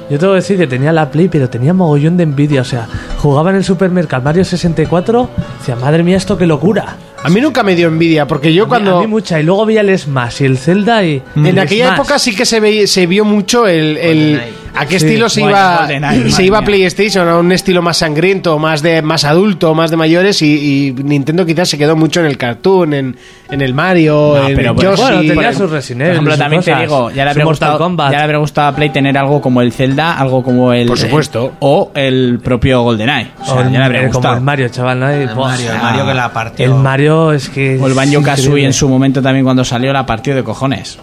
[SPEAKER 6] Yo tengo que decir que tenía la Play, pero tenía mogollón de envidia. O sea, jugaba en el supermercado al Mario 64. Decía, madre mía, esto qué locura.
[SPEAKER 2] A mí nunca me dio envidia, porque yo
[SPEAKER 6] A
[SPEAKER 2] cuando...
[SPEAKER 6] mí mucha. Y luego veía el Smash y el Zelda y.
[SPEAKER 4] Mm.
[SPEAKER 2] En
[SPEAKER 6] el
[SPEAKER 2] aquella
[SPEAKER 6] Smash.
[SPEAKER 2] época sí que se, ve- se vio mucho el, el- a qué
[SPEAKER 6] Sí,
[SPEAKER 2] estilo se
[SPEAKER 4] bueno,
[SPEAKER 2] iba,
[SPEAKER 4] GoldenEye,
[SPEAKER 2] se
[SPEAKER 4] madre
[SPEAKER 2] iba
[SPEAKER 4] mía.
[SPEAKER 2] PlayStation, a un estilo más sangriento, más de más adulto, más de mayores, y, y Nintendo quizás se quedó mucho en el cartoon, en, en el Mario,
[SPEAKER 4] No,
[SPEAKER 2] en
[SPEAKER 4] pero
[SPEAKER 2] el
[SPEAKER 4] bueno,
[SPEAKER 2] Yoshi.
[SPEAKER 6] Bueno, tenía sus Resident
[SPEAKER 4] Por
[SPEAKER 6] Evil,
[SPEAKER 4] ejemplo,
[SPEAKER 6] sus
[SPEAKER 4] también te
[SPEAKER 6] cosas,
[SPEAKER 4] digo, ya le
[SPEAKER 6] su
[SPEAKER 4] habría
[SPEAKER 6] Mortal
[SPEAKER 4] gustado,
[SPEAKER 6] Kombat.
[SPEAKER 4] ya le habría gustado a Play tener algo como el Zelda, algo como el eh,
[SPEAKER 2] Por supuesto.
[SPEAKER 4] o el propio GoldenEye. O sea,
[SPEAKER 6] O el-
[SPEAKER 4] ya le habría
[SPEAKER 6] eh, Como
[SPEAKER 4] gustado.
[SPEAKER 6] el Mario, chaval, ¿no? Y, buah,
[SPEAKER 7] Mario, el Mario que la partió.
[SPEAKER 6] pues, El Mario es que.
[SPEAKER 4] O el
[SPEAKER 6] es
[SPEAKER 4] Banjo Kazooie
[SPEAKER 6] increíble.
[SPEAKER 4] en su momento también cuando salió la partió de cojones.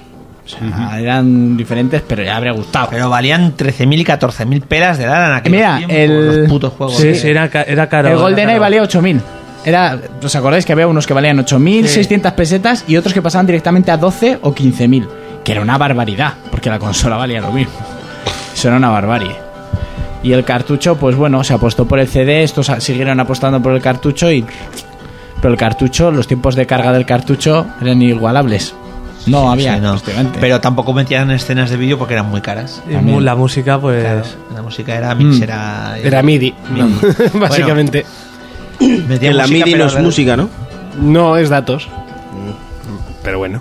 [SPEAKER 4] O sea, eran diferentes, pero ya habría gustado.
[SPEAKER 7] Pero valían 13.000 y 14.000 pelas de lana en aquel
[SPEAKER 4] Mira,
[SPEAKER 7] tiempo,
[SPEAKER 4] el-
[SPEAKER 7] los putos juegos.
[SPEAKER 6] Sí, sí, era, ca- era caro.
[SPEAKER 4] el
[SPEAKER 6] era
[SPEAKER 4] GoldenEye
[SPEAKER 6] caro.
[SPEAKER 4] valía 8000. Era, ¿os acordáis que había unos que valían 8600 pesetas y otros que pasaban directamente a 12 o 15000, que era una barbaridad, porque la consola valía lo mismo. Eso era una barbarie. Y el cartucho, pues bueno, se apostó por el CD, estos a- siguieron apostando por el cartucho y pero el cartucho, los tiempos de carga del cartucho eran inigualables. No había,
[SPEAKER 7] Sí, no.
[SPEAKER 4] prácticamente.
[SPEAKER 7] Pero tampoco metían escenas de vídeo porque eran muy caras.
[SPEAKER 6] Y mu- la música, pues.
[SPEAKER 7] Claro, La música era mix, era...
[SPEAKER 2] Era MIDI, básicamente.
[SPEAKER 7] metían
[SPEAKER 5] En la
[SPEAKER 7] música,
[SPEAKER 5] MIDI no
[SPEAKER 7] pero
[SPEAKER 5] es
[SPEAKER 7] era-
[SPEAKER 5] música, ¿no?
[SPEAKER 2] No es datos. Pero bueno.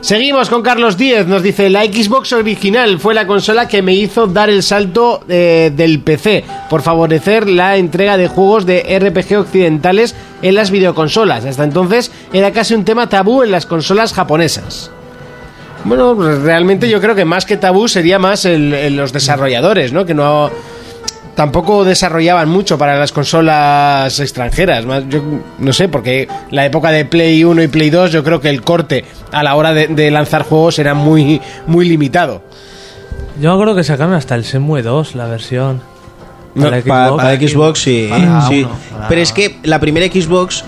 [SPEAKER 2] Seguimos con Carlos Díez. Nos dice, la Xbox original fue la consola que me hizo dar el salto eh, del PC por favorecer la entrega de juegos de RPG occidentales en las videoconsolas. Hasta entonces era casi un tema tabú en las consolas japonesas. Bueno, pues, realmente yo creo que más que tabú sería más el- el- los desarrolladores, ¿no? Que no tampoco desarrollaban mucho para las consolas extranjeras. Más- Yo no sé, porque la época de Play 1 y Play 2, yo creo que el corte a la hora de, de lanzar juegos era muy, muy limitado.
[SPEAKER 6] Yo me acuerdo que sacaron hasta el Semue 2, la versión.
[SPEAKER 5] No, pa- para, Xbox, sí.
[SPEAKER 7] Para
[SPEAKER 5] sí.
[SPEAKER 7] uno, para-
[SPEAKER 5] Pero es que la primera Xbox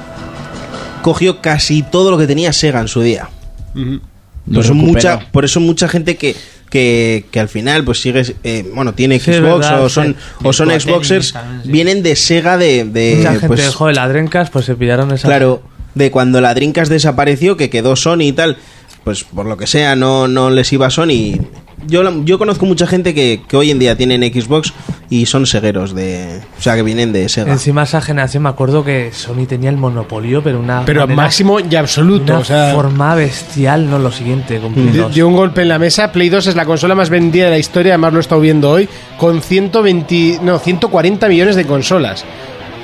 [SPEAKER 5] cogió casi todo lo que tenía Sega en su día.
[SPEAKER 4] Lo
[SPEAKER 5] Por eso,
[SPEAKER 4] recuperó.
[SPEAKER 5] mucha, por eso mucha gente que, que, que al final pues sigue, eh, bueno, tiene
[SPEAKER 6] Sí,
[SPEAKER 5] Xbox
[SPEAKER 6] verdad,
[SPEAKER 5] o son,
[SPEAKER 6] sí.
[SPEAKER 5] o son
[SPEAKER 7] Virtua
[SPEAKER 5] Xboxers,
[SPEAKER 7] Tennis también, sí.
[SPEAKER 5] vienen de Sega de... de,
[SPEAKER 6] Mucha gente,
[SPEAKER 5] pues,
[SPEAKER 6] joder, la Drencas, pues se pillaron esa.
[SPEAKER 5] Claro, de cuando la Drinkas desapareció, que quedó Sony y tal, pues por lo que sea, no, no les iba Sony. Yo, la- yo conozco mucha gente que, que hoy en día tienen Xbox y son segueros de. O sea, que vienen de Sega.
[SPEAKER 6] Encima esa generación me acuerdo que Sony tenía el monopolio, pero una
[SPEAKER 2] Pero
[SPEAKER 6] manera-
[SPEAKER 2] máximo y absoluto.
[SPEAKER 6] una
[SPEAKER 2] O sea,
[SPEAKER 6] forma bestial, no lo siguiente, con Play
[SPEAKER 2] de,
[SPEAKER 6] 2.
[SPEAKER 2] de un golpe en la mesa, Play 2 es la consola más vendida de la historia, además lo he estado viendo hoy, con 120, no, 140 millones de consolas.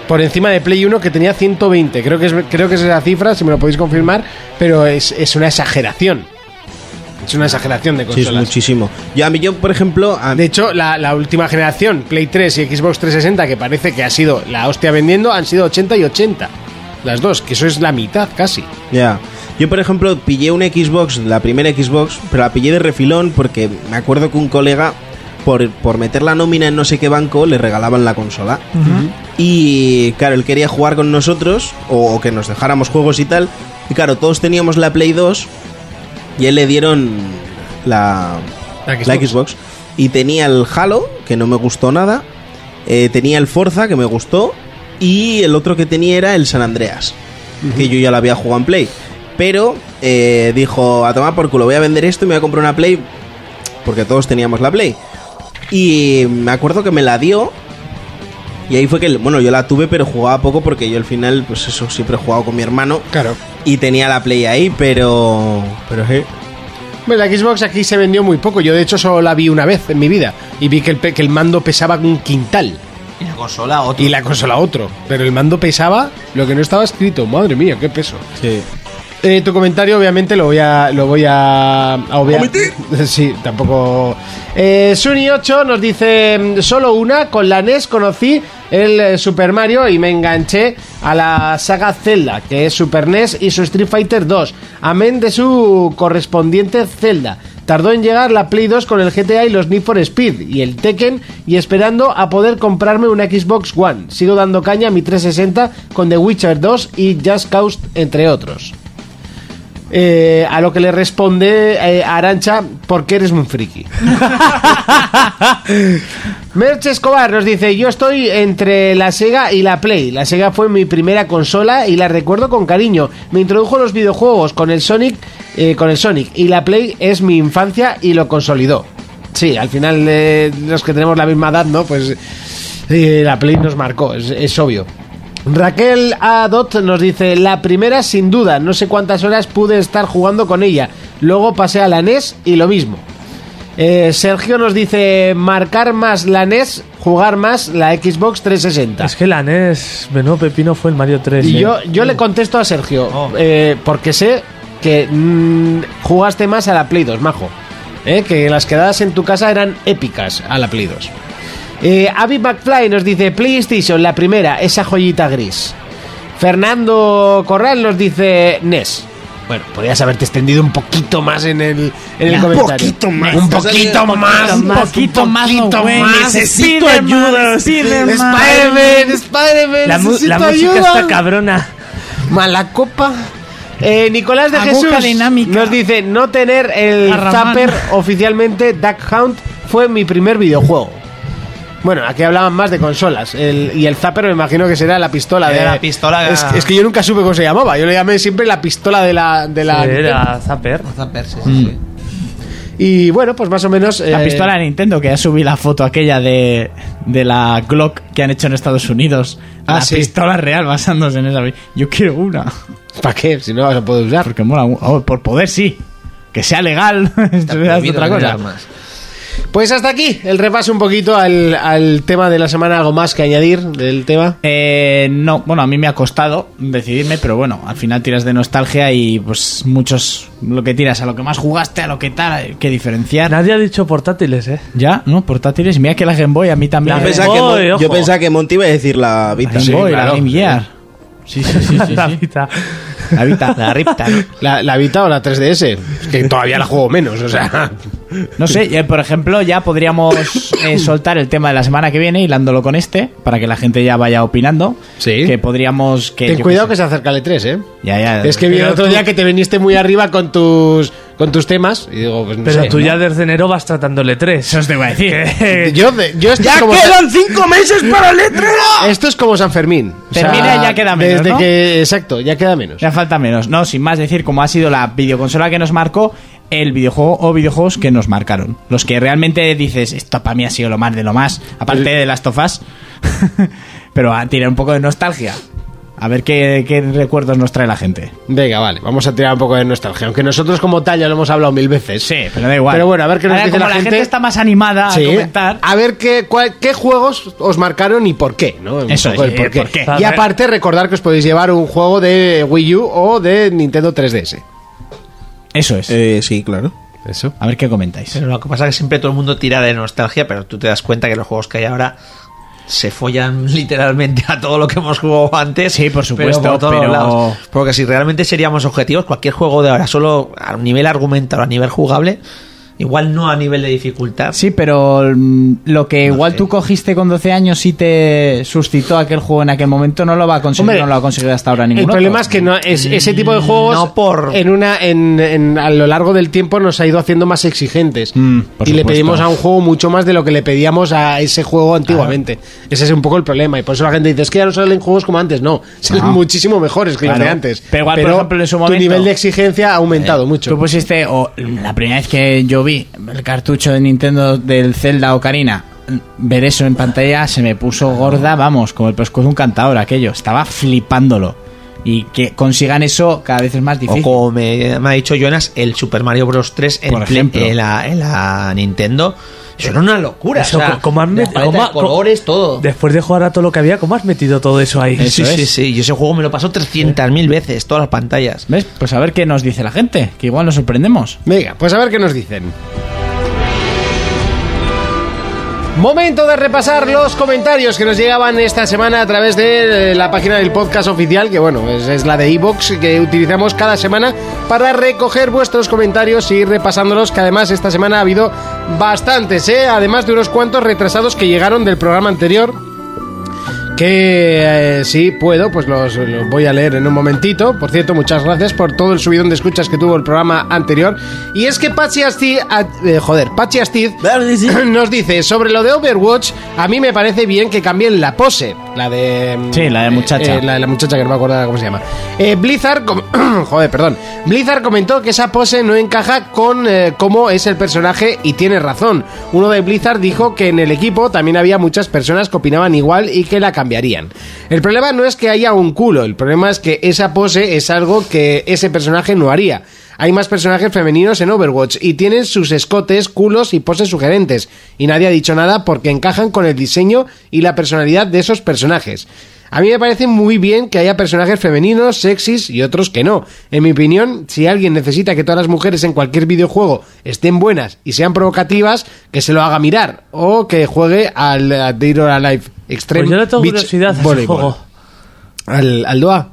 [SPEAKER 2] Por encima de Play 1 que tenía 120. Creo que es, creo que es esa cifra, si me lo podéis confirmar, pero es, es una exageración. Es una exageración de
[SPEAKER 5] Sí, es
[SPEAKER 2] consolas.
[SPEAKER 5] muchísimo. Yo, a mí, yo por ejemplo. a-
[SPEAKER 2] De hecho, la, la última generación, Play 3 y Xbox 360, que parece que ha sido la hostia vendiendo, han sido 80 y 80. Las dos, que eso es la mitad casi.
[SPEAKER 5] Ya. Yo, por ejemplo, pillé una Xbox, la primera Xbox, pero la pillé de refilón porque me acuerdo que un colega, por, por meter la nómina en no sé qué banco, le regalaban la consola. Y claro, él quería jugar con nosotros o, o que nos dejáramos juegos y tal. Y claro, todos teníamos la Play 2 y a él le dieron la,
[SPEAKER 2] La
[SPEAKER 5] la
[SPEAKER 2] Xbox.
[SPEAKER 5] Xbox. Y tenía el Halo, que no me gustó nada. Eh, tenía el Forza, que me gustó. Y el otro que tenía era el San Andreas, que yo ya la había jugado en Play. Pero eh, dijo, a tomar por culo, voy a vender esto y me voy a comprar una Play, porque todos teníamos la Play. Y me acuerdo que me la dio. Y ahí fue que, bueno, yo la tuve, pero jugaba poco porque yo al final, pues eso, siempre he jugado con mi hermano. Claro. Y tenía la Play ahí, pero... Pero sí.
[SPEAKER 2] Hombre, la Xbox aquí se vendió muy poco. Yo, de hecho, solo la vi una vez en mi vida. Y vi que el, pe- que el mando pesaba un quintal.
[SPEAKER 7] Y la consola
[SPEAKER 2] Y la consola otro. Pero el mando pesaba lo que no estaba escrito. Madre mía, qué peso.
[SPEAKER 5] Sí.
[SPEAKER 2] Eh, tu comentario, obviamente, lo voy a. Lo voy a. a obviar. Sí, tampoco. Eh, Suni8 nos dice: mm, Solo una, con la NES conocí el eh, Super Mario y me enganché a la saga Zelda, que es Super NES y su Street Fighter 2. Amén de su correspondiente Zelda. Tardó en llegar la Play 2 con el GTA y los Need for Speed y el Tekken y esperando a poder comprarme una Xbox One. Sigo dando caña a mi 360 con The Witcher 2 y Just Cause, entre otros. Eh, a lo que le responde eh, Arancha, ¿por qué eres un friki? Merch Escobar nos dice, yo estoy entre la Sega y la Play. La Sega fue mi primera consola y la recuerdo con cariño. Me introdujo a los videojuegos con el Sonic, eh, con el Sonic y la Play es mi infancia y lo consolidó. Sí, al final eh, los que tenemos la misma edad, ¿no? Pues eh, la Play nos marcó, es- es obvio. Raquel Adot nos dice, la primera sin duda, no sé cuántas horas pude estar jugando con ella. Luego pasé a la NES y lo mismo. Eh, Sergio nos dice, marcar más la NES, jugar más la Xbox 360.
[SPEAKER 6] Es que la NES, menudo pepino fue el Mario 3.
[SPEAKER 2] Y
[SPEAKER 6] eh.
[SPEAKER 2] yo, yo le contesto a Sergio, eh, porque sé que mm, jugaste más a la Play 2, majo. Eh, que las quedadas en tu casa eran épicas a la Play 2. Eh, Abby McFly nos dice PlayStation, la primera, esa joyita gris. Fernando Corral nos dice NES. Bueno, podrías haberte extendido un poquito más en el, en el
[SPEAKER 9] Un
[SPEAKER 2] comentario.
[SPEAKER 9] poquito más.
[SPEAKER 2] Un
[SPEAKER 9] Te ha salido
[SPEAKER 2] poquito
[SPEAKER 9] un
[SPEAKER 2] más.
[SPEAKER 9] poquito
[SPEAKER 2] Un
[SPEAKER 9] más,
[SPEAKER 2] poquito
[SPEAKER 9] un
[SPEAKER 2] más.
[SPEAKER 9] poquito
[SPEAKER 2] güey.
[SPEAKER 9] más. Necesito ayuda.
[SPEAKER 2] Spider-Man,
[SPEAKER 9] Spider-Man,
[SPEAKER 2] Spider-Man,
[SPEAKER 9] La mu-
[SPEAKER 2] necesito
[SPEAKER 9] la música
[SPEAKER 2] ayuda.
[SPEAKER 9] está
[SPEAKER 6] cabrona.
[SPEAKER 2] Mala copa. Eh, Nicolás de
[SPEAKER 9] Aguja
[SPEAKER 2] Jesús
[SPEAKER 9] dinámica.
[SPEAKER 2] nos dice no tener el
[SPEAKER 9] Arramán.
[SPEAKER 2] zapper oficialmente Duck Hunt fue mi primer videojuego. Bueno, aquí hablaban más de consolas. El- y el zapper me imagino que será la pistola
[SPEAKER 7] Era
[SPEAKER 2] de
[SPEAKER 7] la pistola-
[SPEAKER 2] Es, es que yo nunca supe cómo se llamaba. Yo le llamé siempre la pistola de la de la.
[SPEAKER 6] Sí, era Zapper.
[SPEAKER 7] Zapper, sí,
[SPEAKER 2] Y bueno, pues más o menos.
[SPEAKER 4] La
[SPEAKER 2] eh,
[SPEAKER 4] pistola de Nintendo, que ya subí la foto aquella de, de la Glock que han hecho en Estados Unidos.
[SPEAKER 2] Ah,
[SPEAKER 4] la
[SPEAKER 2] sí.
[SPEAKER 4] pistola real basándose en esa. Yo quiero una.
[SPEAKER 2] ¿Para qué? Si no la vas a poder usar.
[SPEAKER 4] Porque mola. mu- oh, por poder sí. Que sea legal. Eso ya es otra cosa.
[SPEAKER 2] Pues hasta aquí el repaso un poquito al, al tema de la semana. ¿Algo más que añadir del tema?
[SPEAKER 4] Eh, no, bueno, a mí me ha costado decidirme, pero bueno, al final tiras de nostalgia y pues muchos lo que tiras, a lo que más jugaste, a lo que tal, hay que diferenciar.
[SPEAKER 6] Nadie ha dicho portátiles, ¿eh?
[SPEAKER 4] Ya, ¿no? Portátiles, mira que la Game Boy a mí también.
[SPEAKER 5] Yo
[SPEAKER 4] La
[SPEAKER 5] pensaba, que
[SPEAKER 6] Boy,
[SPEAKER 5] Mon-
[SPEAKER 6] ojo.
[SPEAKER 5] yo pensaba que Monty iba a decir la Vita.
[SPEAKER 4] Game Boy, la Game Gear. Sí, sí, sí, sí.
[SPEAKER 6] La
[SPEAKER 4] sí.
[SPEAKER 6] Vita.
[SPEAKER 4] La Vita, la Ripta. ¿no?
[SPEAKER 2] ¿La, la Vita o la 3DS? Es que todavía la juego menos, o sea.
[SPEAKER 4] No sé, eh, por ejemplo, ya podríamos eh, soltar el tema de la semana que viene, hilándolo con este, para que la gente ya vaya opinando.
[SPEAKER 2] Sí.
[SPEAKER 4] Que podríamos. Que,
[SPEAKER 2] Ten
[SPEAKER 4] yo
[SPEAKER 2] cuidado
[SPEAKER 4] qué
[SPEAKER 2] que
[SPEAKER 4] sé.
[SPEAKER 2] se acerca el E3, ¿eh?
[SPEAKER 4] Ya, ya.
[SPEAKER 2] Es que vi el
[SPEAKER 6] Pero
[SPEAKER 2] otro
[SPEAKER 6] tú-
[SPEAKER 2] día que te viniste muy arriba con tus con tus temas y digo, pues no
[SPEAKER 6] Pero
[SPEAKER 2] sé,
[SPEAKER 6] tú
[SPEAKER 2] ¿no?
[SPEAKER 6] ya desde enero vas tratándole tres.
[SPEAKER 4] Eso os te iba a decir.
[SPEAKER 2] Yo, de- yo esto es como
[SPEAKER 5] cinco meses para el E3.
[SPEAKER 2] esto es como San Fermín. O sea,
[SPEAKER 4] Termina y ya queda menos,
[SPEAKER 2] Desde
[SPEAKER 4] ¿no?
[SPEAKER 2] que exacto, ya queda menos.
[SPEAKER 4] Ya falta menos. No, sin más decir, como ha sido la videoconsola que nos marcó, el videojuego o videojuegos que nos marcaron. Los que realmente dices, esto para mí ha sido lo más de lo más,
[SPEAKER 2] Pues
[SPEAKER 4] aparte de las tofas. Pero a tirar un poco de nostalgia. A ver qué, qué recuerdos nos trae la gente.
[SPEAKER 2] Venga, vale, vamos a tirar un poco de nostalgia, aunque nosotros como tal ya lo hemos hablado mil veces.
[SPEAKER 4] Sí, pero da igual.
[SPEAKER 2] Pero bueno, a ver qué nos
[SPEAKER 4] Ahora,
[SPEAKER 2] dice la
[SPEAKER 4] como la gente. Ah,
[SPEAKER 2] gente
[SPEAKER 4] está más animada
[SPEAKER 2] Sí.
[SPEAKER 4] a comentar.
[SPEAKER 2] A ver qué, cuál- qué juegos os marcaron y por qué, ¿no? Un
[SPEAKER 4] Eso
[SPEAKER 2] poco
[SPEAKER 4] es,
[SPEAKER 2] el
[SPEAKER 4] el por qué.
[SPEAKER 2] Y aparte, recordar que os podéis llevar un juego de Wii U o de Nintendo 3DS.
[SPEAKER 4] Eso es.
[SPEAKER 5] Eh, sí, claro.
[SPEAKER 2] Eso.
[SPEAKER 4] A ver qué comentáis.
[SPEAKER 7] Pero lo que pasa es que siempre todo el mundo tira de nostalgia, pero tú te das cuenta que los juegos que hay ahora se follan literalmente a todo lo que hemos jugado antes.
[SPEAKER 4] Sí, por supuesto,
[SPEAKER 7] pero por todos
[SPEAKER 4] pero-
[SPEAKER 7] lados. Porque si realmente seríamos objetivos, cualquier juego de ahora, solo a nivel argumental o a nivel jugable, Igual no a nivel de dificultad.
[SPEAKER 4] Sí, pero mm, lo que igual tú cogiste con 12 años y te suscitó aquel juego en aquel momento no lo va a conseguir,
[SPEAKER 2] Hombre,
[SPEAKER 4] no lo ha conseguido hasta ahora
[SPEAKER 2] El
[SPEAKER 4] ninguno. pues, mm,
[SPEAKER 2] problema es que no, es, ese tipo de juegos en una, en, en- a lo largo del tiempo nos ha ido haciendo más exigentes.
[SPEAKER 4] Mm, por
[SPEAKER 2] y le
[SPEAKER 4] supuesto.
[SPEAKER 2] pedimos a un juego mucho más de lo que le pedíamos a ese juego antiguamente. Ese es un poco el problema. Y por eso la gente dice, es que ya no salen juegos como antes. No, salen
[SPEAKER 4] No.
[SPEAKER 2] muchísimo mejores que los
[SPEAKER 4] Claro.
[SPEAKER 2] de antes.
[SPEAKER 4] Pero igual, por ejemplo, en su
[SPEAKER 2] tu
[SPEAKER 4] momento-
[SPEAKER 2] nivel de exigencia ha aumentado mucho.
[SPEAKER 4] Tú pues, pusiste, o la primera vez que yo vi el cartucho de Nintendo del Zelda Ocarina, ver eso en pantalla se me puso gorda, vamos, como el pescuezo de un cantador aquello. Estaba flipándolo. Y que consigan eso cada vez es más
[SPEAKER 7] O
[SPEAKER 4] difícil.
[SPEAKER 7] como me, me ha dicho Jonas, el Super Mario Bros. 3 en,
[SPEAKER 4] Por
[SPEAKER 7] Play-
[SPEAKER 4] ejemplo.
[SPEAKER 7] en la, en la Nintendo. Eso era una locura.
[SPEAKER 6] Eso,
[SPEAKER 7] o sea,
[SPEAKER 6] co- como han
[SPEAKER 7] la
[SPEAKER 6] met-
[SPEAKER 7] paleta
[SPEAKER 6] como
[SPEAKER 7] de
[SPEAKER 6] ha- co-
[SPEAKER 7] colores, todo.
[SPEAKER 6] Después de jugar a todo lo que había, ¿cómo has metido todo eso ahí?
[SPEAKER 7] sí, sí, sí. Yo ese juego me lo pasó 300.000 veces, todas las pantallas.
[SPEAKER 4] ¿Ves? Pues a ver qué nos dice la gente, que igual nos sorprendemos.
[SPEAKER 2] Venga, pues a ver qué nos dicen. Momento de repasar los comentarios que nos llegaban esta semana a través de eh, la página del podcast oficial, que bueno, es, es la de iVoox, que utilizamos cada semana para recoger vuestros comentarios y ir repasándolos, que además esta semana ha habido bastantes, ¿eh? además de unos cuantos retrasados que llegaron del programa anterior. Que eh, si puedo, pues los, los voy a leer en un momentito. Por cierto, muchas gracias por todo el subidón de escuchas que tuvo el programa anterior. Y es que Patsy Astiz, a- eh, joder, Patsy Astiz nos dice, sobre lo de Overwatch, a mí me parece bien que cambien la pose. La de... mm,
[SPEAKER 4] Sí, la de muchacha.
[SPEAKER 2] eh, la de la muchacha que no me acuerdo ahora cómo se llama. Eh, Blizzard... com- joder, perdón. Blizzard comentó que esa pose no encaja con eh, cómo es el personaje y tiene razón. Uno de Blizzard dijo que en el equipo también había muchas personas que opinaban igual y que la cambiarían. El problema no es que haya un culo, el problema es que esa pose es algo que ese personaje no haría. Hay más personajes femeninos en Overwatch y tienen sus escotes, culos y poses sugerentes. Y nadie ha dicho nada porque encajan con el diseño y la personalidad de esos personajes. A mí me parece muy bien que haya personajes femeninos, sexys y otros que no. En mi opinión, si alguien necesita que todas las mujeres en cualquier videojuego estén buenas y sean provocativas, que se lo haga mirar o que juegue al a Dead or Alive Extreme
[SPEAKER 6] Pues yo le tengo
[SPEAKER 2] Beach
[SPEAKER 6] curiosidad a ese
[SPEAKER 2] Volleyball.
[SPEAKER 6] juego.
[SPEAKER 2] Al, al DOA.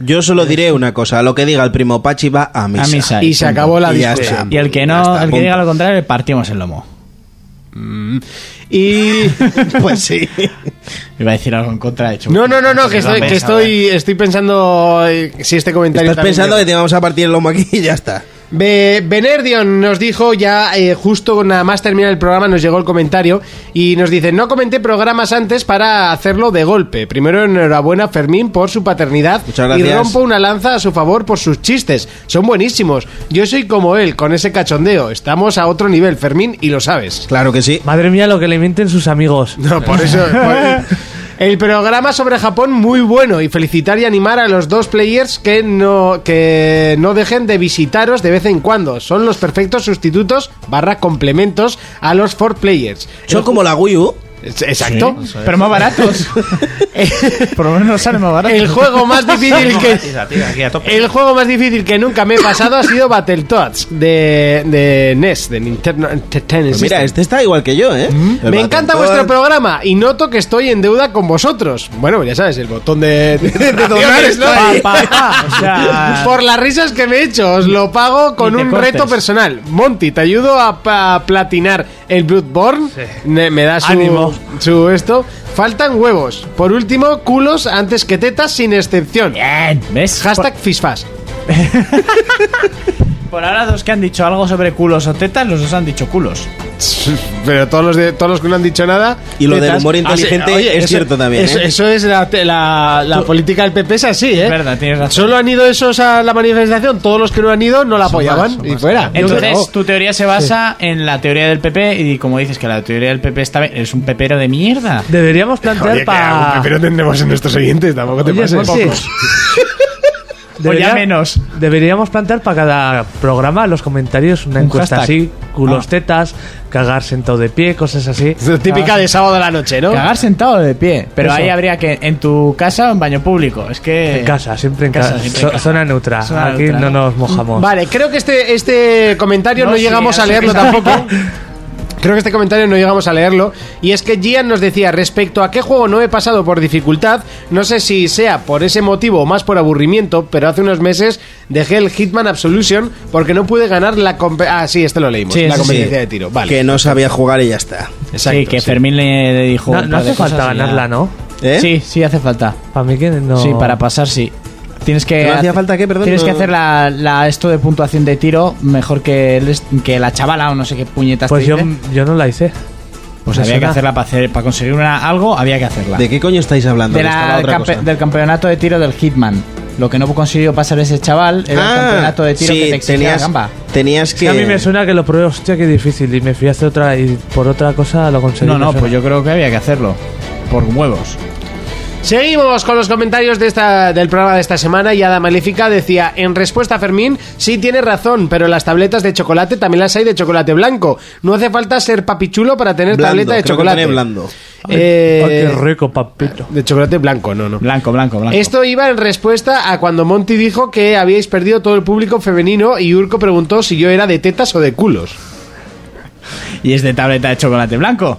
[SPEAKER 5] Yo solo diré una cosa, lo que diga el primo Pachi va a misa.
[SPEAKER 4] A misa.
[SPEAKER 2] Y se acabó la
[SPEAKER 5] Y ya
[SPEAKER 2] discusión.
[SPEAKER 5] está.
[SPEAKER 4] Y el que no,
[SPEAKER 5] Ya está,
[SPEAKER 4] el que
[SPEAKER 5] punto.
[SPEAKER 4] diga lo contrario, le partimos el lomo.
[SPEAKER 2] Y...
[SPEAKER 5] Pues sí.
[SPEAKER 4] Iba a decir algo en contra de hecho.
[SPEAKER 2] No, no, no, no, que
[SPEAKER 4] Se
[SPEAKER 2] estoy,
[SPEAKER 4] lo ha
[SPEAKER 2] que
[SPEAKER 4] pensado,
[SPEAKER 2] estoy, estoy pensando eh, si este comentario...
[SPEAKER 5] Estás
[SPEAKER 2] también
[SPEAKER 5] pensando
[SPEAKER 2] llega.
[SPEAKER 5] que te vamos a partir el lomo aquí y ya está.
[SPEAKER 2] Be- Benerdion nos dijo ya eh, justo nada más terminar el programa nos llegó el comentario y nos dice no comenté programas antes para hacerlo de golpe primero enhorabuena a Fermín por su paternidad
[SPEAKER 5] Muchas
[SPEAKER 2] y
[SPEAKER 5] gracias.
[SPEAKER 2] rompo una lanza a su favor por sus chistes son buenísimos yo soy como él con ese cachondeo estamos a otro nivel Fermín y lo sabes
[SPEAKER 5] Claro que sí.
[SPEAKER 6] Madre mía, lo que le mienten sus amigos.
[SPEAKER 2] no por eso por- el programa sobre Japón muy bueno y felicitar y animar a los dos players que no, que no dejen de visitaros de vez en cuando. Son los perfectos sustitutos barra complementos a los four players.
[SPEAKER 5] Son como la Wii U.
[SPEAKER 2] Es- Exacto.
[SPEAKER 4] Pero más baratos. Por lo menos sale más barato.
[SPEAKER 2] El juego más difícil que...
[SPEAKER 7] Tira, tira, aquí a tope.
[SPEAKER 2] El juego más difícil que nunca me he pasado ha sido Battletoads de, de NES, de Nintendo Entertainment
[SPEAKER 5] Pues mira,
[SPEAKER 2] System.
[SPEAKER 5] este está igual que yo, ¿eh? El
[SPEAKER 2] Me encanta
[SPEAKER 5] Battletoads.
[SPEAKER 2] vuestro programa y noto que estoy en deuda con vosotros. Bueno, ya sabes, el botón de, de, de donar está ahí.
[SPEAKER 4] Pa, pa, pa. O sea,
[SPEAKER 2] Por las risas que me he hecho, os lo pago con
[SPEAKER 4] Ni te
[SPEAKER 2] un
[SPEAKER 4] cortes.
[SPEAKER 2] reto personal. Monty, te ayudo a, pa- platinar el Bloodborne. Ne- Me das
[SPEAKER 6] Ánimo.
[SPEAKER 2] su, su esto. Faltan huevos. Por último, culos antes que tetas sin excepción.
[SPEAKER 4] Bien. ¿Ves?
[SPEAKER 2] Hashtag fisfas.
[SPEAKER 4] Por, por ahora dos que han dicho algo sobre culos o tetas, los dos han dicho culos.
[SPEAKER 2] Pero todos los, de, todos los que no han dicho nada.
[SPEAKER 5] Y lo
[SPEAKER 2] tetas.
[SPEAKER 5] del humor
[SPEAKER 2] Ah, sí,
[SPEAKER 5] inteligente
[SPEAKER 2] oye,
[SPEAKER 5] es
[SPEAKER 2] eso-
[SPEAKER 5] cierto también.
[SPEAKER 2] Eso,
[SPEAKER 5] ¿eh?
[SPEAKER 2] eso es la, te- la- la política del PP, es así, ¿eh?
[SPEAKER 4] Es verdad, tienes razón.
[SPEAKER 2] Solo han ido esos a la manifestación, todos los que no han ido no la apoyaban
[SPEAKER 4] son
[SPEAKER 2] y fuera.
[SPEAKER 4] Entonces, tu teoría se basa en la teoría del PP y como dices que la teoría del PP está bien, es un pepero de mierda.
[SPEAKER 6] Deberíamos plantear para.
[SPEAKER 2] Pero tendremos en nuestros oyentes, tampoco te
[SPEAKER 6] Oye,
[SPEAKER 2] pases.
[SPEAKER 6] Monse,
[SPEAKER 4] O ya menos.
[SPEAKER 6] Deberíamos plantear para cada programa en los comentarios una
[SPEAKER 4] Un
[SPEAKER 6] encuesta
[SPEAKER 4] hashtag.
[SPEAKER 6] así, culos
[SPEAKER 4] Ah.
[SPEAKER 6] tetas, cagar sentado de pie, cosas así.
[SPEAKER 2] Es típica de sábado a la noche, ¿no?
[SPEAKER 4] Ah, Cagar sentado o de pie. Pero
[SPEAKER 6] Eso.
[SPEAKER 4] ahí habría que en tu casa o en baño público. Es que
[SPEAKER 6] En casa, siempre en
[SPEAKER 4] Casa,
[SPEAKER 6] casa.
[SPEAKER 4] siempre
[SPEAKER 6] zo-
[SPEAKER 4] en casa.
[SPEAKER 6] Zona neutra.
[SPEAKER 4] Zona
[SPEAKER 6] Aquí
[SPEAKER 4] neutra,
[SPEAKER 6] no
[SPEAKER 4] ¿no?
[SPEAKER 6] nos mojamos.
[SPEAKER 2] Vale, creo que este, este comentario no,
[SPEAKER 4] No, sí,
[SPEAKER 2] llegamos a
[SPEAKER 4] así
[SPEAKER 2] leerlo
[SPEAKER 4] que-
[SPEAKER 2] tampoco. Creo que este comentario no llegamos a leerlo. Y es que Gian nos decía, respecto a qué juego no he pasado por dificultad, no sé si sea por ese motivo o más por aburrimiento, pero hace unos meses dejé el Hitman Absolution porque no pude ganar la compe- Ah, sí, este lo leímos. la competencia de tiro. Vale.
[SPEAKER 5] Que no sabía jugar y ya está.
[SPEAKER 4] sí, que Fermín le le dijo.
[SPEAKER 6] No-
[SPEAKER 4] un
[SPEAKER 6] no
[SPEAKER 4] par de
[SPEAKER 6] hace falta
[SPEAKER 4] cosas y ya.
[SPEAKER 6] ganarla, ¿no?
[SPEAKER 5] ¿Eh?
[SPEAKER 4] Sí, sí, hace falta.
[SPEAKER 6] Para mí que no.
[SPEAKER 4] Sí, para pasar, sí. Tienes que.
[SPEAKER 5] ¿No hacía
[SPEAKER 4] hace-
[SPEAKER 5] falta qué? Perdón,
[SPEAKER 4] eh, Tienes
[SPEAKER 5] no-
[SPEAKER 4] que hacer la, la- esto de puntuación de tiro mejor que, el est- que la chavala o no sé qué puñetas
[SPEAKER 6] Pues
[SPEAKER 4] te
[SPEAKER 6] yo,
[SPEAKER 4] dice.
[SPEAKER 6] yo no la hice.
[SPEAKER 4] Pues
[SPEAKER 6] me
[SPEAKER 4] había que
[SPEAKER 6] suena.
[SPEAKER 4] hacerla para hacer, para conseguir una, algo, había que hacerla.
[SPEAKER 5] ¿De qué coño estáis hablando?
[SPEAKER 4] De la-
[SPEAKER 5] Que está la otra
[SPEAKER 4] campe-
[SPEAKER 5] cosa.
[SPEAKER 4] del campeonato de tiro del Hitman. Lo que no consiguió pasar ese chaval era el
[SPEAKER 5] Ah,
[SPEAKER 4] campeonato de tiro
[SPEAKER 5] sí,
[SPEAKER 4] que te exigía
[SPEAKER 5] tenías,
[SPEAKER 4] la gamba.
[SPEAKER 5] Tenías
[SPEAKER 6] Es que
[SPEAKER 5] que.
[SPEAKER 6] a mí me suena que lo probé, hostia, qué difícil. Y me fui a hacer otra y por otra cosa lo conseguí.
[SPEAKER 4] No,
[SPEAKER 6] me
[SPEAKER 4] no,
[SPEAKER 6] suena.
[SPEAKER 4] pues yo creo que había que hacerlo. Por huevos.
[SPEAKER 2] Seguimos con los comentarios de esta, del programa de esta semana y Ada Maléfica decía, en respuesta a Fermín, sí tiene razón, pero las tabletas de chocolate también las hay de chocolate blanco. No hace falta ser papichulo para tener
[SPEAKER 5] Blando,
[SPEAKER 2] tableta de
[SPEAKER 5] creo que
[SPEAKER 2] chocolate.
[SPEAKER 5] pone blando.
[SPEAKER 2] Eh,
[SPEAKER 6] Ay, qué rico, papito.
[SPEAKER 2] de chocolate blanco, no, no.
[SPEAKER 4] Blanco, blanco, blanco.
[SPEAKER 2] Esto iba en respuesta a cuando Monty dijo que habíais perdido todo el público femenino y Urco preguntó si yo era de tetas o de culos.
[SPEAKER 4] Y es de tableta de chocolate blanco.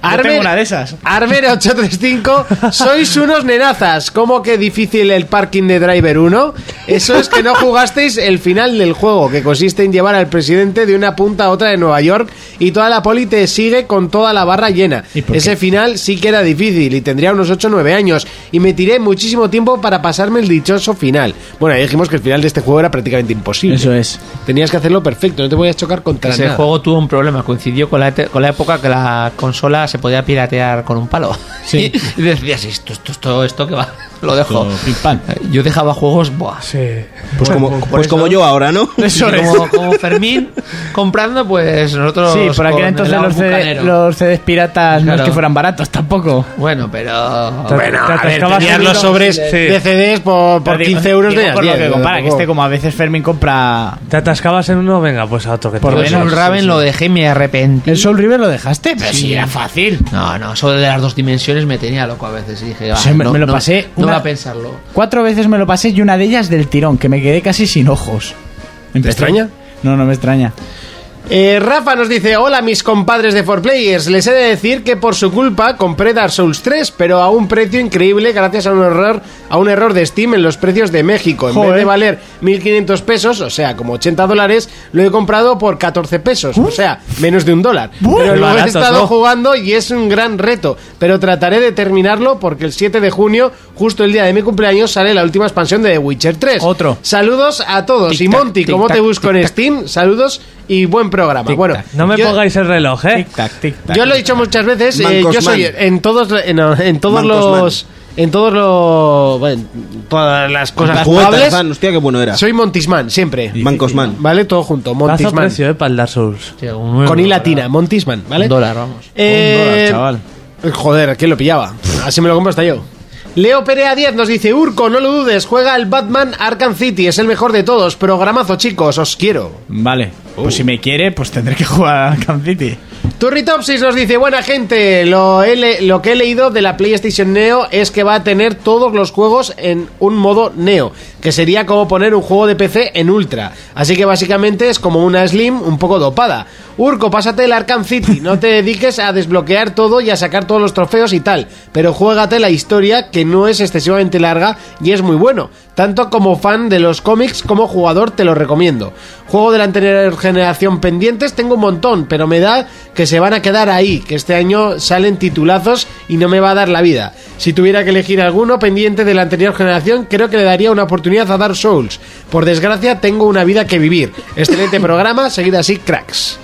[SPEAKER 4] Yo tengo una de esas.
[SPEAKER 2] Armer835, sois unos nenazas. ¿Cómo que difícil el parking de Driver 1? Eso es que no jugasteis el final del juego, que consiste en llevar al presidente de una punta a otra de Nueva York y toda la poli te sigue con toda la barra llena.
[SPEAKER 4] ¿Y por qué?
[SPEAKER 2] Ese final sí que era difícil y tendría unos 8 o 9 años y me tiré muchísimo tiempo para pasarme el dichoso final. Bueno, ya dijimos que el final de este juego era prácticamente imposible.
[SPEAKER 4] Eso es.
[SPEAKER 2] Tenías que hacerlo perfecto, no te podías chocar contra
[SPEAKER 7] Ese
[SPEAKER 2] nada.
[SPEAKER 7] juego tuvo un problema, coincidió con la, ete- con la época que la consola se podía piratear con un palo.
[SPEAKER 4] Sí.
[SPEAKER 7] y decías, esto, esto, esto, esto que va, lo dejo.
[SPEAKER 4] Todo pim, pam.
[SPEAKER 7] Yo dejaba juegos, buah.
[SPEAKER 6] Sí.
[SPEAKER 5] Pues, como, pues como yo ahora, ¿no?
[SPEAKER 7] Y Como, como Fermín comprando, pues nosotros.
[SPEAKER 4] Sí, por
[SPEAKER 7] con
[SPEAKER 4] aquel
[SPEAKER 7] el
[SPEAKER 4] entonces
[SPEAKER 7] lado
[SPEAKER 4] los, CD
[SPEAKER 7] bucanero.
[SPEAKER 4] los CDs piratas no
[SPEAKER 7] Claro.
[SPEAKER 4] es que fueran baratos tampoco.
[SPEAKER 7] Bueno, pero.
[SPEAKER 6] Te- te atascabas
[SPEAKER 2] Tenías
[SPEAKER 6] un-
[SPEAKER 2] los sobres
[SPEAKER 6] Sí.
[SPEAKER 2] de CDs por, por
[SPEAKER 4] Digo-
[SPEAKER 2] 15 euros
[SPEAKER 4] digo
[SPEAKER 2] de
[SPEAKER 4] por lo que compara, que este como a veces Fermín compra...
[SPEAKER 6] Te atascabas en uno, venga, pues a otro que
[SPEAKER 7] Por
[SPEAKER 6] te-
[SPEAKER 7] el Soul Raven lo dejé y me arrepentí.
[SPEAKER 4] ¿El Soul River lo dejaste? Pero
[SPEAKER 7] Sí.
[SPEAKER 4] si era fácil.
[SPEAKER 7] No, no, eso de las dos dimensiones me tenía loco a veces. Y dije,
[SPEAKER 4] O
[SPEAKER 7] va,
[SPEAKER 4] sea, me,
[SPEAKER 7] no,
[SPEAKER 4] me lo
[SPEAKER 7] no,
[SPEAKER 4] pasé...
[SPEAKER 7] No
[SPEAKER 4] una-
[SPEAKER 7] va a pensarlo.
[SPEAKER 4] Cuatro veces me lo pasé y una de ellas del tirón, que me quedé casi sin ojos. Empecé-
[SPEAKER 2] extraña?
[SPEAKER 4] No, no me extraña.
[SPEAKER 2] Eh, Rafa nos dice, hola mis compadres de 4Players, les he de decir que por su culpa compré Dark Souls 3, pero a un precio increíble gracias a un error, a un error de Steam en los precios de México. En
[SPEAKER 4] Joder.
[SPEAKER 2] vez de valer 1.500 pesos, o sea, como 80 dólares, lo he comprado por 14 pesos, o sea, menos de un dólar.
[SPEAKER 4] Uh,
[SPEAKER 2] Pero
[SPEAKER 4] qué
[SPEAKER 2] lo he
[SPEAKER 4] barato,
[SPEAKER 2] estado
[SPEAKER 4] ¿no?
[SPEAKER 2] jugando y es un gran reto, pero trataré de terminarlo porque el 7 de junio, justo el día de mi cumpleaños, sale la última expansión de The Witcher 3.
[SPEAKER 4] Otro.
[SPEAKER 2] Saludos a todos.
[SPEAKER 7] Tic-tac,
[SPEAKER 2] y Monty, ¿cómo te
[SPEAKER 7] tic-tac,
[SPEAKER 2] busco en
[SPEAKER 7] tic-tac.
[SPEAKER 2] Steam? Saludos y buen programa.
[SPEAKER 4] Tic-tac.
[SPEAKER 2] Bueno,
[SPEAKER 6] No me
[SPEAKER 2] yo,
[SPEAKER 6] pongáis el reloj, ¿eh?
[SPEAKER 2] Yo lo he dicho muchas veces. eh,
[SPEAKER 5] Mancos
[SPEAKER 2] yo soy
[SPEAKER 5] man.
[SPEAKER 2] en todos, en, en todos
[SPEAKER 5] Mancos
[SPEAKER 2] los, en todos los, bueno, en todas las cosas
[SPEAKER 5] Jugué
[SPEAKER 2] jugables.
[SPEAKER 5] Tarzán, hostia, qué bueno era.
[SPEAKER 2] Soy Montisman siempre.
[SPEAKER 5] Mancosman.
[SPEAKER 2] Vale, todo junto.
[SPEAKER 6] Pazo
[SPEAKER 2] Montisman
[SPEAKER 6] precio, ¿eh? Para el Dark Souls.
[SPEAKER 7] Sí, un nuevo,
[SPEAKER 2] con i latina. Montisman,
[SPEAKER 7] ¿vale?
[SPEAKER 2] vale.
[SPEAKER 7] Un dólar, vamos.
[SPEAKER 2] Eh,
[SPEAKER 4] chaval.
[SPEAKER 2] Joder, ¿quién lo pillaba? Así me lo compro hasta yo. Leo Perea 10 nos dice, Urco, no lo dudes, juega el Batman Arkham City, es el mejor de todos, programazo chicos, os quiero.
[SPEAKER 4] Vale, pues si me quiere, pues tendré que jugar a Camp City.
[SPEAKER 2] Turritopsis nos dice, buena gente, lo, he le- lo que he leído de la PlayStation Neo es que va a tener todos los juegos en un modo Neo, que sería como poner un juego de PC en Ultra. Así que básicamente es como una Slim un poco dopada. Urco, pásate el Arkham City, no te dediques a desbloquear todo y a sacar todos los trofeos y tal, pero juégate la historia que no es excesivamente larga y es muy bueno. Tanto como fan de los cómics como jugador te lo recomiendo. Juego de la anterior generación pendientes tengo un montón, pero me da que se van a quedar ahí, que este año salen titulazos y no me va a dar la vida. Si tuviera que elegir alguno pendiente de la anterior generación, creo que le daría una oportunidad a Dark Souls. Por desgracia, tengo una vida que vivir. Excelente programa, seguid así, cracks.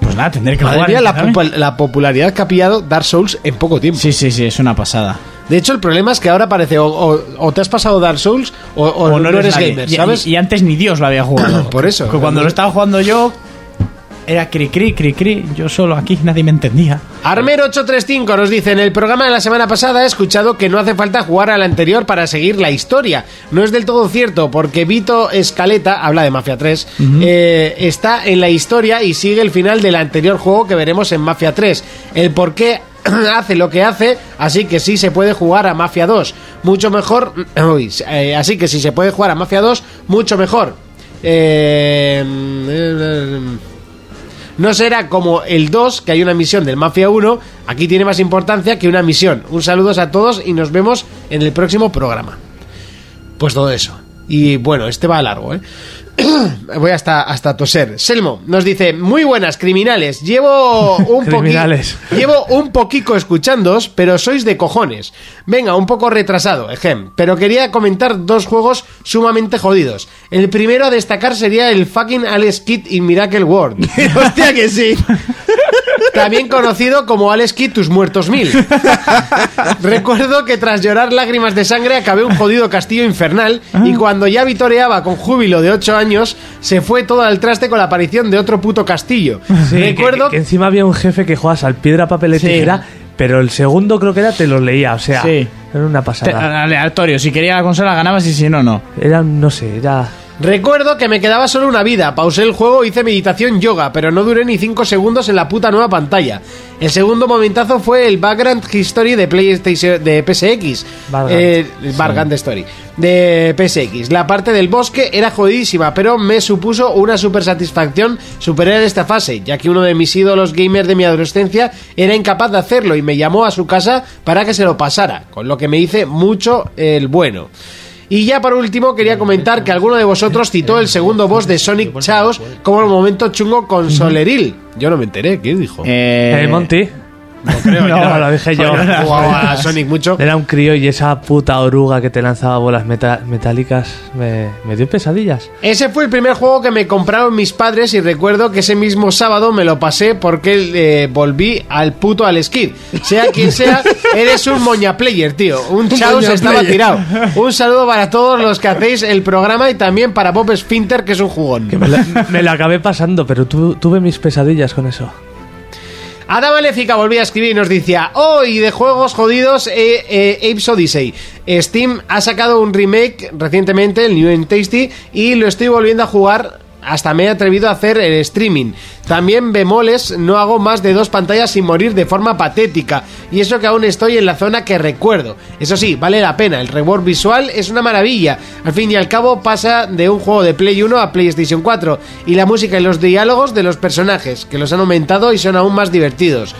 [SPEAKER 4] Pues nada, tendré que
[SPEAKER 2] Madre
[SPEAKER 4] jugar.
[SPEAKER 2] mía, la,
[SPEAKER 4] ¿sabes?
[SPEAKER 2] popu- la popularidad que ha pillado Dark Souls en poco tiempo.
[SPEAKER 4] Sí, sí, sí, es una pasada.
[SPEAKER 2] De hecho, el problema es que ahora parece o, o- o te has pasado Dark Souls o, o no, eres,
[SPEAKER 4] nadie.
[SPEAKER 2] gamer,
[SPEAKER 4] Y-
[SPEAKER 2] ¿sabes?
[SPEAKER 4] Y, y antes ni Dios lo había jugado.
[SPEAKER 2] Por eso.
[SPEAKER 4] Que cuando lo estaba jugando yo, era cri cri, cri cri. Yo solo aquí, nadie me entendía.
[SPEAKER 2] Armer835 nos dice, en el programa de la semana pasada he escuchado que no hace falta jugar al anterior para seguir la historia. No es del todo cierto, porque Vito Escaleta, habla de Mafia 3, eh, está en la historia y sigue el final del anterior juego que veremos en Mafia 3. El por qué hace lo que hace, así que sí se puede jugar a Mafia 2. Mucho mejor... uy, eh, así que si se puede jugar a Mafia 2, mucho mejor. Eh, eh, eh, No será como el 2, que hay una misión del Mafia 1. Aquí tiene más importancia que una misión. Un saludos a todos y nos vemos en el próximo programa. Pues todo eso. Y bueno, este va largo, ¿eh? Voy hasta, hasta toser. Selmo nos dice, muy buenas, criminales. Llevo un
[SPEAKER 6] Criminales.
[SPEAKER 2] poqui- Llevo un poquito escuchándoos, pero sois de cojones. Venga, un poco retrasado, ejem. Pero quería comentar dos juegos sumamente jodidos. El primero a destacar sería el fucking Alex Kidd in Miracle World. Hostia que sí. También conocido como Alex Kidd Tus Muertos Mil. Recuerdo que tras llorar lágrimas de sangre acabé un jodido castillo infernal
[SPEAKER 6] Ah.
[SPEAKER 2] y cuando ya vitoreaba con júbilo de 8 años se fue todo al traste con la aparición de otro puto castillo.
[SPEAKER 6] Sí, que-
[SPEAKER 2] Recuerdo
[SPEAKER 6] que, que encima había un jefe que jugabas al piedra, papel y
[SPEAKER 2] Sí.
[SPEAKER 6] tijera, pero el segundo creo que era te lo leía, o sea,
[SPEAKER 4] Sí.
[SPEAKER 6] era
[SPEAKER 4] Te-
[SPEAKER 6] una
[SPEAKER 4] ah,
[SPEAKER 6] pasada.
[SPEAKER 4] Aleatorio, si quería la consola ganabas y si no, no.
[SPEAKER 6] Era, no sé, era...
[SPEAKER 2] Recuerdo que me quedaba solo una vida, pausé el juego, hice meditación yoga, pero no duré ni 5 segundos en la puta nueva pantalla. El segundo momentazo fue el Background History de PlayStation de PSX.
[SPEAKER 6] Vagrant.
[SPEAKER 2] Eh, Vagrant Story. De PSX. La parte del bosque era jodidísima, pero me supuso una super satisfacción superar esta fase, ya que uno de mis ídolos gamers de mi adolescencia era incapaz de hacerlo y me llamó a su casa para que se lo pasara, con lo que me hice mucho el bueno. Y ya por último quería comentar que alguno de vosotros citó el segundo boss de Sonic Chaos como el momento chungo con Soleril. Yo no me enteré, ¿quién dijo?
[SPEAKER 6] Eh, Monty. No,
[SPEAKER 2] yo.
[SPEAKER 6] lo dije yo.
[SPEAKER 2] Bueno, jugaba a Sonic mucho.
[SPEAKER 6] Era un crío y esa puta oruga que te lanzaba bolas meta- metálicas me, me dio pesadillas.
[SPEAKER 2] Ese fue el primer juego que me compraron mis padres y recuerdo que ese mismo sábado me lo pasé porque eh, volví al puto al skid. Sea quien sea, eres un moña player, tío. Un chaos
[SPEAKER 5] moña
[SPEAKER 2] estaba
[SPEAKER 5] player.
[SPEAKER 2] tirado. Un saludo para todos los que hacéis el programa y también para Bob Sfinter, que es un jugón.
[SPEAKER 6] Me la- me lo acabé pasando, pero tu- tuve mis pesadillas con eso.
[SPEAKER 2] Ada Maléfica volvía a escribir y nos decía: Hoy de juegos jodidos, eh, eh, Apes Odyssey. Steam ha sacado un remake recientemente, el New and Tasty, y lo estoy volviendo a jugar. Hasta me he atrevido a hacer el streaming. También bemoles, no hago más de dos pantallas sin morir de forma patética. Y eso que aún estoy en la zona que recuerdo. Eso sí, vale la pena. El reward visual es una maravilla. Al fin y al cabo pasa de un juego de Play 1 a PlayStation 4. Y la música y los diálogos de los personajes, que los han aumentado y son aún más divertidos.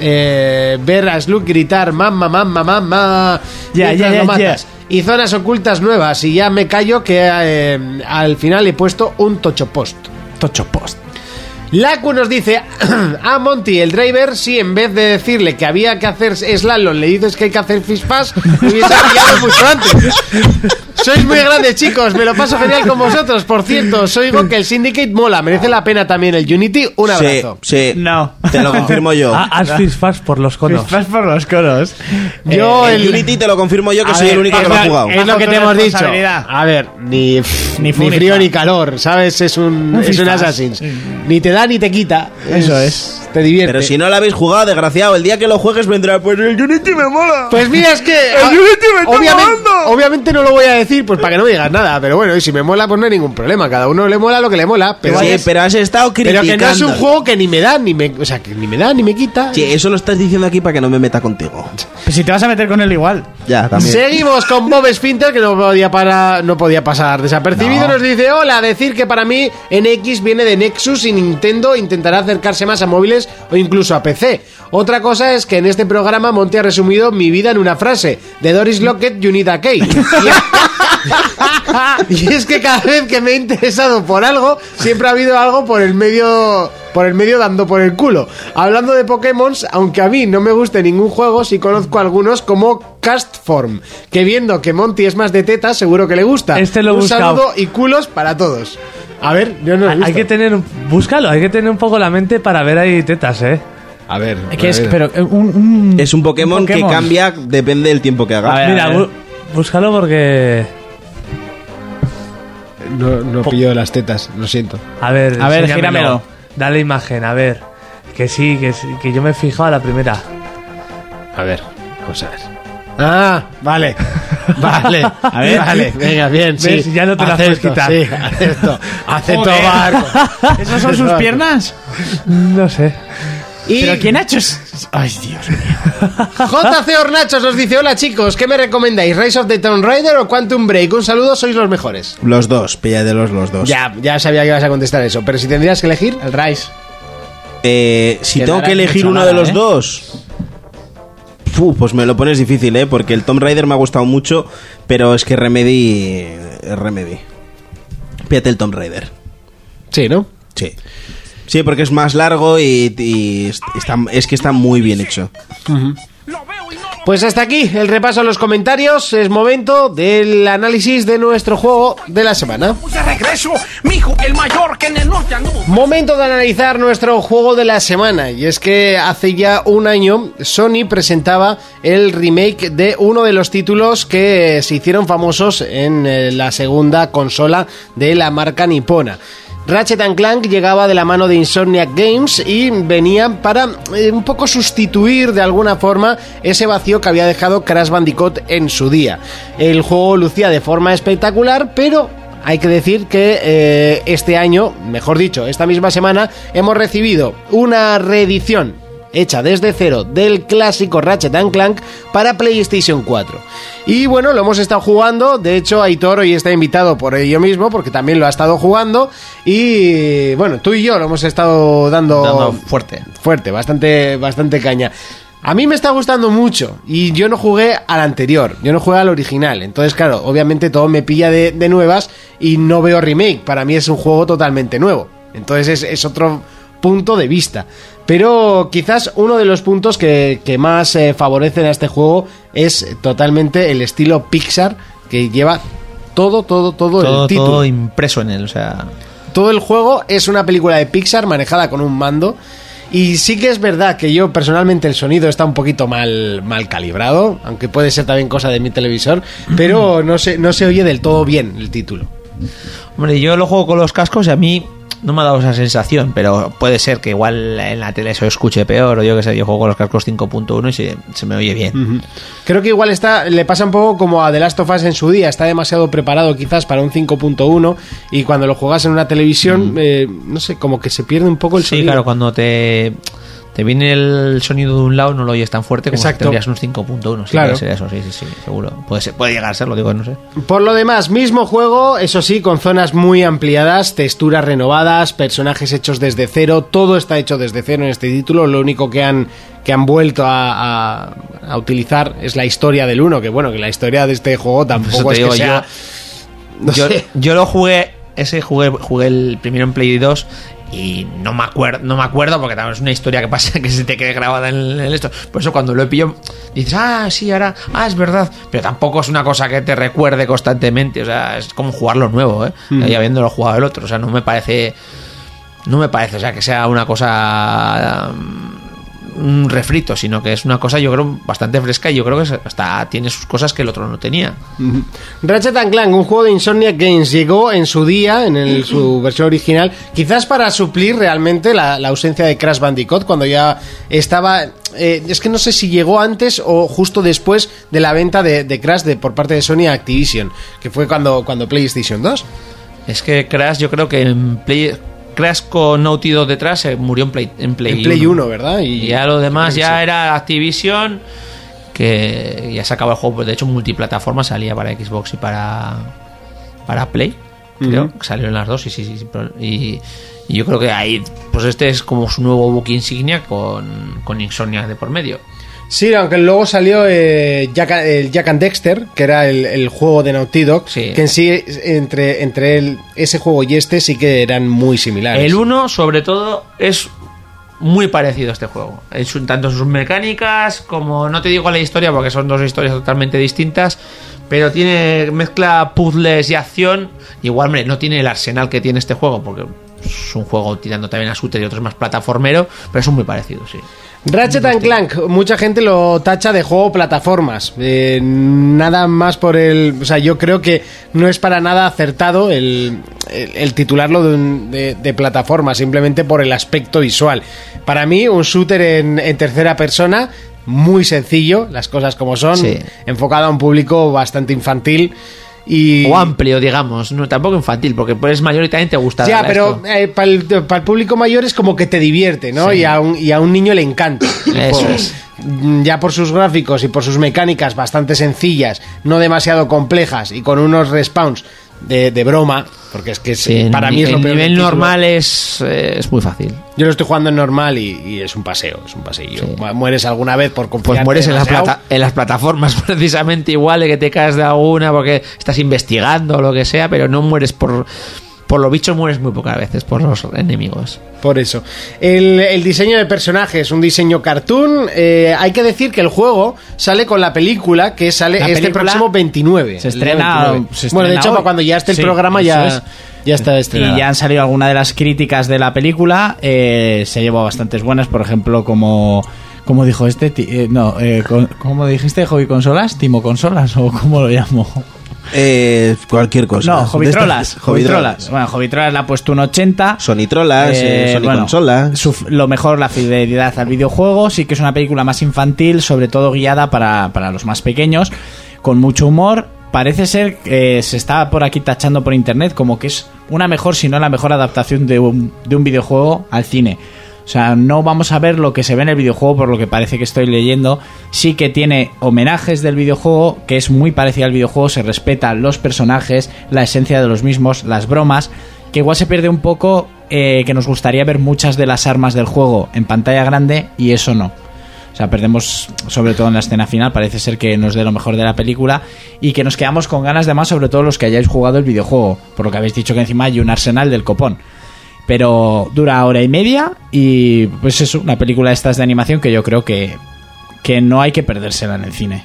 [SPEAKER 2] Eh, ver a Slug gritar mamá, mamá, mamá.
[SPEAKER 4] Ya,
[SPEAKER 2] mientras
[SPEAKER 4] ya,
[SPEAKER 2] lo
[SPEAKER 4] ya,
[SPEAKER 2] matas.
[SPEAKER 4] ya.
[SPEAKER 2] Y zonas ocultas nuevas. Y ya me callo que eh, al final he puesto un tocho post.
[SPEAKER 4] Tocho Post.
[SPEAKER 2] Laku nos dice a Monty, el driver, si en vez de decirle que había que hacer slalom, le dices que hay que hacer fispas, me hubiese pillado mucho antes. Sois muy grandes, chicos. Me lo paso genial con vosotros. Por cierto, os oigo que el Syndicate mola. Merece la pena también el Unity. Un
[SPEAKER 5] Sí,
[SPEAKER 2] abrazo.
[SPEAKER 5] sí.
[SPEAKER 4] No.
[SPEAKER 5] Te lo confirmo yo.
[SPEAKER 6] Ah, Haz fistfast por los conos.
[SPEAKER 4] Vas por los coros.
[SPEAKER 2] Yo,
[SPEAKER 5] el
[SPEAKER 2] el.
[SPEAKER 5] Eh, Unity te lo confirmo yo que
[SPEAKER 2] A
[SPEAKER 5] soy
[SPEAKER 2] ver,
[SPEAKER 5] el único que lo ha
[SPEAKER 2] es-
[SPEAKER 5] jugado.
[SPEAKER 2] Es lo que
[SPEAKER 4] Bajo
[SPEAKER 2] te
[SPEAKER 4] tu
[SPEAKER 2] hemos dicho.
[SPEAKER 4] responsabilidad.
[SPEAKER 2] A ver, ni, pf,
[SPEAKER 4] Ni
[SPEAKER 2] ni,
[SPEAKER 4] fu ni
[SPEAKER 2] frío
[SPEAKER 4] fa.
[SPEAKER 2] ni calor, ¿sabes? Es un, es un
[SPEAKER 4] fifas.
[SPEAKER 2] Assassin's. Ni te da ni te quita. Eso es. Te divierte.
[SPEAKER 5] Pero si no lo habéis jugado, desgraciado, el día que lo juegues vendrá pues el Unity me mola.
[SPEAKER 2] Pues mira, es que. ah,
[SPEAKER 5] Unity este me está
[SPEAKER 2] obviamente,
[SPEAKER 5] molando.
[SPEAKER 2] obviamente no lo voy a decir, pues para que no digas nada. Pero bueno, y si me mola, pues no hay ningún problema. Cada uno le mola lo que le mola. Pero,
[SPEAKER 5] sí,
[SPEAKER 2] es-
[SPEAKER 5] pero has estado
[SPEAKER 2] pero que
[SPEAKER 5] criticando.
[SPEAKER 2] no es un juego que ni me da, ni me. O sea, que ni me da, ni me quita.
[SPEAKER 5] Sí, eso lo estás diciendo aquí para que no me meta contigo.
[SPEAKER 4] Pues si te vas a meter con él igual.
[SPEAKER 5] Ya, también.
[SPEAKER 2] Seguimos con Bob Spinter, que no podía, para, no podía pasar desapercibido. Nos dice: Hola, decir que para mí NX viene de Nexus y Nintendo intentará acercarse más a móviles o incluso a PC. Otra cosa es que en este programa Monty ha resumido mi vida en una frase: de Doris Lockett, you need a K. Y es que cada vez que me he interesado por algo, siempre ha habido algo por el medio por el medio dando por el culo. Hablando de Pokémon, aunque a mí no me guste ningún juego, sí conozco algunos como Castform, que viendo que Monty es más de teta, seguro que le gusta.
[SPEAKER 6] Este lo he
[SPEAKER 2] Un
[SPEAKER 6] buscado.
[SPEAKER 2] saludo y culos para todos. A ver, yo no lo he
[SPEAKER 6] Ah, Hay
[SPEAKER 2] visto.
[SPEAKER 6] que tener... un- Búscalo, hay que tener un poco la mente para ver ahí tetas, ¿eh?
[SPEAKER 2] A ver.
[SPEAKER 4] Que es, pero eh, un, un-
[SPEAKER 5] Es un Pokémon,
[SPEAKER 4] Pokémon.
[SPEAKER 5] que cambia depende del tiempo que haga.
[SPEAKER 4] A ver,
[SPEAKER 6] Mira,
[SPEAKER 4] a ver.
[SPEAKER 6] bú- búscalo porque...
[SPEAKER 2] No, no pillo las tetas, lo siento.
[SPEAKER 6] A ver,
[SPEAKER 4] A ver,
[SPEAKER 6] enséñamelo.
[SPEAKER 4] gíramelo.
[SPEAKER 6] Dale imagen, a ver. Que sí, que, sí, que yo me he fijado a la primera.
[SPEAKER 2] A ver, vamos a ver. Ah, vale. Vale.
[SPEAKER 4] A ver.
[SPEAKER 2] vale. Venga, bien,
[SPEAKER 6] ¿Ves?
[SPEAKER 2] sí.
[SPEAKER 6] Ya no te la puedes
[SPEAKER 2] Acepto,
[SPEAKER 6] quitar.
[SPEAKER 2] Sí, acepto. Acepto,
[SPEAKER 4] Joder.
[SPEAKER 2] barco.
[SPEAKER 4] ¿Esas son sus piernas?
[SPEAKER 6] No sé.
[SPEAKER 2] Y
[SPEAKER 4] ¿Pero quién ha hecho es- Ay, Dios mío.
[SPEAKER 2] JC Hornachos nos dice: Hola chicos, ¿qué me recomendáis? ¿Rise of the Tomb Raider o Quantum Break? Un saludo, sois los mejores.
[SPEAKER 5] Los dos, pílladelos los dos.
[SPEAKER 2] Ya, ya sabía que ibas a contestar eso, pero si tendrías que elegir.
[SPEAKER 4] El Rice.
[SPEAKER 5] Eh, si
[SPEAKER 13] Que no
[SPEAKER 5] tengo
[SPEAKER 13] le
[SPEAKER 5] que
[SPEAKER 13] han
[SPEAKER 5] elegir
[SPEAKER 13] dicho
[SPEAKER 5] uno de
[SPEAKER 13] nada,
[SPEAKER 5] los
[SPEAKER 13] ¿eh?
[SPEAKER 5] dos. Fu, pues me lo pones difícil, ¿eh? Porque el Tomb Raider me ha gustado mucho, pero es que Remedy. es Remedy. Pídate el Tomb Raider.
[SPEAKER 14] Sí, ¿no?
[SPEAKER 5] Sí. Sí, porque es más largo y, y es- está, es que está muy bien hecho.
[SPEAKER 2] Pues hasta aquí el repaso a los comentarios. Es momento del análisis de nuestro juego de la semana.
[SPEAKER 1] De regreso, mijo, el mayor que en el norte anduvo.
[SPEAKER 2] Momento de analizar nuestro juego de la semana. Y es que hace ya un año Sony presentaba el remake de uno de los títulos que se hicieron famosos en eh, la segunda consola de la marca nipona. Ratchet and Clank llegaba de la mano de Insomniac Games y venía para eh, un poco sustituir de alguna forma ese vacío que había dejado Crash Bandicoot en su día. El juego lucía de forma espectacular, pero hay que decir que eh, este año, mejor dicho, esta misma semana, hemos recibido una reedición hecha desde cero del clásico Ratchet and Clank para PlayStation 4. Y bueno, lo hemos estado jugando, de hecho Aitor hoy está invitado por ello mismo porque también lo ha estado jugando y bueno, tú y yo lo hemos estado dando,
[SPEAKER 7] Dando fuerte.
[SPEAKER 2] fuerte, bastante bastante caña. A mí me está gustando mucho y yo no jugué al anterior, yo no jugué al original. Entonces, claro, obviamente todo me pilla de, de nuevas y no veo remake. Para mí es un juego totalmente nuevo. Entonces es, es otro punto de vista. Pero quizás uno de los puntos que, que más eh, favorecen a este juego es totalmente el estilo Pixar que lleva todo, todo, todo,
[SPEAKER 7] Todo,
[SPEAKER 2] el título
[SPEAKER 7] todo impreso en él, o sea.
[SPEAKER 2] todo el juego es una película de Pixar manejada con un mando. Y sí que es verdad que yo personalmente el sonido está un poquito mal, mal calibrado, aunque puede ser también cosa de mi televisor, pero no se, no se oye del todo bien el título.
[SPEAKER 7] Hombre, yo lo juego con los cascos y a mí no me ha dado esa sensación, pero puede ser que igual en la tele se escuche peor o yo qué sé, yo juego con los cascos 5.1 y se, se me oye bien.
[SPEAKER 2] Creo que igual está, le pasa un poco como a The Last of Us en su día, está demasiado preparado quizás para un 5.1 y cuando lo juegas en una televisión, eh, no sé, como que se pierde un poco el
[SPEAKER 7] Pues sí,
[SPEAKER 2] sonido.
[SPEAKER 7] claro, cuando te, te viene el sonido de un lado no lo oyes tan fuerte como si
[SPEAKER 2] Exacto.
[SPEAKER 7] tendrías un 5.1. Sí,
[SPEAKER 2] Claro.
[SPEAKER 7] puede ser eso, sí, sí, sí, seguro. Puede, ser- puede llegar a ser, lo digo, no sé.
[SPEAKER 2] Por lo demás, mismo juego, eso sí, con zonas muy ampliadas, texturas renovadas, personajes hechos desde cero, todo está hecho desde cero en este título, lo único que han, que han vuelto a, a- a utilizar es la historia del uno, que bueno, que la historia de este juego
[SPEAKER 7] Eso
[SPEAKER 2] tampoco
[SPEAKER 7] te
[SPEAKER 2] es
[SPEAKER 7] digo,
[SPEAKER 2] que sea...
[SPEAKER 7] yo,
[SPEAKER 2] no
[SPEAKER 7] yo,
[SPEAKER 2] sé.
[SPEAKER 7] yo lo jugué, ese jugué, jugué el primero en Play 2 y no me acuerdo, no me acuerdo porque también es una historia que pasa que se te quede grabada en el en esto. Por eso cuando lo pillo dices, "Ah, sí, ahora, ah, es verdad", pero tampoco es una cosa que te recuerde constantemente, o sea, es como jugarlo nuevo, ¿eh?
[SPEAKER 2] Mm.
[SPEAKER 7] Y habiéndolo jugado el otro, o sea, no me parece no me parece, o sea, que sea una cosa um, un refrito, sino que es una cosa yo creo bastante fresca y yo creo que es- hasta tiene sus cosas que el otro no tenía.
[SPEAKER 2] Ratchet and Clank, un juego de Insomniac Games, llegó en su día, en el- su versión original, quizás para suplir realmente la, la ausencia de Crash Bandicoot, cuando ya estaba... eh, es que no sé si llegó antes o justo después de la venta de, de Crash de, por parte de Sony a Activision, que fue cuando, cuando PlayStation 2.
[SPEAKER 7] Es que Crash, yo creo que en Play. Crash con Naughty Dog detrás se murió en Play, en Play,
[SPEAKER 2] En Play 1, ¿verdad?
[SPEAKER 7] Y ya lo demás
[SPEAKER 2] yo creo que
[SPEAKER 7] ya
[SPEAKER 2] sí.
[SPEAKER 7] era Activision, que ya sacaba el juego. pues, De hecho, multiplataforma salía para Xbox y para, para Play. Creo
[SPEAKER 2] Ujú.
[SPEAKER 7] que salieron las dos, sí, sí, sí. sí, pero- Y, y yo creo que ahí, pues este es como su nuevo book insignia con, con Insomnia de por medio.
[SPEAKER 2] Sí, aunque luego salió eh, Jack, el Jack and Dexter, que era el, el juego de Naughty Dog, que en sí, entre, entre el- ese juego y este sí que eran muy similares.
[SPEAKER 7] El 1, sobre todo, es muy parecido a este juego. En su- tanto en sus mecánicas como, no te digo la historia porque son dos historias totalmente distintas, pero tiene mezcla puzzles y acción. Igual, hombre, no tiene el arsenal que tiene este juego porque es un juego tirando también a shooter y otro es más plataformero, pero son muy parecidos, sí.
[SPEAKER 2] Ratchet and Clank, mucha gente lo tacha de juego plataformas. Eh, nada más por el. O sea, yo creo que no es para nada acertado el, el- el titularlo de, un- de- de plataforma, simplemente por el aspecto visual. Para mí, un shooter en, en tercera persona, muy sencillo, las cosas como son,
[SPEAKER 7] Sí.
[SPEAKER 2] enfocado a un público bastante infantil. Y...
[SPEAKER 7] O amplio, digamos, no tampoco infantil, porque eres mayor y también te gusta.
[SPEAKER 2] Ya,
[SPEAKER 7] darle a
[SPEAKER 2] pero
[SPEAKER 7] esto.
[SPEAKER 2] para el, público mayor es como que te divierte, ¿no?
[SPEAKER 7] Sí.
[SPEAKER 2] Y, a un, y a un niño le encanta. el
[SPEAKER 7] Eso
[SPEAKER 2] juego.
[SPEAKER 7] es.
[SPEAKER 2] Mm, Ya por sus gráficos y por sus mecánicas bastante sencillas, no demasiado complejas y con unos respawns de, de broma, porque es que es-
[SPEAKER 7] Sí,
[SPEAKER 2] eh, para
[SPEAKER 7] el-
[SPEAKER 2] mí es lo
[SPEAKER 7] el
[SPEAKER 2] peor del
[SPEAKER 7] nivel
[SPEAKER 2] título.
[SPEAKER 7] normal es, eh, es muy fácil.
[SPEAKER 2] Yo lo estoy jugando en normal y, y es un paseo, es un paseillo. Mu- Mueres alguna vez por confiar.
[SPEAKER 7] Pues mueres en las, plata- en las plataformas precisamente igual de que te caes de alguna porque estás investigando o lo que sea, pero no mueres por, por los bichos, mueres muy pocas veces por los enemigos.
[SPEAKER 2] Por eso. El, el diseño de personajes, un diseño cartoon. eh, hay que decir que el juego sale con la película que sale
[SPEAKER 4] La
[SPEAKER 2] este
[SPEAKER 4] película
[SPEAKER 2] próximo 29.
[SPEAKER 4] Se
[SPEAKER 2] el día
[SPEAKER 4] estrena, um,
[SPEAKER 2] 29.
[SPEAKER 4] se
[SPEAKER 2] bueno, de
[SPEAKER 4] estrena
[SPEAKER 2] hecho,
[SPEAKER 4] hoy.
[SPEAKER 2] para cuando ya esté el
[SPEAKER 4] Sí,
[SPEAKER 2] programa ya,
[SPEAKER 4] eso es.
[SPEAKER 2] ya está estrenado.
[SPEAKER 4] Y ya han salido algunas de las críticas de la película. eh, se ha llevado bastantes buenas, por ejemplo, como. como dijo este? ti- eh, no, eh, con- ¿cómo dijiste? ¿Hobby Consolas? ¿Timo Consolas? ¿O cómo lo llamo?
[SPEAKER 5] Eh, cualquier cosa.
[SPEAKER 4] No, Jovitrolas.
[SPEAKER 5] Jovitrolas.
[SPEAKER 4] Jovitrolas. Bueno, Jovitrolas le ha puesto un 80.
[SPEAKER 5] Sonitrolas, eh, Sony Consola.
[SPEAKER 4] su- lo mejor, la fidelidad al videojuego. Sí que es una película más infantil, sobre todo guiada para, para los más pequeños, con mucho humor. Parece ser que eh, se está por aquí tachando por internet como que es una mejor, si no la mejor adaptación de un, de un videojuego al cine. O sea, no vamos a ver lo que se ve en el videojuego, por lo que parece que estoy leyendo. Sí que tiene homenajes del videojuego, que es muy parecido al videojuego, se respetan los personajes, la esencia de los mismos, las bromas, que igual se pierde un poco eh, que nos gustaría ver muchas de las armas del juego en pantalla grande y eso no. O sea, perdemos sobre todo en la escena final, parece ser que nos dé lo mejor de la película y que nos quedamos con ganas de más, sobre todo los que hayáis jugado el videojuego, por lo que habéis dicho que encima hay un arsenal del copón. Pero dura hora y media y pues es una película de estas de animación que yo creo que, que no hay que perdérsela en el cine.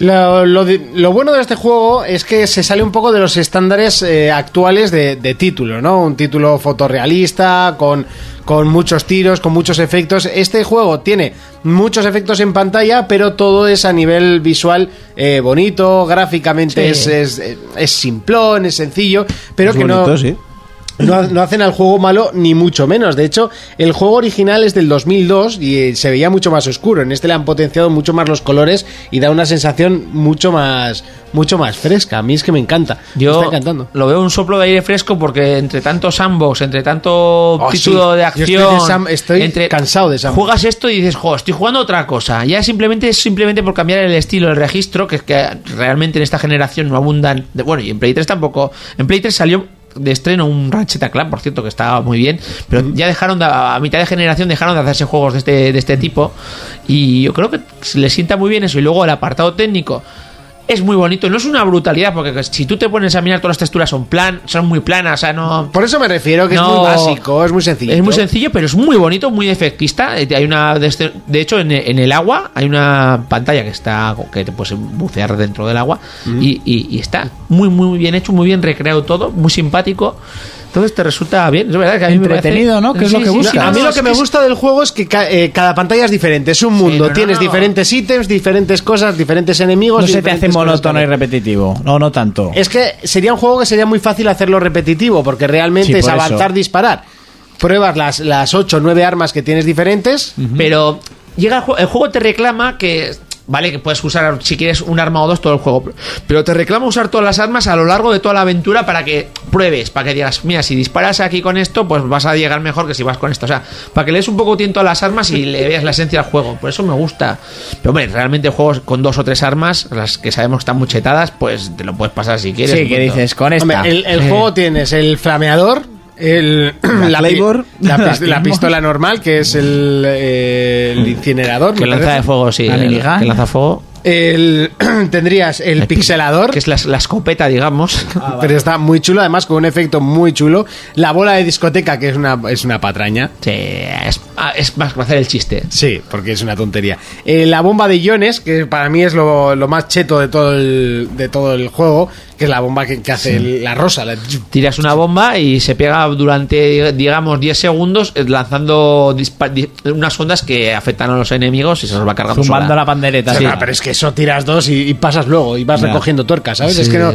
[SPEAKER 2] Lo, lo de- lo bueno de este juego es que se sale un poco de los estándares eh, actuales de, de título, ¿no? Un título fotorrealista, con, con muchos tiros, con muchos efectos. Este juego tiene muchos efectos en pantalla, pero todo es a nivel visual eh, bonito, gráficamente
[SPEAKER 7] Sí.
[SPEAKER 2] es, es, es simplón, es sencillo, pero
[SPEAKER 5] Es
[SPEAKER 2] que no...
[SPEAKER 5] bonito, sí.
[SPEAKER 2] No, ha- no hacen al juego malo ni mucho menos. De hecho, el juego original es del 2002 y eh, se veía mucho más oscuro. En este le han potenciado mucho más los colores y da una sensación mucho más, mucho más fresca. A mí es que me encanta. me
[SPEAKER 7] Yo
[SPEAKER 2] está encantando.
[SPEAKER 7] lo veo un soplo de aire fresco porque entre tanto sandbox, entre tanto
[SPEAKER 2] Oh, sí.
[SPEAKER 7] título de
[SPEAKER 2] Yo
[SPEAKER 7] acción,
[SPEAKER 2] estoy de sam- estoy
[SPEAKER 7] entre-
[SPEAKER 2] cansado de sandbox.
[SPEAKER 7] Juegas esto y dices, jo, estoy jugando otra cosa. Ya simplemente es simplemente por cambiar el estilo, el registro, que, es que realmente en esta generación no abundan. de- bueno, y en Play 3 tampoco. En Play 3 salió de estreno un Ratchet Clank, por cierto, que estaba muy bien, pero ya dejaron de- a mitad de generación dejaron de hacerse juegos de este, de este tipo y yo creo que le sienta muy bien eso y luego el apartado técnico es muy bonito, no es una brutalidad, porque si tú te pones a mirar todas las texturas son plan, son muy planas, o sea, no.
[SPEAKER 2] Por eso me refiero que
[SPEAKER 7] No.
[SPEAKER 2] es muy básico, es muy sencillo.
[SPEAKER 7] Es muy sencillo, pero es muy bonito, muy efectista. Eh, Hay una de este- de hecho en e- en el agua hay una pantalla que está que te puedes bucear dentro del agua y, y- y está muy muy bien hecho, muy bien recreado todo, muy simpático. Entonces te resulta bien, es verdad que a mí me parece-
[SPEAKER 4] Entretenido, ¿no? Que es lo que buscas.
[SPEAKER 2] a mí
[SPEAKER 7] no,
[SPEAKER 2] lo
[SPEAKER 7] es
[SPEAKER 2] que me
[SPEAKER 7] es-
[SPEAKER 2] gusta del juego es que ca- eh, cada pantalla es diferente, es un mundo.
[SPEAKER 7] no, no,
[SPEAKER 2] Tienes
[SPEAKER 7] no.
[SPEAKER 2] diferentes ítems, diferentes cosas, diferentes enemigos.
[SPEAKER 4] No
[SPEAKER 2] y
[SPEAKER 4] se te hace
[SPEAKER 2] diferentes cosas
[SPEAKER 4] monótono y
[SPEAKER 2] también.
[SPEAKER 4] repetitivo. No, no tanto.
[SPEAKER 2] Es que sería un juego que sería muy fácil hacerlo repetitivo, porque realmente
[SPEAKER 4] Sí, por
[SPEAKER 2] es avanzar,
[SPEAKER 4] eso.
[SPEAKER 2] disparar. Pruebas las, las 8 o 9 armas que tienes diferentes.
[SPEAKER 7] Pero llega el juego, el juego te reclama que vale que puedes usar si quieres un arma o dos todo el juego, pero te reclama usar todas las armas a lo largo de toda la aventura para que pruebes, para que digas, mira, si disparas aquí con esto, pues vas a llegar mejor que si vas con esto, o sea, para que le des un poco tiento a las armas y le veas la esencia al juego, por eso me gusta. Pero hombre, realmente juegos con dos o tres armas, las que sabemos que están muchetadas, pues te lo puedes pasar si quieres.
[SPEAKER 4] Sí, que
[SPEAKER 7] punto.
[SPEAKER 4] dices, con esta.
[SPEAKER 2] Hombre, el el
[SPEAKER 7] Eh.
[SPEAKER 2] juego tienes el flameador, el, la, pi-
[SPEAKER 5] Claymore.
[SPEAKER 2] la, pis-
[SPEAKER 4] La
[SPEAKER 2] la pistola normal, que es el, eh, el incinerador.
[SPEAKER 7] que
[SPEAKER 2] me
[SPEAKER 7] lanza
[SPEAKER 2] parece.
[SPEAKER 7] de fuego, sí,
[SPEAKER 4] La
[SPEAKER 7] el-
[SPEAKER 4] minigun.
[SPEAKER 7] que lanza fuego,
[SPEAKER 2] El- tendrías el, pixelador.
[SPEAKER 7] que es la, la escopeta, digamos.
[SPEAKER 2] Pero está muy chulo, además con un efecto muy chulo. La bola de discoteca, que es una, es una patraña.
[SPEAKER 7] Sí, es, ah, es más para hacer el chiste.
[SPEAKER 2] Sí, porque es una tontería. Eh, la bomba de iones, que para mí es lo, lo más cheto de todo el, de todo el juego, que es la bomba que, que hace el- la rosa. la-
[SPEAKER 7] Tiras una bomba y se pega durante, digamos, 10 segundos eh, lanzando dispa- di- unas ondas que afectan a los enemigos y se los va cargando
[SPEAKER 4] Zumbando
[SPEAKER 7] sola.
[SPEAKER 4] la pandereta.
[SPEAKER 2] Sí,
[SPEAKER 4] sí.
[SPEAKER 2] ah, pero es que eso tiras dos y, y pasas luego y vas
[SPEAKER 4] Ya.
[SPEAKER 2] recogiendo tuercas, ¿sabes?
[SPEAKER 7] Sí.
[SPEAKER 2] Es que no.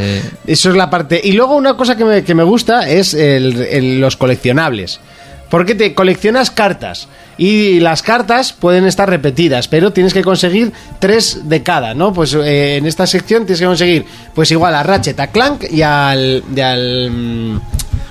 [SPEAKER 2] Eso es la parte. Y luego una cosa que me, que me gusta es el- el- los coleccionables. Porque te coleccionas cartas y las cartas pueden estar repetidas, pero tienes que conseguir tres de cada, ¿no? Pues eh, en esta sección tienes que conseguir, pues igual a Ratchet, a Clank y al. y al, mm,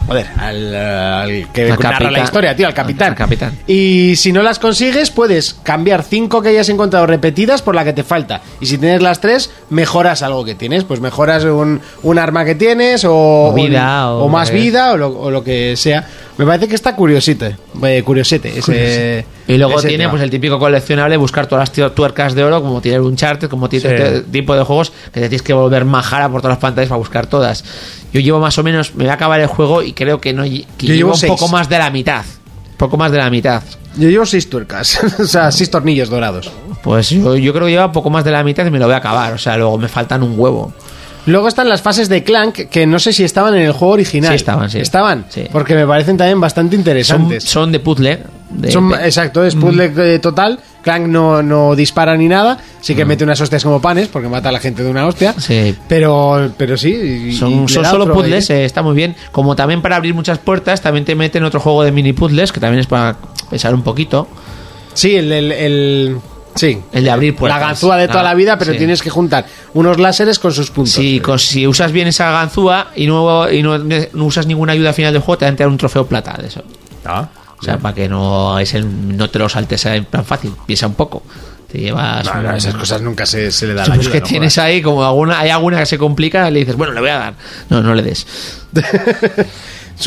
[SPEAKER 2] Joder, al, al que
[SPEAKER 7] Al
[SPEAKER 2] narra la
[SPEAKER 7] capitán.
[SPEAKER 2] historia, tío, al capitán.
[SPEAKER 7] Al capitán.
[SPEAKER 2] Y si no las consigues, puedes cambiar cinco que hayas encontrado repetidas por la que te falta. Y si tienes las tres, mejoras algo que tienes. Pues mejoras un, un arma que tienes o,
[SPEAKER 7] O vida,
[SPEAKER 2] un-
[SPEAKER 7] o-
[SPEAKER 2] o más vida o lo, o lo que sea. Me parece que está curiosito. eh, curiosete. Ese,
[SPEAKER 7] Y luego
[SPEAKER 2] ese
[SPEAKER 7] tiene
[SPEAKER 2] tema.
[SPEAKER 7] pues el típico coleccionable, buscar todas las tio- tuercas de oro, como tiene el Uncharted, como tiene
[SPEAKER 2] Sí.
[SPEAKER 7] este tipo de juegos, que te tienes que volver majara por todas las pantallas para buscar todas. Yo llevo más o menos, me voy a acabar el juego y creo que no lle- que
[SPEAKER 2] Yo llevo
[SPEAKER 7] llevo un
[SPEAKER 2] seis.
[SPEAKER 7] poco más de la mitad. Poco más de la mitad.
[SPEAKER 2] Yo llevo seis tuercas, o sea, seis tornillos dorados.
[SPEAKER 7] Pues yo, yo creo que lleva poco más de la mitad y me lo voy a acabar. O sea, luego me faltan un huevo.
[SPEAKER 2] Luego están las fases de Clank, que no sé si estaban en el juego original.
[SPEAKER 7] Sí, estaban, sí.
[SPEAKER 2] Estaban, porque me parecen también bastante
[SPEAKER 7] Son,
[SPEAKER 2] interesantes.
[SPEAKER 7] son de puzzle. ¿eh? de-
[SPEAKER 2] Son-
[SPEAKER 7] de-
[SPEAKER 2] exacto, es puzzle
[SPEAKER 7] Mm.
[SPEAKER 2] eh, total. Clank no, no dispara ni nada, sí que mete unas hostias como panes, porque mata a la gente de una hostia.
[SPEAKER 7] Mm. Sí.
[SPEAKER 2] Pero, pero sí. y- y
[SPEAKER 7] Son,
[SPEAKER 2] le
[SPEAKER 7] son
[SPEAKER 2] da
[SPEAKER 7] solo
[SPEAKER 2] otro
[SPEAKER 7] puzzles,
[SPEAKER 2] aire.
[SPEAKER 7] eh, está muy bien. Como también para abrir muchas puertas, también te meten otro juego de mini puzzles, que también es para pensar un poquito.
[SPEAKER 2] Sí, el, el, el- sí.
[SPEAKER 7] El de abrir eh. puertas.
[SPEAKER 2] La ganzúa de toda
[SPEAKER 7] Ah,
[SPEAKER 2] la vida, pero
[SPEAKER 7] sí.
[SPEAKER 2] tienes que juntar unos láseres con sus puntos.
[SPEAKER 7] Si, con- si usas bien esa ganzúa y no, y no, no usas ninguna ayuda al final del juego, te van a dar un trofeo plata de eso.
[SPEAKER 2] Ah,
[SPEAKER 7] o sea, para que no, es el- no te lo saltes en plan fácil. Piensa un poco. Te llevas.
[SPEAKER 2] No, no, esas cosas nunca se, se le da
[SPEAKER 7] Pues
[SPEAKER 2] la ayuda.
[SPEAKER 7] que
[SPEAKER 2] no
[SPEAKER 7] tienes ahí, como alguna, hay alguna que se complica, le dices, bueno, le voy a dar. No, no le des.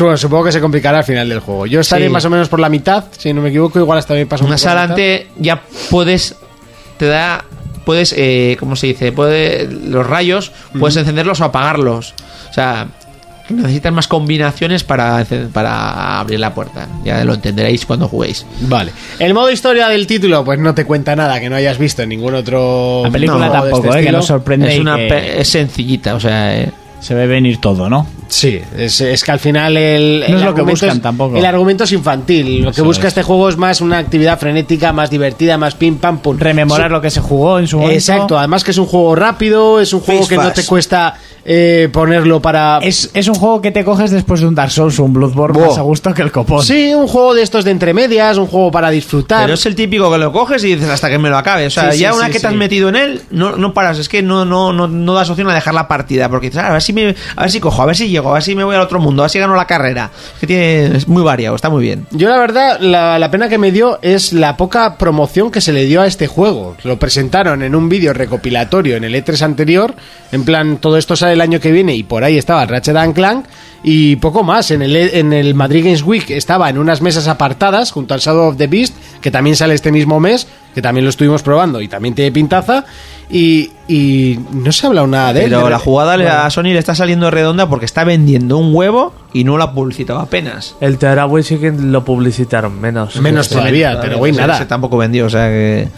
[SPEAKER 2] Bueno, supongo que se complicará al final del juego. Yo estaré
[SPEAKER 7] Sí.
[SPEAKER 2] más o menos por la mitad, si no me equivoco, igual hasta bien paso un
[SPEAKER 7] Más
[SPEAKER 2] poco la mitad.
[SPEAKER 7] adelante ya puedes. Te da. Puedes. Eh, ¿Cómo se dice? Puede, los rayos. Puedes encenderlos o apagarlos. O sea. Necesitas más combinaciones para, encen- para abrir la puerta. Ya lo entenderéis cuando juguéis.
[SPEAKER 2] Vale. El modo historia del título, pues no te cuenta nada que no hayas visto en ningún otro. juego de este
[SPEAKER 4] ¿eh?
[SPEAKER 2] estilo.
[SPEAKER 7] Es, una pe- es sencillita, o sea. eh.
[SPEAKER 4] Se ve venir todo, ¿no?
[SPEAKER 2] Sí, es, es que al final el,
[SPEAKER 4] No
[SPEAKER 2] el
[SPEAKER 4] es lo que
[SPEAKER 2] argumento
[SPEAKER 4] buscan
[SPEAKER 2] es-
[SPEAKER 4] tampoco.
[SPEAKER 2] el argumento es infantil. Lo que
[SPEAKER 4] Eso
[SPEAKER 2] busca
[SPEAKER 4] es.
[SPEAKER 2] este juego es más una actividad frenética, más divertida, más pim pam pum.
[SPEAKER 4] Rememorar lo que se jugó en su momento.
[SPEAKER 2] Exacto, además que es un juego rápido, es un juego
[SPEAKER 4] Fist
[SPEAKER 2] que no
[SPEAKER 4] fast.
[SPEAKER 2] te cuesta eh, ponerlo para...
[SPEAKER 4] Es, es un juego que te coges después de un Dark Souls o un Bloodborne
[SPEAKER 2] Buah.
[SPEAKER 4] más a gusto que el copón.
[SPEAKER 2] Sí, un juego de estos de entremedias, un juego para disfrutar.
[SPEAKER 7] Pero es el típico que lo coges y dices hasta que me lo acabe. O sea,
[SPEAKER 2] Sí, sí,
[SPEAKER 7] ya una
[SPEAKER 2] sí,
[SPEAKER 7] que te has
[SPEAKER 2] sí.
[SPEAKER 7] metido en él, no, no paras. Es que no, no, no, no das opción a dejar la partida. Porque dices, "Ah, a ver si me, a ver si cojo, a ver si llego, a ver si me voy al otro mundo, a ver si gano la carrera. Es que tiene, es muy variado, está muy bien.
[SPEAKER 2] Yo la verdad, la, la pena que me dio es la poca promoción que se le dio a este juego. Lo presentaron en un vídeo recopilatorio en el E3 anterior, en plan, todo esto sale el año que viene y por ahí estaba Ratchet and Clank y poco más. En el, E- en el Madrid Games Week estaba en unas mesas apartadas junto al Shadow of the Beast, que también sale este mismo mes, que también lo estuvimos probando y también tiene pintaza. Y, y no se ha hablado nada de él.
[SPEAKER 7] Pero
[SPEAKER 2] De-
[SPEAKER 7] la jugada le-
[SPEAKER 2] Bueno.
[SPEAKER 7] a Sony le está saliendo redonda porque está vendiendo un huevo y no la ha publicitado apenas.
[SPEAKER 6] El Tearaway sí que lo publicitaron menos.
[SPEAKER 2] Menos todavía, pero güey,
[SPEAKER 7] O sea,
[SPEAKER 2] nada.
[SPEAKER 7] ese tampoco vendió, o sea que.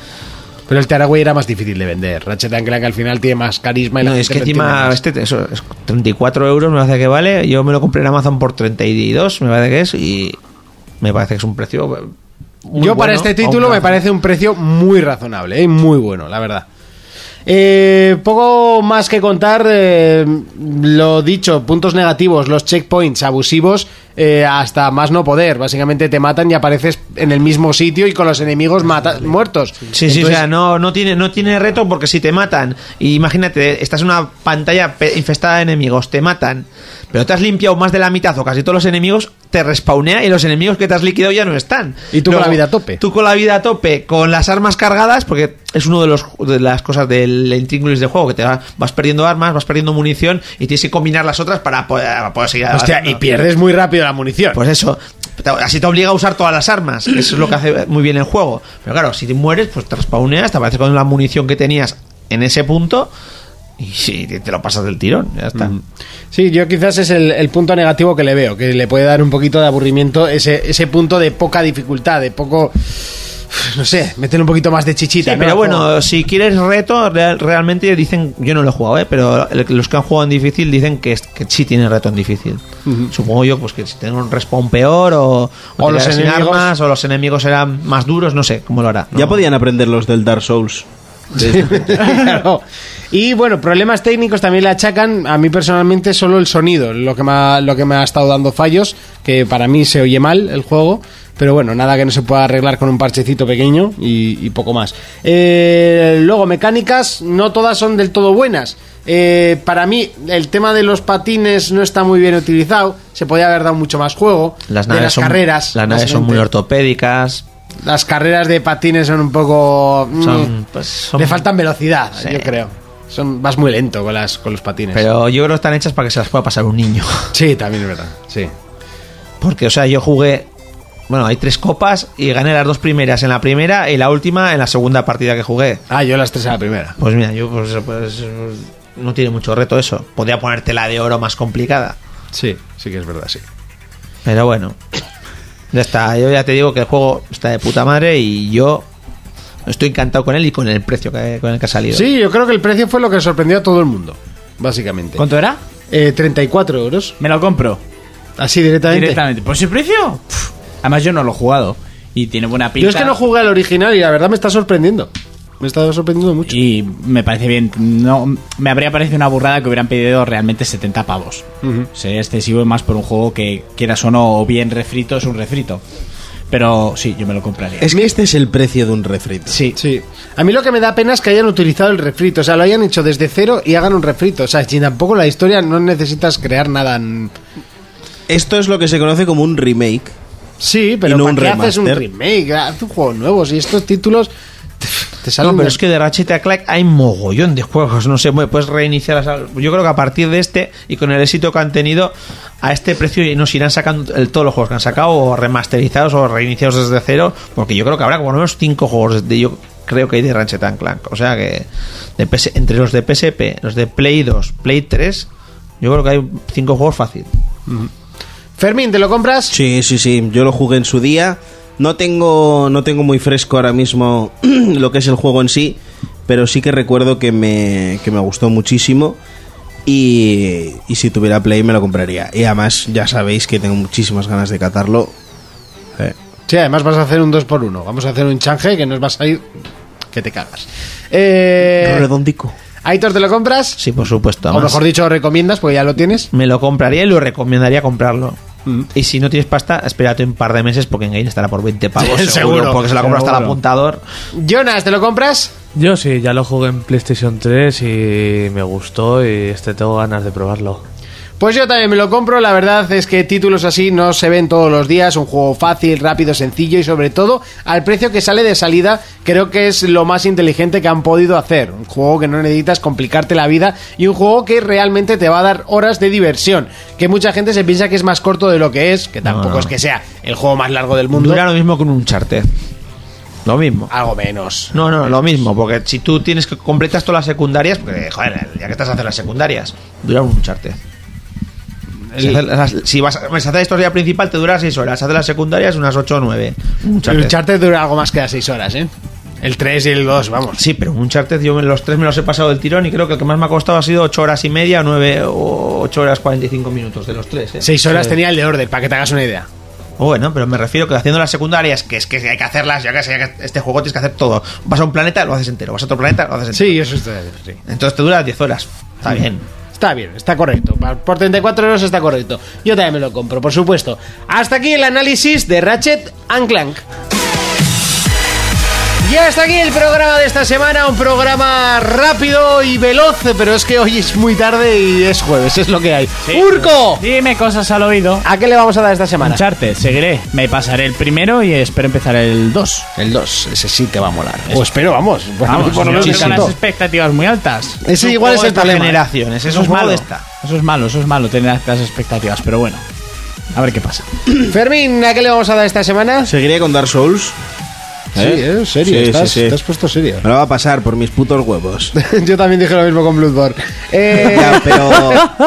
[SPEAKER 2] Pero el Tearaway era más difícil de vender. Ratchet and Clank al final tiene más carisma y la
[SPEAKER 7] No, es
[SPEAKER 2] gente
[SPEAKER 7] que
[SPEAKER 2] lo entiende
[SPEAKER 7] encima
[SPEAKER 2] más.
[SPEAKER 7] este eso, es 34 euros me parece que vale. Yo me lo compré en Amazon por 32, me parece que es, y me parece que es un precio. muy
[SPEAKER 2] Yo para
[SPEAKER 7] bueno,
[SPEAKER 2] este
[SPEAKER 7] a un
[SPEAKER 2] título me
[SPEAKER 7] razonable.
[SPEAKER 2] parece un precio muy razonable, ¿eh? muy bueno, la verdad. Eh, poco más que contar, eh, lo dicho, puntos negativos, los checkpoints abusivos, eh, hasta más no poder. Básicamente te matan y apareces en el mismo sitio y con los enemigos mata- muertos.
[SPEAKER 7] Sí, sí, o sea, no, no, tiene, no tiene reto porque si te matan, y imagínate, estás en una pantalla pe- infestada de enemigos, te matan, pero te has limpiado más de la mitad o casi todos los enemigos, te respawnea y los enemigos que te has liquidado ya no están.
[SPEAKER 2] Y tú con la vida a tope.
[SPEAKER 7] Tú con la vida a tope, con las armas cargadas, porque es una de, los- de las cosas del intríngulis de juego, que te va- vas perdiendo armas, vas perdiendo munición y tienes que combinar las otras para poder, para poder seguir
[SPEAKER 2] Hostia,
[SPEAKER 7] avanzando.
[SPEAKER 2] y pierdes muy rápido la munición.
[SPEAKER 7] Pues eso, te- así te obliga a usar todas las armas. que Eso es lo que hace muy bien el juego. Pero claro, si te mueres, pues te respawneas, te aparece con la munición que tenías en ese punto. Y sí, te te lo pasas del tirón, ya está.
[SPEAKER 2] Sí, yo quizás es el, el punto negativo que le veo, que le puede dar un poquito de aburrimiento ese, ese punto de poca dificultad, de poco... No sé, meter un poquito más de
[SPEAKER 7] Sí,
[SPEAKER 2] chichita. ¿no?
[SPEAKER 7] pero
[SPEAKER 2] Al
[SPEAKER 7] bueno,
[SPEAKER 2] juego.
[SPEAKER 7] si quieres reto, real- realmente dicen, yo no lo he jugado, ¿eh? pero el- los que han jugado en difícil dicen que, es- que sí tiene reto en difícil. Supongo yo pues que si tienen un respawn peor o,
[SPEAKER 2] O
[SPEAKER 7] te
[SPEAKER 2] los
[SPEAKER 7] quedas sin
[SPEAKER 2] enemigos-
[SPEAKER 7] armas o los enemigos eran más duros, no sé cómo lo hará. ¿no?
[SPEAKER 5] Ya podían aprender los del Dark Souls.
[SPEAKER 2] Claro. Y bueno, problemas técnicos también le achacan a mí personalmente solo el sonido, lo que me ha, lo que me ha estado dando fallos, que para mí se oye mal el juego, pero bueno, nada que no se pueda arreglar con un parchecito pequeño y, y poco más. Eh, luego, mecánicas, no todas son del todo buenas. Eh, para mí, el tema de los patines no está muy bien utilizado, se podía haber dado mucho más juego.
[SPEAKER 7] Las
[SPEAKER 2] de
[SPEAKER 7] naves
[SPEAKER 2] las
[SPEAKER 7] son,
[SPEAKER 2] carreras.
[SPEAKER 7] Las naves son
[SPEAKER 2] básicamente.
[SPEAKER 7] muy ortopédicas.
[SPEAKER 2] Las carreras de patines son un poco. mm,
[SPEAKER 7] Son, pues, son-
[SPEAKER 2] Le faltan velocidad,
[SPEAKER 7] Sí.
[SPEAKER 2] yo creo. Son, vas muy lento con, las, con los patines.
[SPEAKER 7] Pero yo creo que están hechas para que se las pueda pasar un niño.
[SPEAKER 2] Sí, también es verdad. Sí.
[SPEAKER 7] Porque, o sea, yo jugué. Bueno, hay tres copas y gané las dos primeras en la primera y la última en la segunda partida que jugué.
[SPEAKER 2] Ah, yo las tres a la primera.
[SPEAKER 7] Pues mira, yo pues, pues, no tiene mucho reto eso. Podría ponerte la de oro más complicada.
[SPEAKER 2] Sí, sí que es verdad, sí.
[SPEAKER 7] Pero bueno. Ya está, yo ya te digo que el juego está de puta madre y yo estoy encantado con él y con el precio que, con el que ha salido.
[SPEAKER 2] Sí, yo creo que el precio fue lo que sorprendió a todo el mundo, básicamente.
[SPEAKER 4] ¿Cuánto era?
[SPEAKER 2] Eh, 34 euros.
[SPEAKER 4] Me lo compro.
[SPEAKER 2] Así directamente.
[SPEAKER 4] Directamente. ¿Por ese precio? Pff, Además, yo no lo he jugado. Y tiene buena pinta.
[SPEAKER 2] Yo es que no jugué al original y la verdad me está sorprendiendo. Me está sorprendiendo mucho.
[SPEAKER 4] Y me parece bien. No, me habría parecido una burrada que hubieran pedido realmente 70 pavos.
[SPEAKER 2] Ujú.
[SPEAKER 4] Sería excesivo y más por un juego que quieras o no, o bien refrito es un refrito. Pero sí, yo me lo compraría.
[SPEAKER 5] Es que este es el precio de un refrito.
[SPEAKER 4] Sí.
[SPEAKER 2] Sí. A mí lo que me da pena es que hayan utilizado el refrito. O sea, lo hayan hecho desde cero y hagan un refrito. O sea, si tampoco la historia no necesitas crear nada. n-
[SPEAKER 5] Esto es lo que se conoce como un remake.
[SPEAKER 2] Sí, pero
[SPEAKER 5] Y no
[SPEAKER 2] ¿para
[SPEAKER 5] un
[SPEAKER 2] qué haces un
[SPEAKER 5] remaster.
[SPEAKER 2] remake? Haz un juego nuevo. Si estos títulos te, te
[SPEAKER 7] No,
[SPEAKER 2] salen.
[SPEAKER 7] pero
[SPEAKER 2] de-
[SPEAKER 7] es que de Ratchet a Clank hay mogollón de juegos, no sé, bueno, puedes reiniciar. las- Yo creo que a partir de este y con el éxito que han tenido, a este precio nos irán sacando el- todos los juegos que han sacado, o remasterizados o reiniciados desde cero, porque yo creo que habrá como al menos 5 juegos de yo creo que hay de Ratchet and Clank. O sea que de PS entre los de PSP, los de Play 2, Play 3, yo creo que hay 5 juegos fácil.
[SPEAKER 2] Fermín, ¿te lo compras?
[SPEAKER 5] Sí, sí, sí. Yo lo jugué en su día. No tengo, no tengo muy fresco ahora mismo lo que es el juego en sí, pero sí que recuerdo que me, que me gustó muchísimo. Y, y si tuviera Play me lo compraría. Y además ya sabéis que tengo muchísimas ganas de catarlo. Eh,
[SPEAKER 2] Sí, además vas a hacer un 2x1. Vamos a hacer un change que nos va a salir que te cagas. Eh,
[SPEAKER 5] Redondico.
[SPEAKER 2] Aitor, ¿te lo compras?
[SPEAKER 7] Sí, por supuesto.
[SPEAKER 2] O
[SPEAKER 7] además.
[SPEAKER 2] mejor dicho, recomiendas porque ya lo tienes.
[SPEAKER 7] me lo compraría y lo recomendaría comprarlo.
[SPEAKER 2] Mm.
[SPEAKER 7] Y si no tienes pasta, espérate un par de meses porque en Game estará por 20 pavos.
[SPEAKER 2] Sí,
[SPEAKER 7] seguro,
[SPEAKER 2] seguro,
[SPEAKER 7] porque se la compra hasta el
[SPEAKER 6] seguro.
[SPEAKER 7] apuntador.
[SPEAKER 2] Jonas, ¿te lo compras?
[SPEAKER 6] Yo sí, ya lo jugué en PlayStation 3 y me gustó y este tengo ganas de probarlo.
[SPEAKER 2] Pues yo también me lo compro, la verdad es que títulos así no se ven todos los días, un juego fácil, rápido, sencillo y sobre todo al precio que sale de salida creo que es lo más inteligente que han podido hacer, un juego que no necesitas complicarte la vida y un juego que realmente te va a dar horas de diversión, que mucha gente se piensa que es más corto de lo que es, que tampoco
[SPEAKER 7] no.
[SPEAKER 2] es que sea el juego más largo del mundo, Ah.
[SPEAKER 7] Dura lo mismo que un charter. Lo mismo.
[SPEAKER 2] algo menos.
[SPEAKER 7] No, no, lo mismo, porque si tú tienes que completas todas las secundarias, porque joder, ya que estás haciendo las secundarias, dura un charter. Si, haces las- si vas a si haces la historia principal te dura 6 horas, si haces las secundarias unas 8 o 9. Un
[SPEAKER 2] El
[SPEAKER 7] charter.
[SPEAKER 2] Uncharted dura algo más que las 6 horas, ¿eh? El 3 y el 2, vamos.
[SPEAKER 7] Sí, pero un charter yo me- los tres me los he pasado del tirón y creo que el que más me ha costado ha sido 8 horas y media, 9 o 8 horas 45 minutos de los tres. ¿eh?
[SPEAKER 2] 6 horas
[SPEAKER 7] Sí.
[SPEAKER 2] tenía el de Order, para que te hagas una idea.
[SPEAKER 7] Bueno, pero me refiero que haciendo las secundarias, que es que hay que hacerlas, ya que sé, ya que este juego tienes que hacer todo. Vas a un planeta, lo haces entero. Vas a otro planeta, lo haces entero.
[SPEAKER 2] Sí, eso está sí.
[SPEAKER 7] Entonces te dura 10 horas. Está bien.
[SPEAKER 2] Está bien, está correcto. Pa- Por 34 euros está correcto. Yo también me lo compro, por supuesto. Hasta aquí el análisis de Ratchet and Clank. Y hasta aquí el programa de esta semana, un programa rápido y veloz, pero es que hoy es muy tarde y es jueves, es lo que hay. ¡Urco!
[SPEAKER 4] Dime cosas al oído.
[SPEAKER 2] ¿A qué le vamos a dar esta semana?
[SPEAKER 4] Uncharted, seguiré. Me pasaré el primero y espero empezar el 2.
[SPEAKER 2] El 2, ese sí te va a molar. O Pues espero, vamos.
[SPEAKER 4] Vamos,
[SPEAKER 2] por lo
[SPEAKER 4] yo
[SPEAKER 2] menos
[SPEAKER 4] tengo
[SPEAKER 2] el
[SPEAKER 4] las
[SPEAKER 2] dos.
[SPEAKER 4] expectativas muy altas.
[SPEAKER 2] Ese igual es el problema.
[SPEAKER 7] generaciones.
[SPEAKER 4] Eso
[SPEAKER 7] Eso
[SPEAKER 4] es
[SPEAKER 7] es un juego
[SPEAKER 4] malo.
[SPEAKER 7] de esta.
[SPEAKER 4] Eso es malo, eso es malo, tener altas expectativas, pero bueno. A ver qué pasa.
[SPEAKER 2] Fermín, ¿a qué le vamos a dar esta semana?
[SPEAKER 5] Seguiré con Dark Souls. ¿Eh? Sí, sí, sí.
[SPEAKER 2] puesto serio.
[SPEAKER 5] Me lo va a pasar por mis putos huevos.
[SPEAKER 2] Yo también dije lo mismo con Bloodborne. Eh,
[SPEAKER 5] Ya, pero,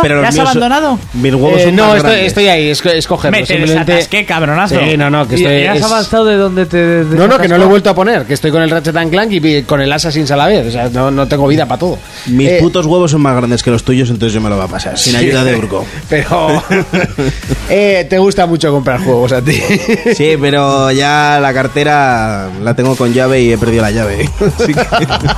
[SPEAKER 5] pero los
[SPEAKER 4] ¿Ya has
[SPEAKER 5] míos son-
[SPEAKER 4] abandonado?
[SPEAKER 5] Mis huevos
[SPEAKER 2] eh,
[SPEAKER 5] son
[SPEAKER 2] no,
[SPEAKER 5] más
[SPEAKER 2] estoy,
[SPEAKER 5] grandes.
[SPEAKER 2] estoy ahí, esco- escogerlo.
[SPEAKER 4] Me te
[SPEAKER 2] simplemente-
[SPEAKER 4] desatasqué, cabronazo.
[SPEAKER 2] Sí, no, no, que
[SPEAKER 6] ¿Y,
[SPEAKER 2] estoy.
[SPEAKER 6] y has
[SPEAKER 2] es-
[SPEAKER 6] avanzado de donde te
[SPEAKER 2] No, no, que no lo he
[SPEAKER 6] desatascas?
[SPEAKER 2] vuelto a poner, que estoy con el Ratchet and Clank y pi- con el Assassin's a la vez. O sea, no, no tengo vida para todo.
[SPEAKER 5] Mis
[SPEAKER 2] Eh,
[SPEAKER 5] putos huevos son más grandes que los tuyos, entonces yo me lo va a pasar. Sin ayuda de Urco.
[SPEAKER 2] Pero. eh, te gusta mucho comprar juegos a ti.
[SPEAKER 5] Sí, pero ya la cartera la tengo con llave y he perdido la llave. Así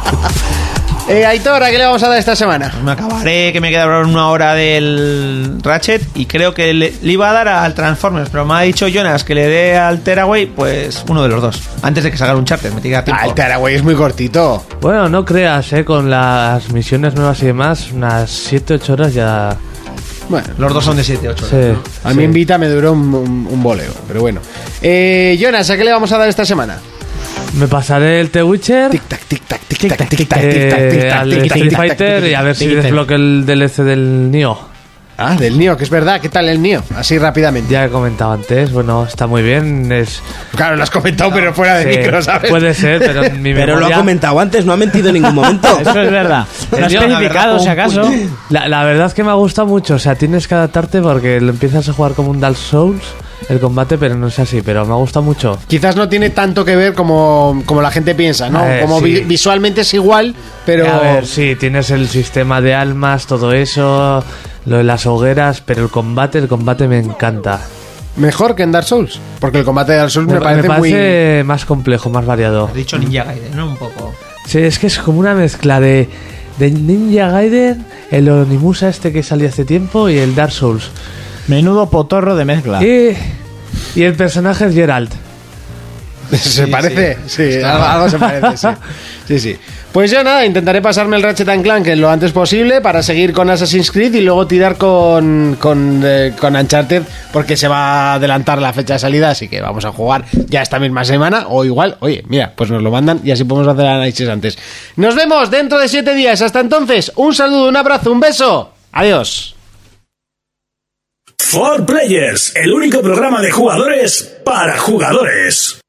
[SPEAKER 5] que-
[SPEAKER 2] Eh, Aitor, ¿a qué le vamos a dar esta semana?
[SPEAKER 7] Me acabaré, que me queda una hora del Ratchet y creo que le, le iba a dar al Transformers, pero me ha dicho Jonas que le dé al Tearaway, pues uno de los dos. Antes de que salga un charter, me diga tiempo.
[SPEAKER 2] Ah, el Tearaway es muy cortito.
[SPEAKER 6] Bueno, no creas, ¿eh? Con las misiones nuevas y demás, unas 7-8 horas ya...
[SPEAKER 2] Bueno,
[SPEAKER 7] los dos son de 7, 8
[SPEAKER 6] Sí.
[SPEAKER 2] A mí en Vita me duró un, un- un voleo, pero bueno. Eh, Jonas, ¿a qué le vamos a dar esta semana?
[SPEAKER 6] Me pasaré el The Witcher. eh, al Street Fighter y a ver si desbloqueo el DLC del Nioh.
[SPEAKER 2] Ah, del Nioh, que es verdad. ¿Qué tal el Nioh? Así rápidamente.
[SPEAKER 6] Ya he comentado antes, bueno, está muy bien. Es...
[SPEAKER 2] Claro, lo has comentado, pero fuera de
[SPEAKER 6] Sí,
[SPEAKER 2] micro, ¿sabes?
[SPEAKER 6] Puede ser, pero en mi
[SPEAKER 5] Pero lo ha
[SPEAKER 6] memoria-
[SPEAKER 5] comentado antes, no ha mentido en ningún momento.
[SPEAKER 4] Eso es verdad. No ha
[SPEAKER 6] Yo, la verdad,
[SPEAKER 4] especificado,
[SPEAKER 6] como
[SPEAKER 4] si
[SPEAKER 6] un
[SPEAKER 4] acaso.
[SPEAKER 6] puño. La, la verdad es que me ha gustado mucho. O sea, tienes que adaptarte porque lo empiezas a jugar como un Dark Souls, el combate, pero no es así. Pero me ha gustado mucho.
[SPEAKER 2] Quizás no tiene tanto que ver como, como la gente piensa, ¿no?
[SPEAKER 6] A ver,
[SPEAKER 2] como
[SPEAKER 6] Eh, sí.
[SPEAKER 2] vi- visualmente es igual, pero...
[SPEAKER 6] A ver, sí, tienes el sistema de almas, todo eso, lo de las hogueras, pero el combate, el combate me encanta.
[SPEAKER 2] Mejor que en Dark Souls, porque el combate de Dark Souls me, parece, muy...
[SPEAKER 6] más complejo, más variado.
[SPEAKER 7] Has dicho Ninja Gaiden, ¿no? Un poco.
[SPEAKER 6] Sí, es que es como una mezcla de, de Ninja Gaiden, el Onimusa este que salió hace tiempo y el Dark Souls.
[SPEAKER 4] Menudo potorro de mezcla.
[SPEAKER 6] Y, y el personaje es Geralt.
[SPEAKER 2] ¿Se
[SPEAKER 6] Sí,
[SPEAKER 2] parece? Sí,
[SPEAKER 6] Claro.
[SPEAKER 2] algo, algo se parece, sí. Sí, sí. Pues yo nada, intentaré pasarme el Ratchet and Clank lo antes posible para seguir con Assassin's Creed y luego tirar con, con, eh, con Uncharted porque se va a adelantar la fecha de salida, así que vamos a jugar ya esta misma semana o igual, oye, mira, pues nos lo mandan y así podemos hacer el análisis antes. Nos vemos dentro de siete días. Hasta entonces, un saludo, un abrazo, un beso. Adiós.
[SPEAKER 1] For Players, el único programa de jugadores para jugadores.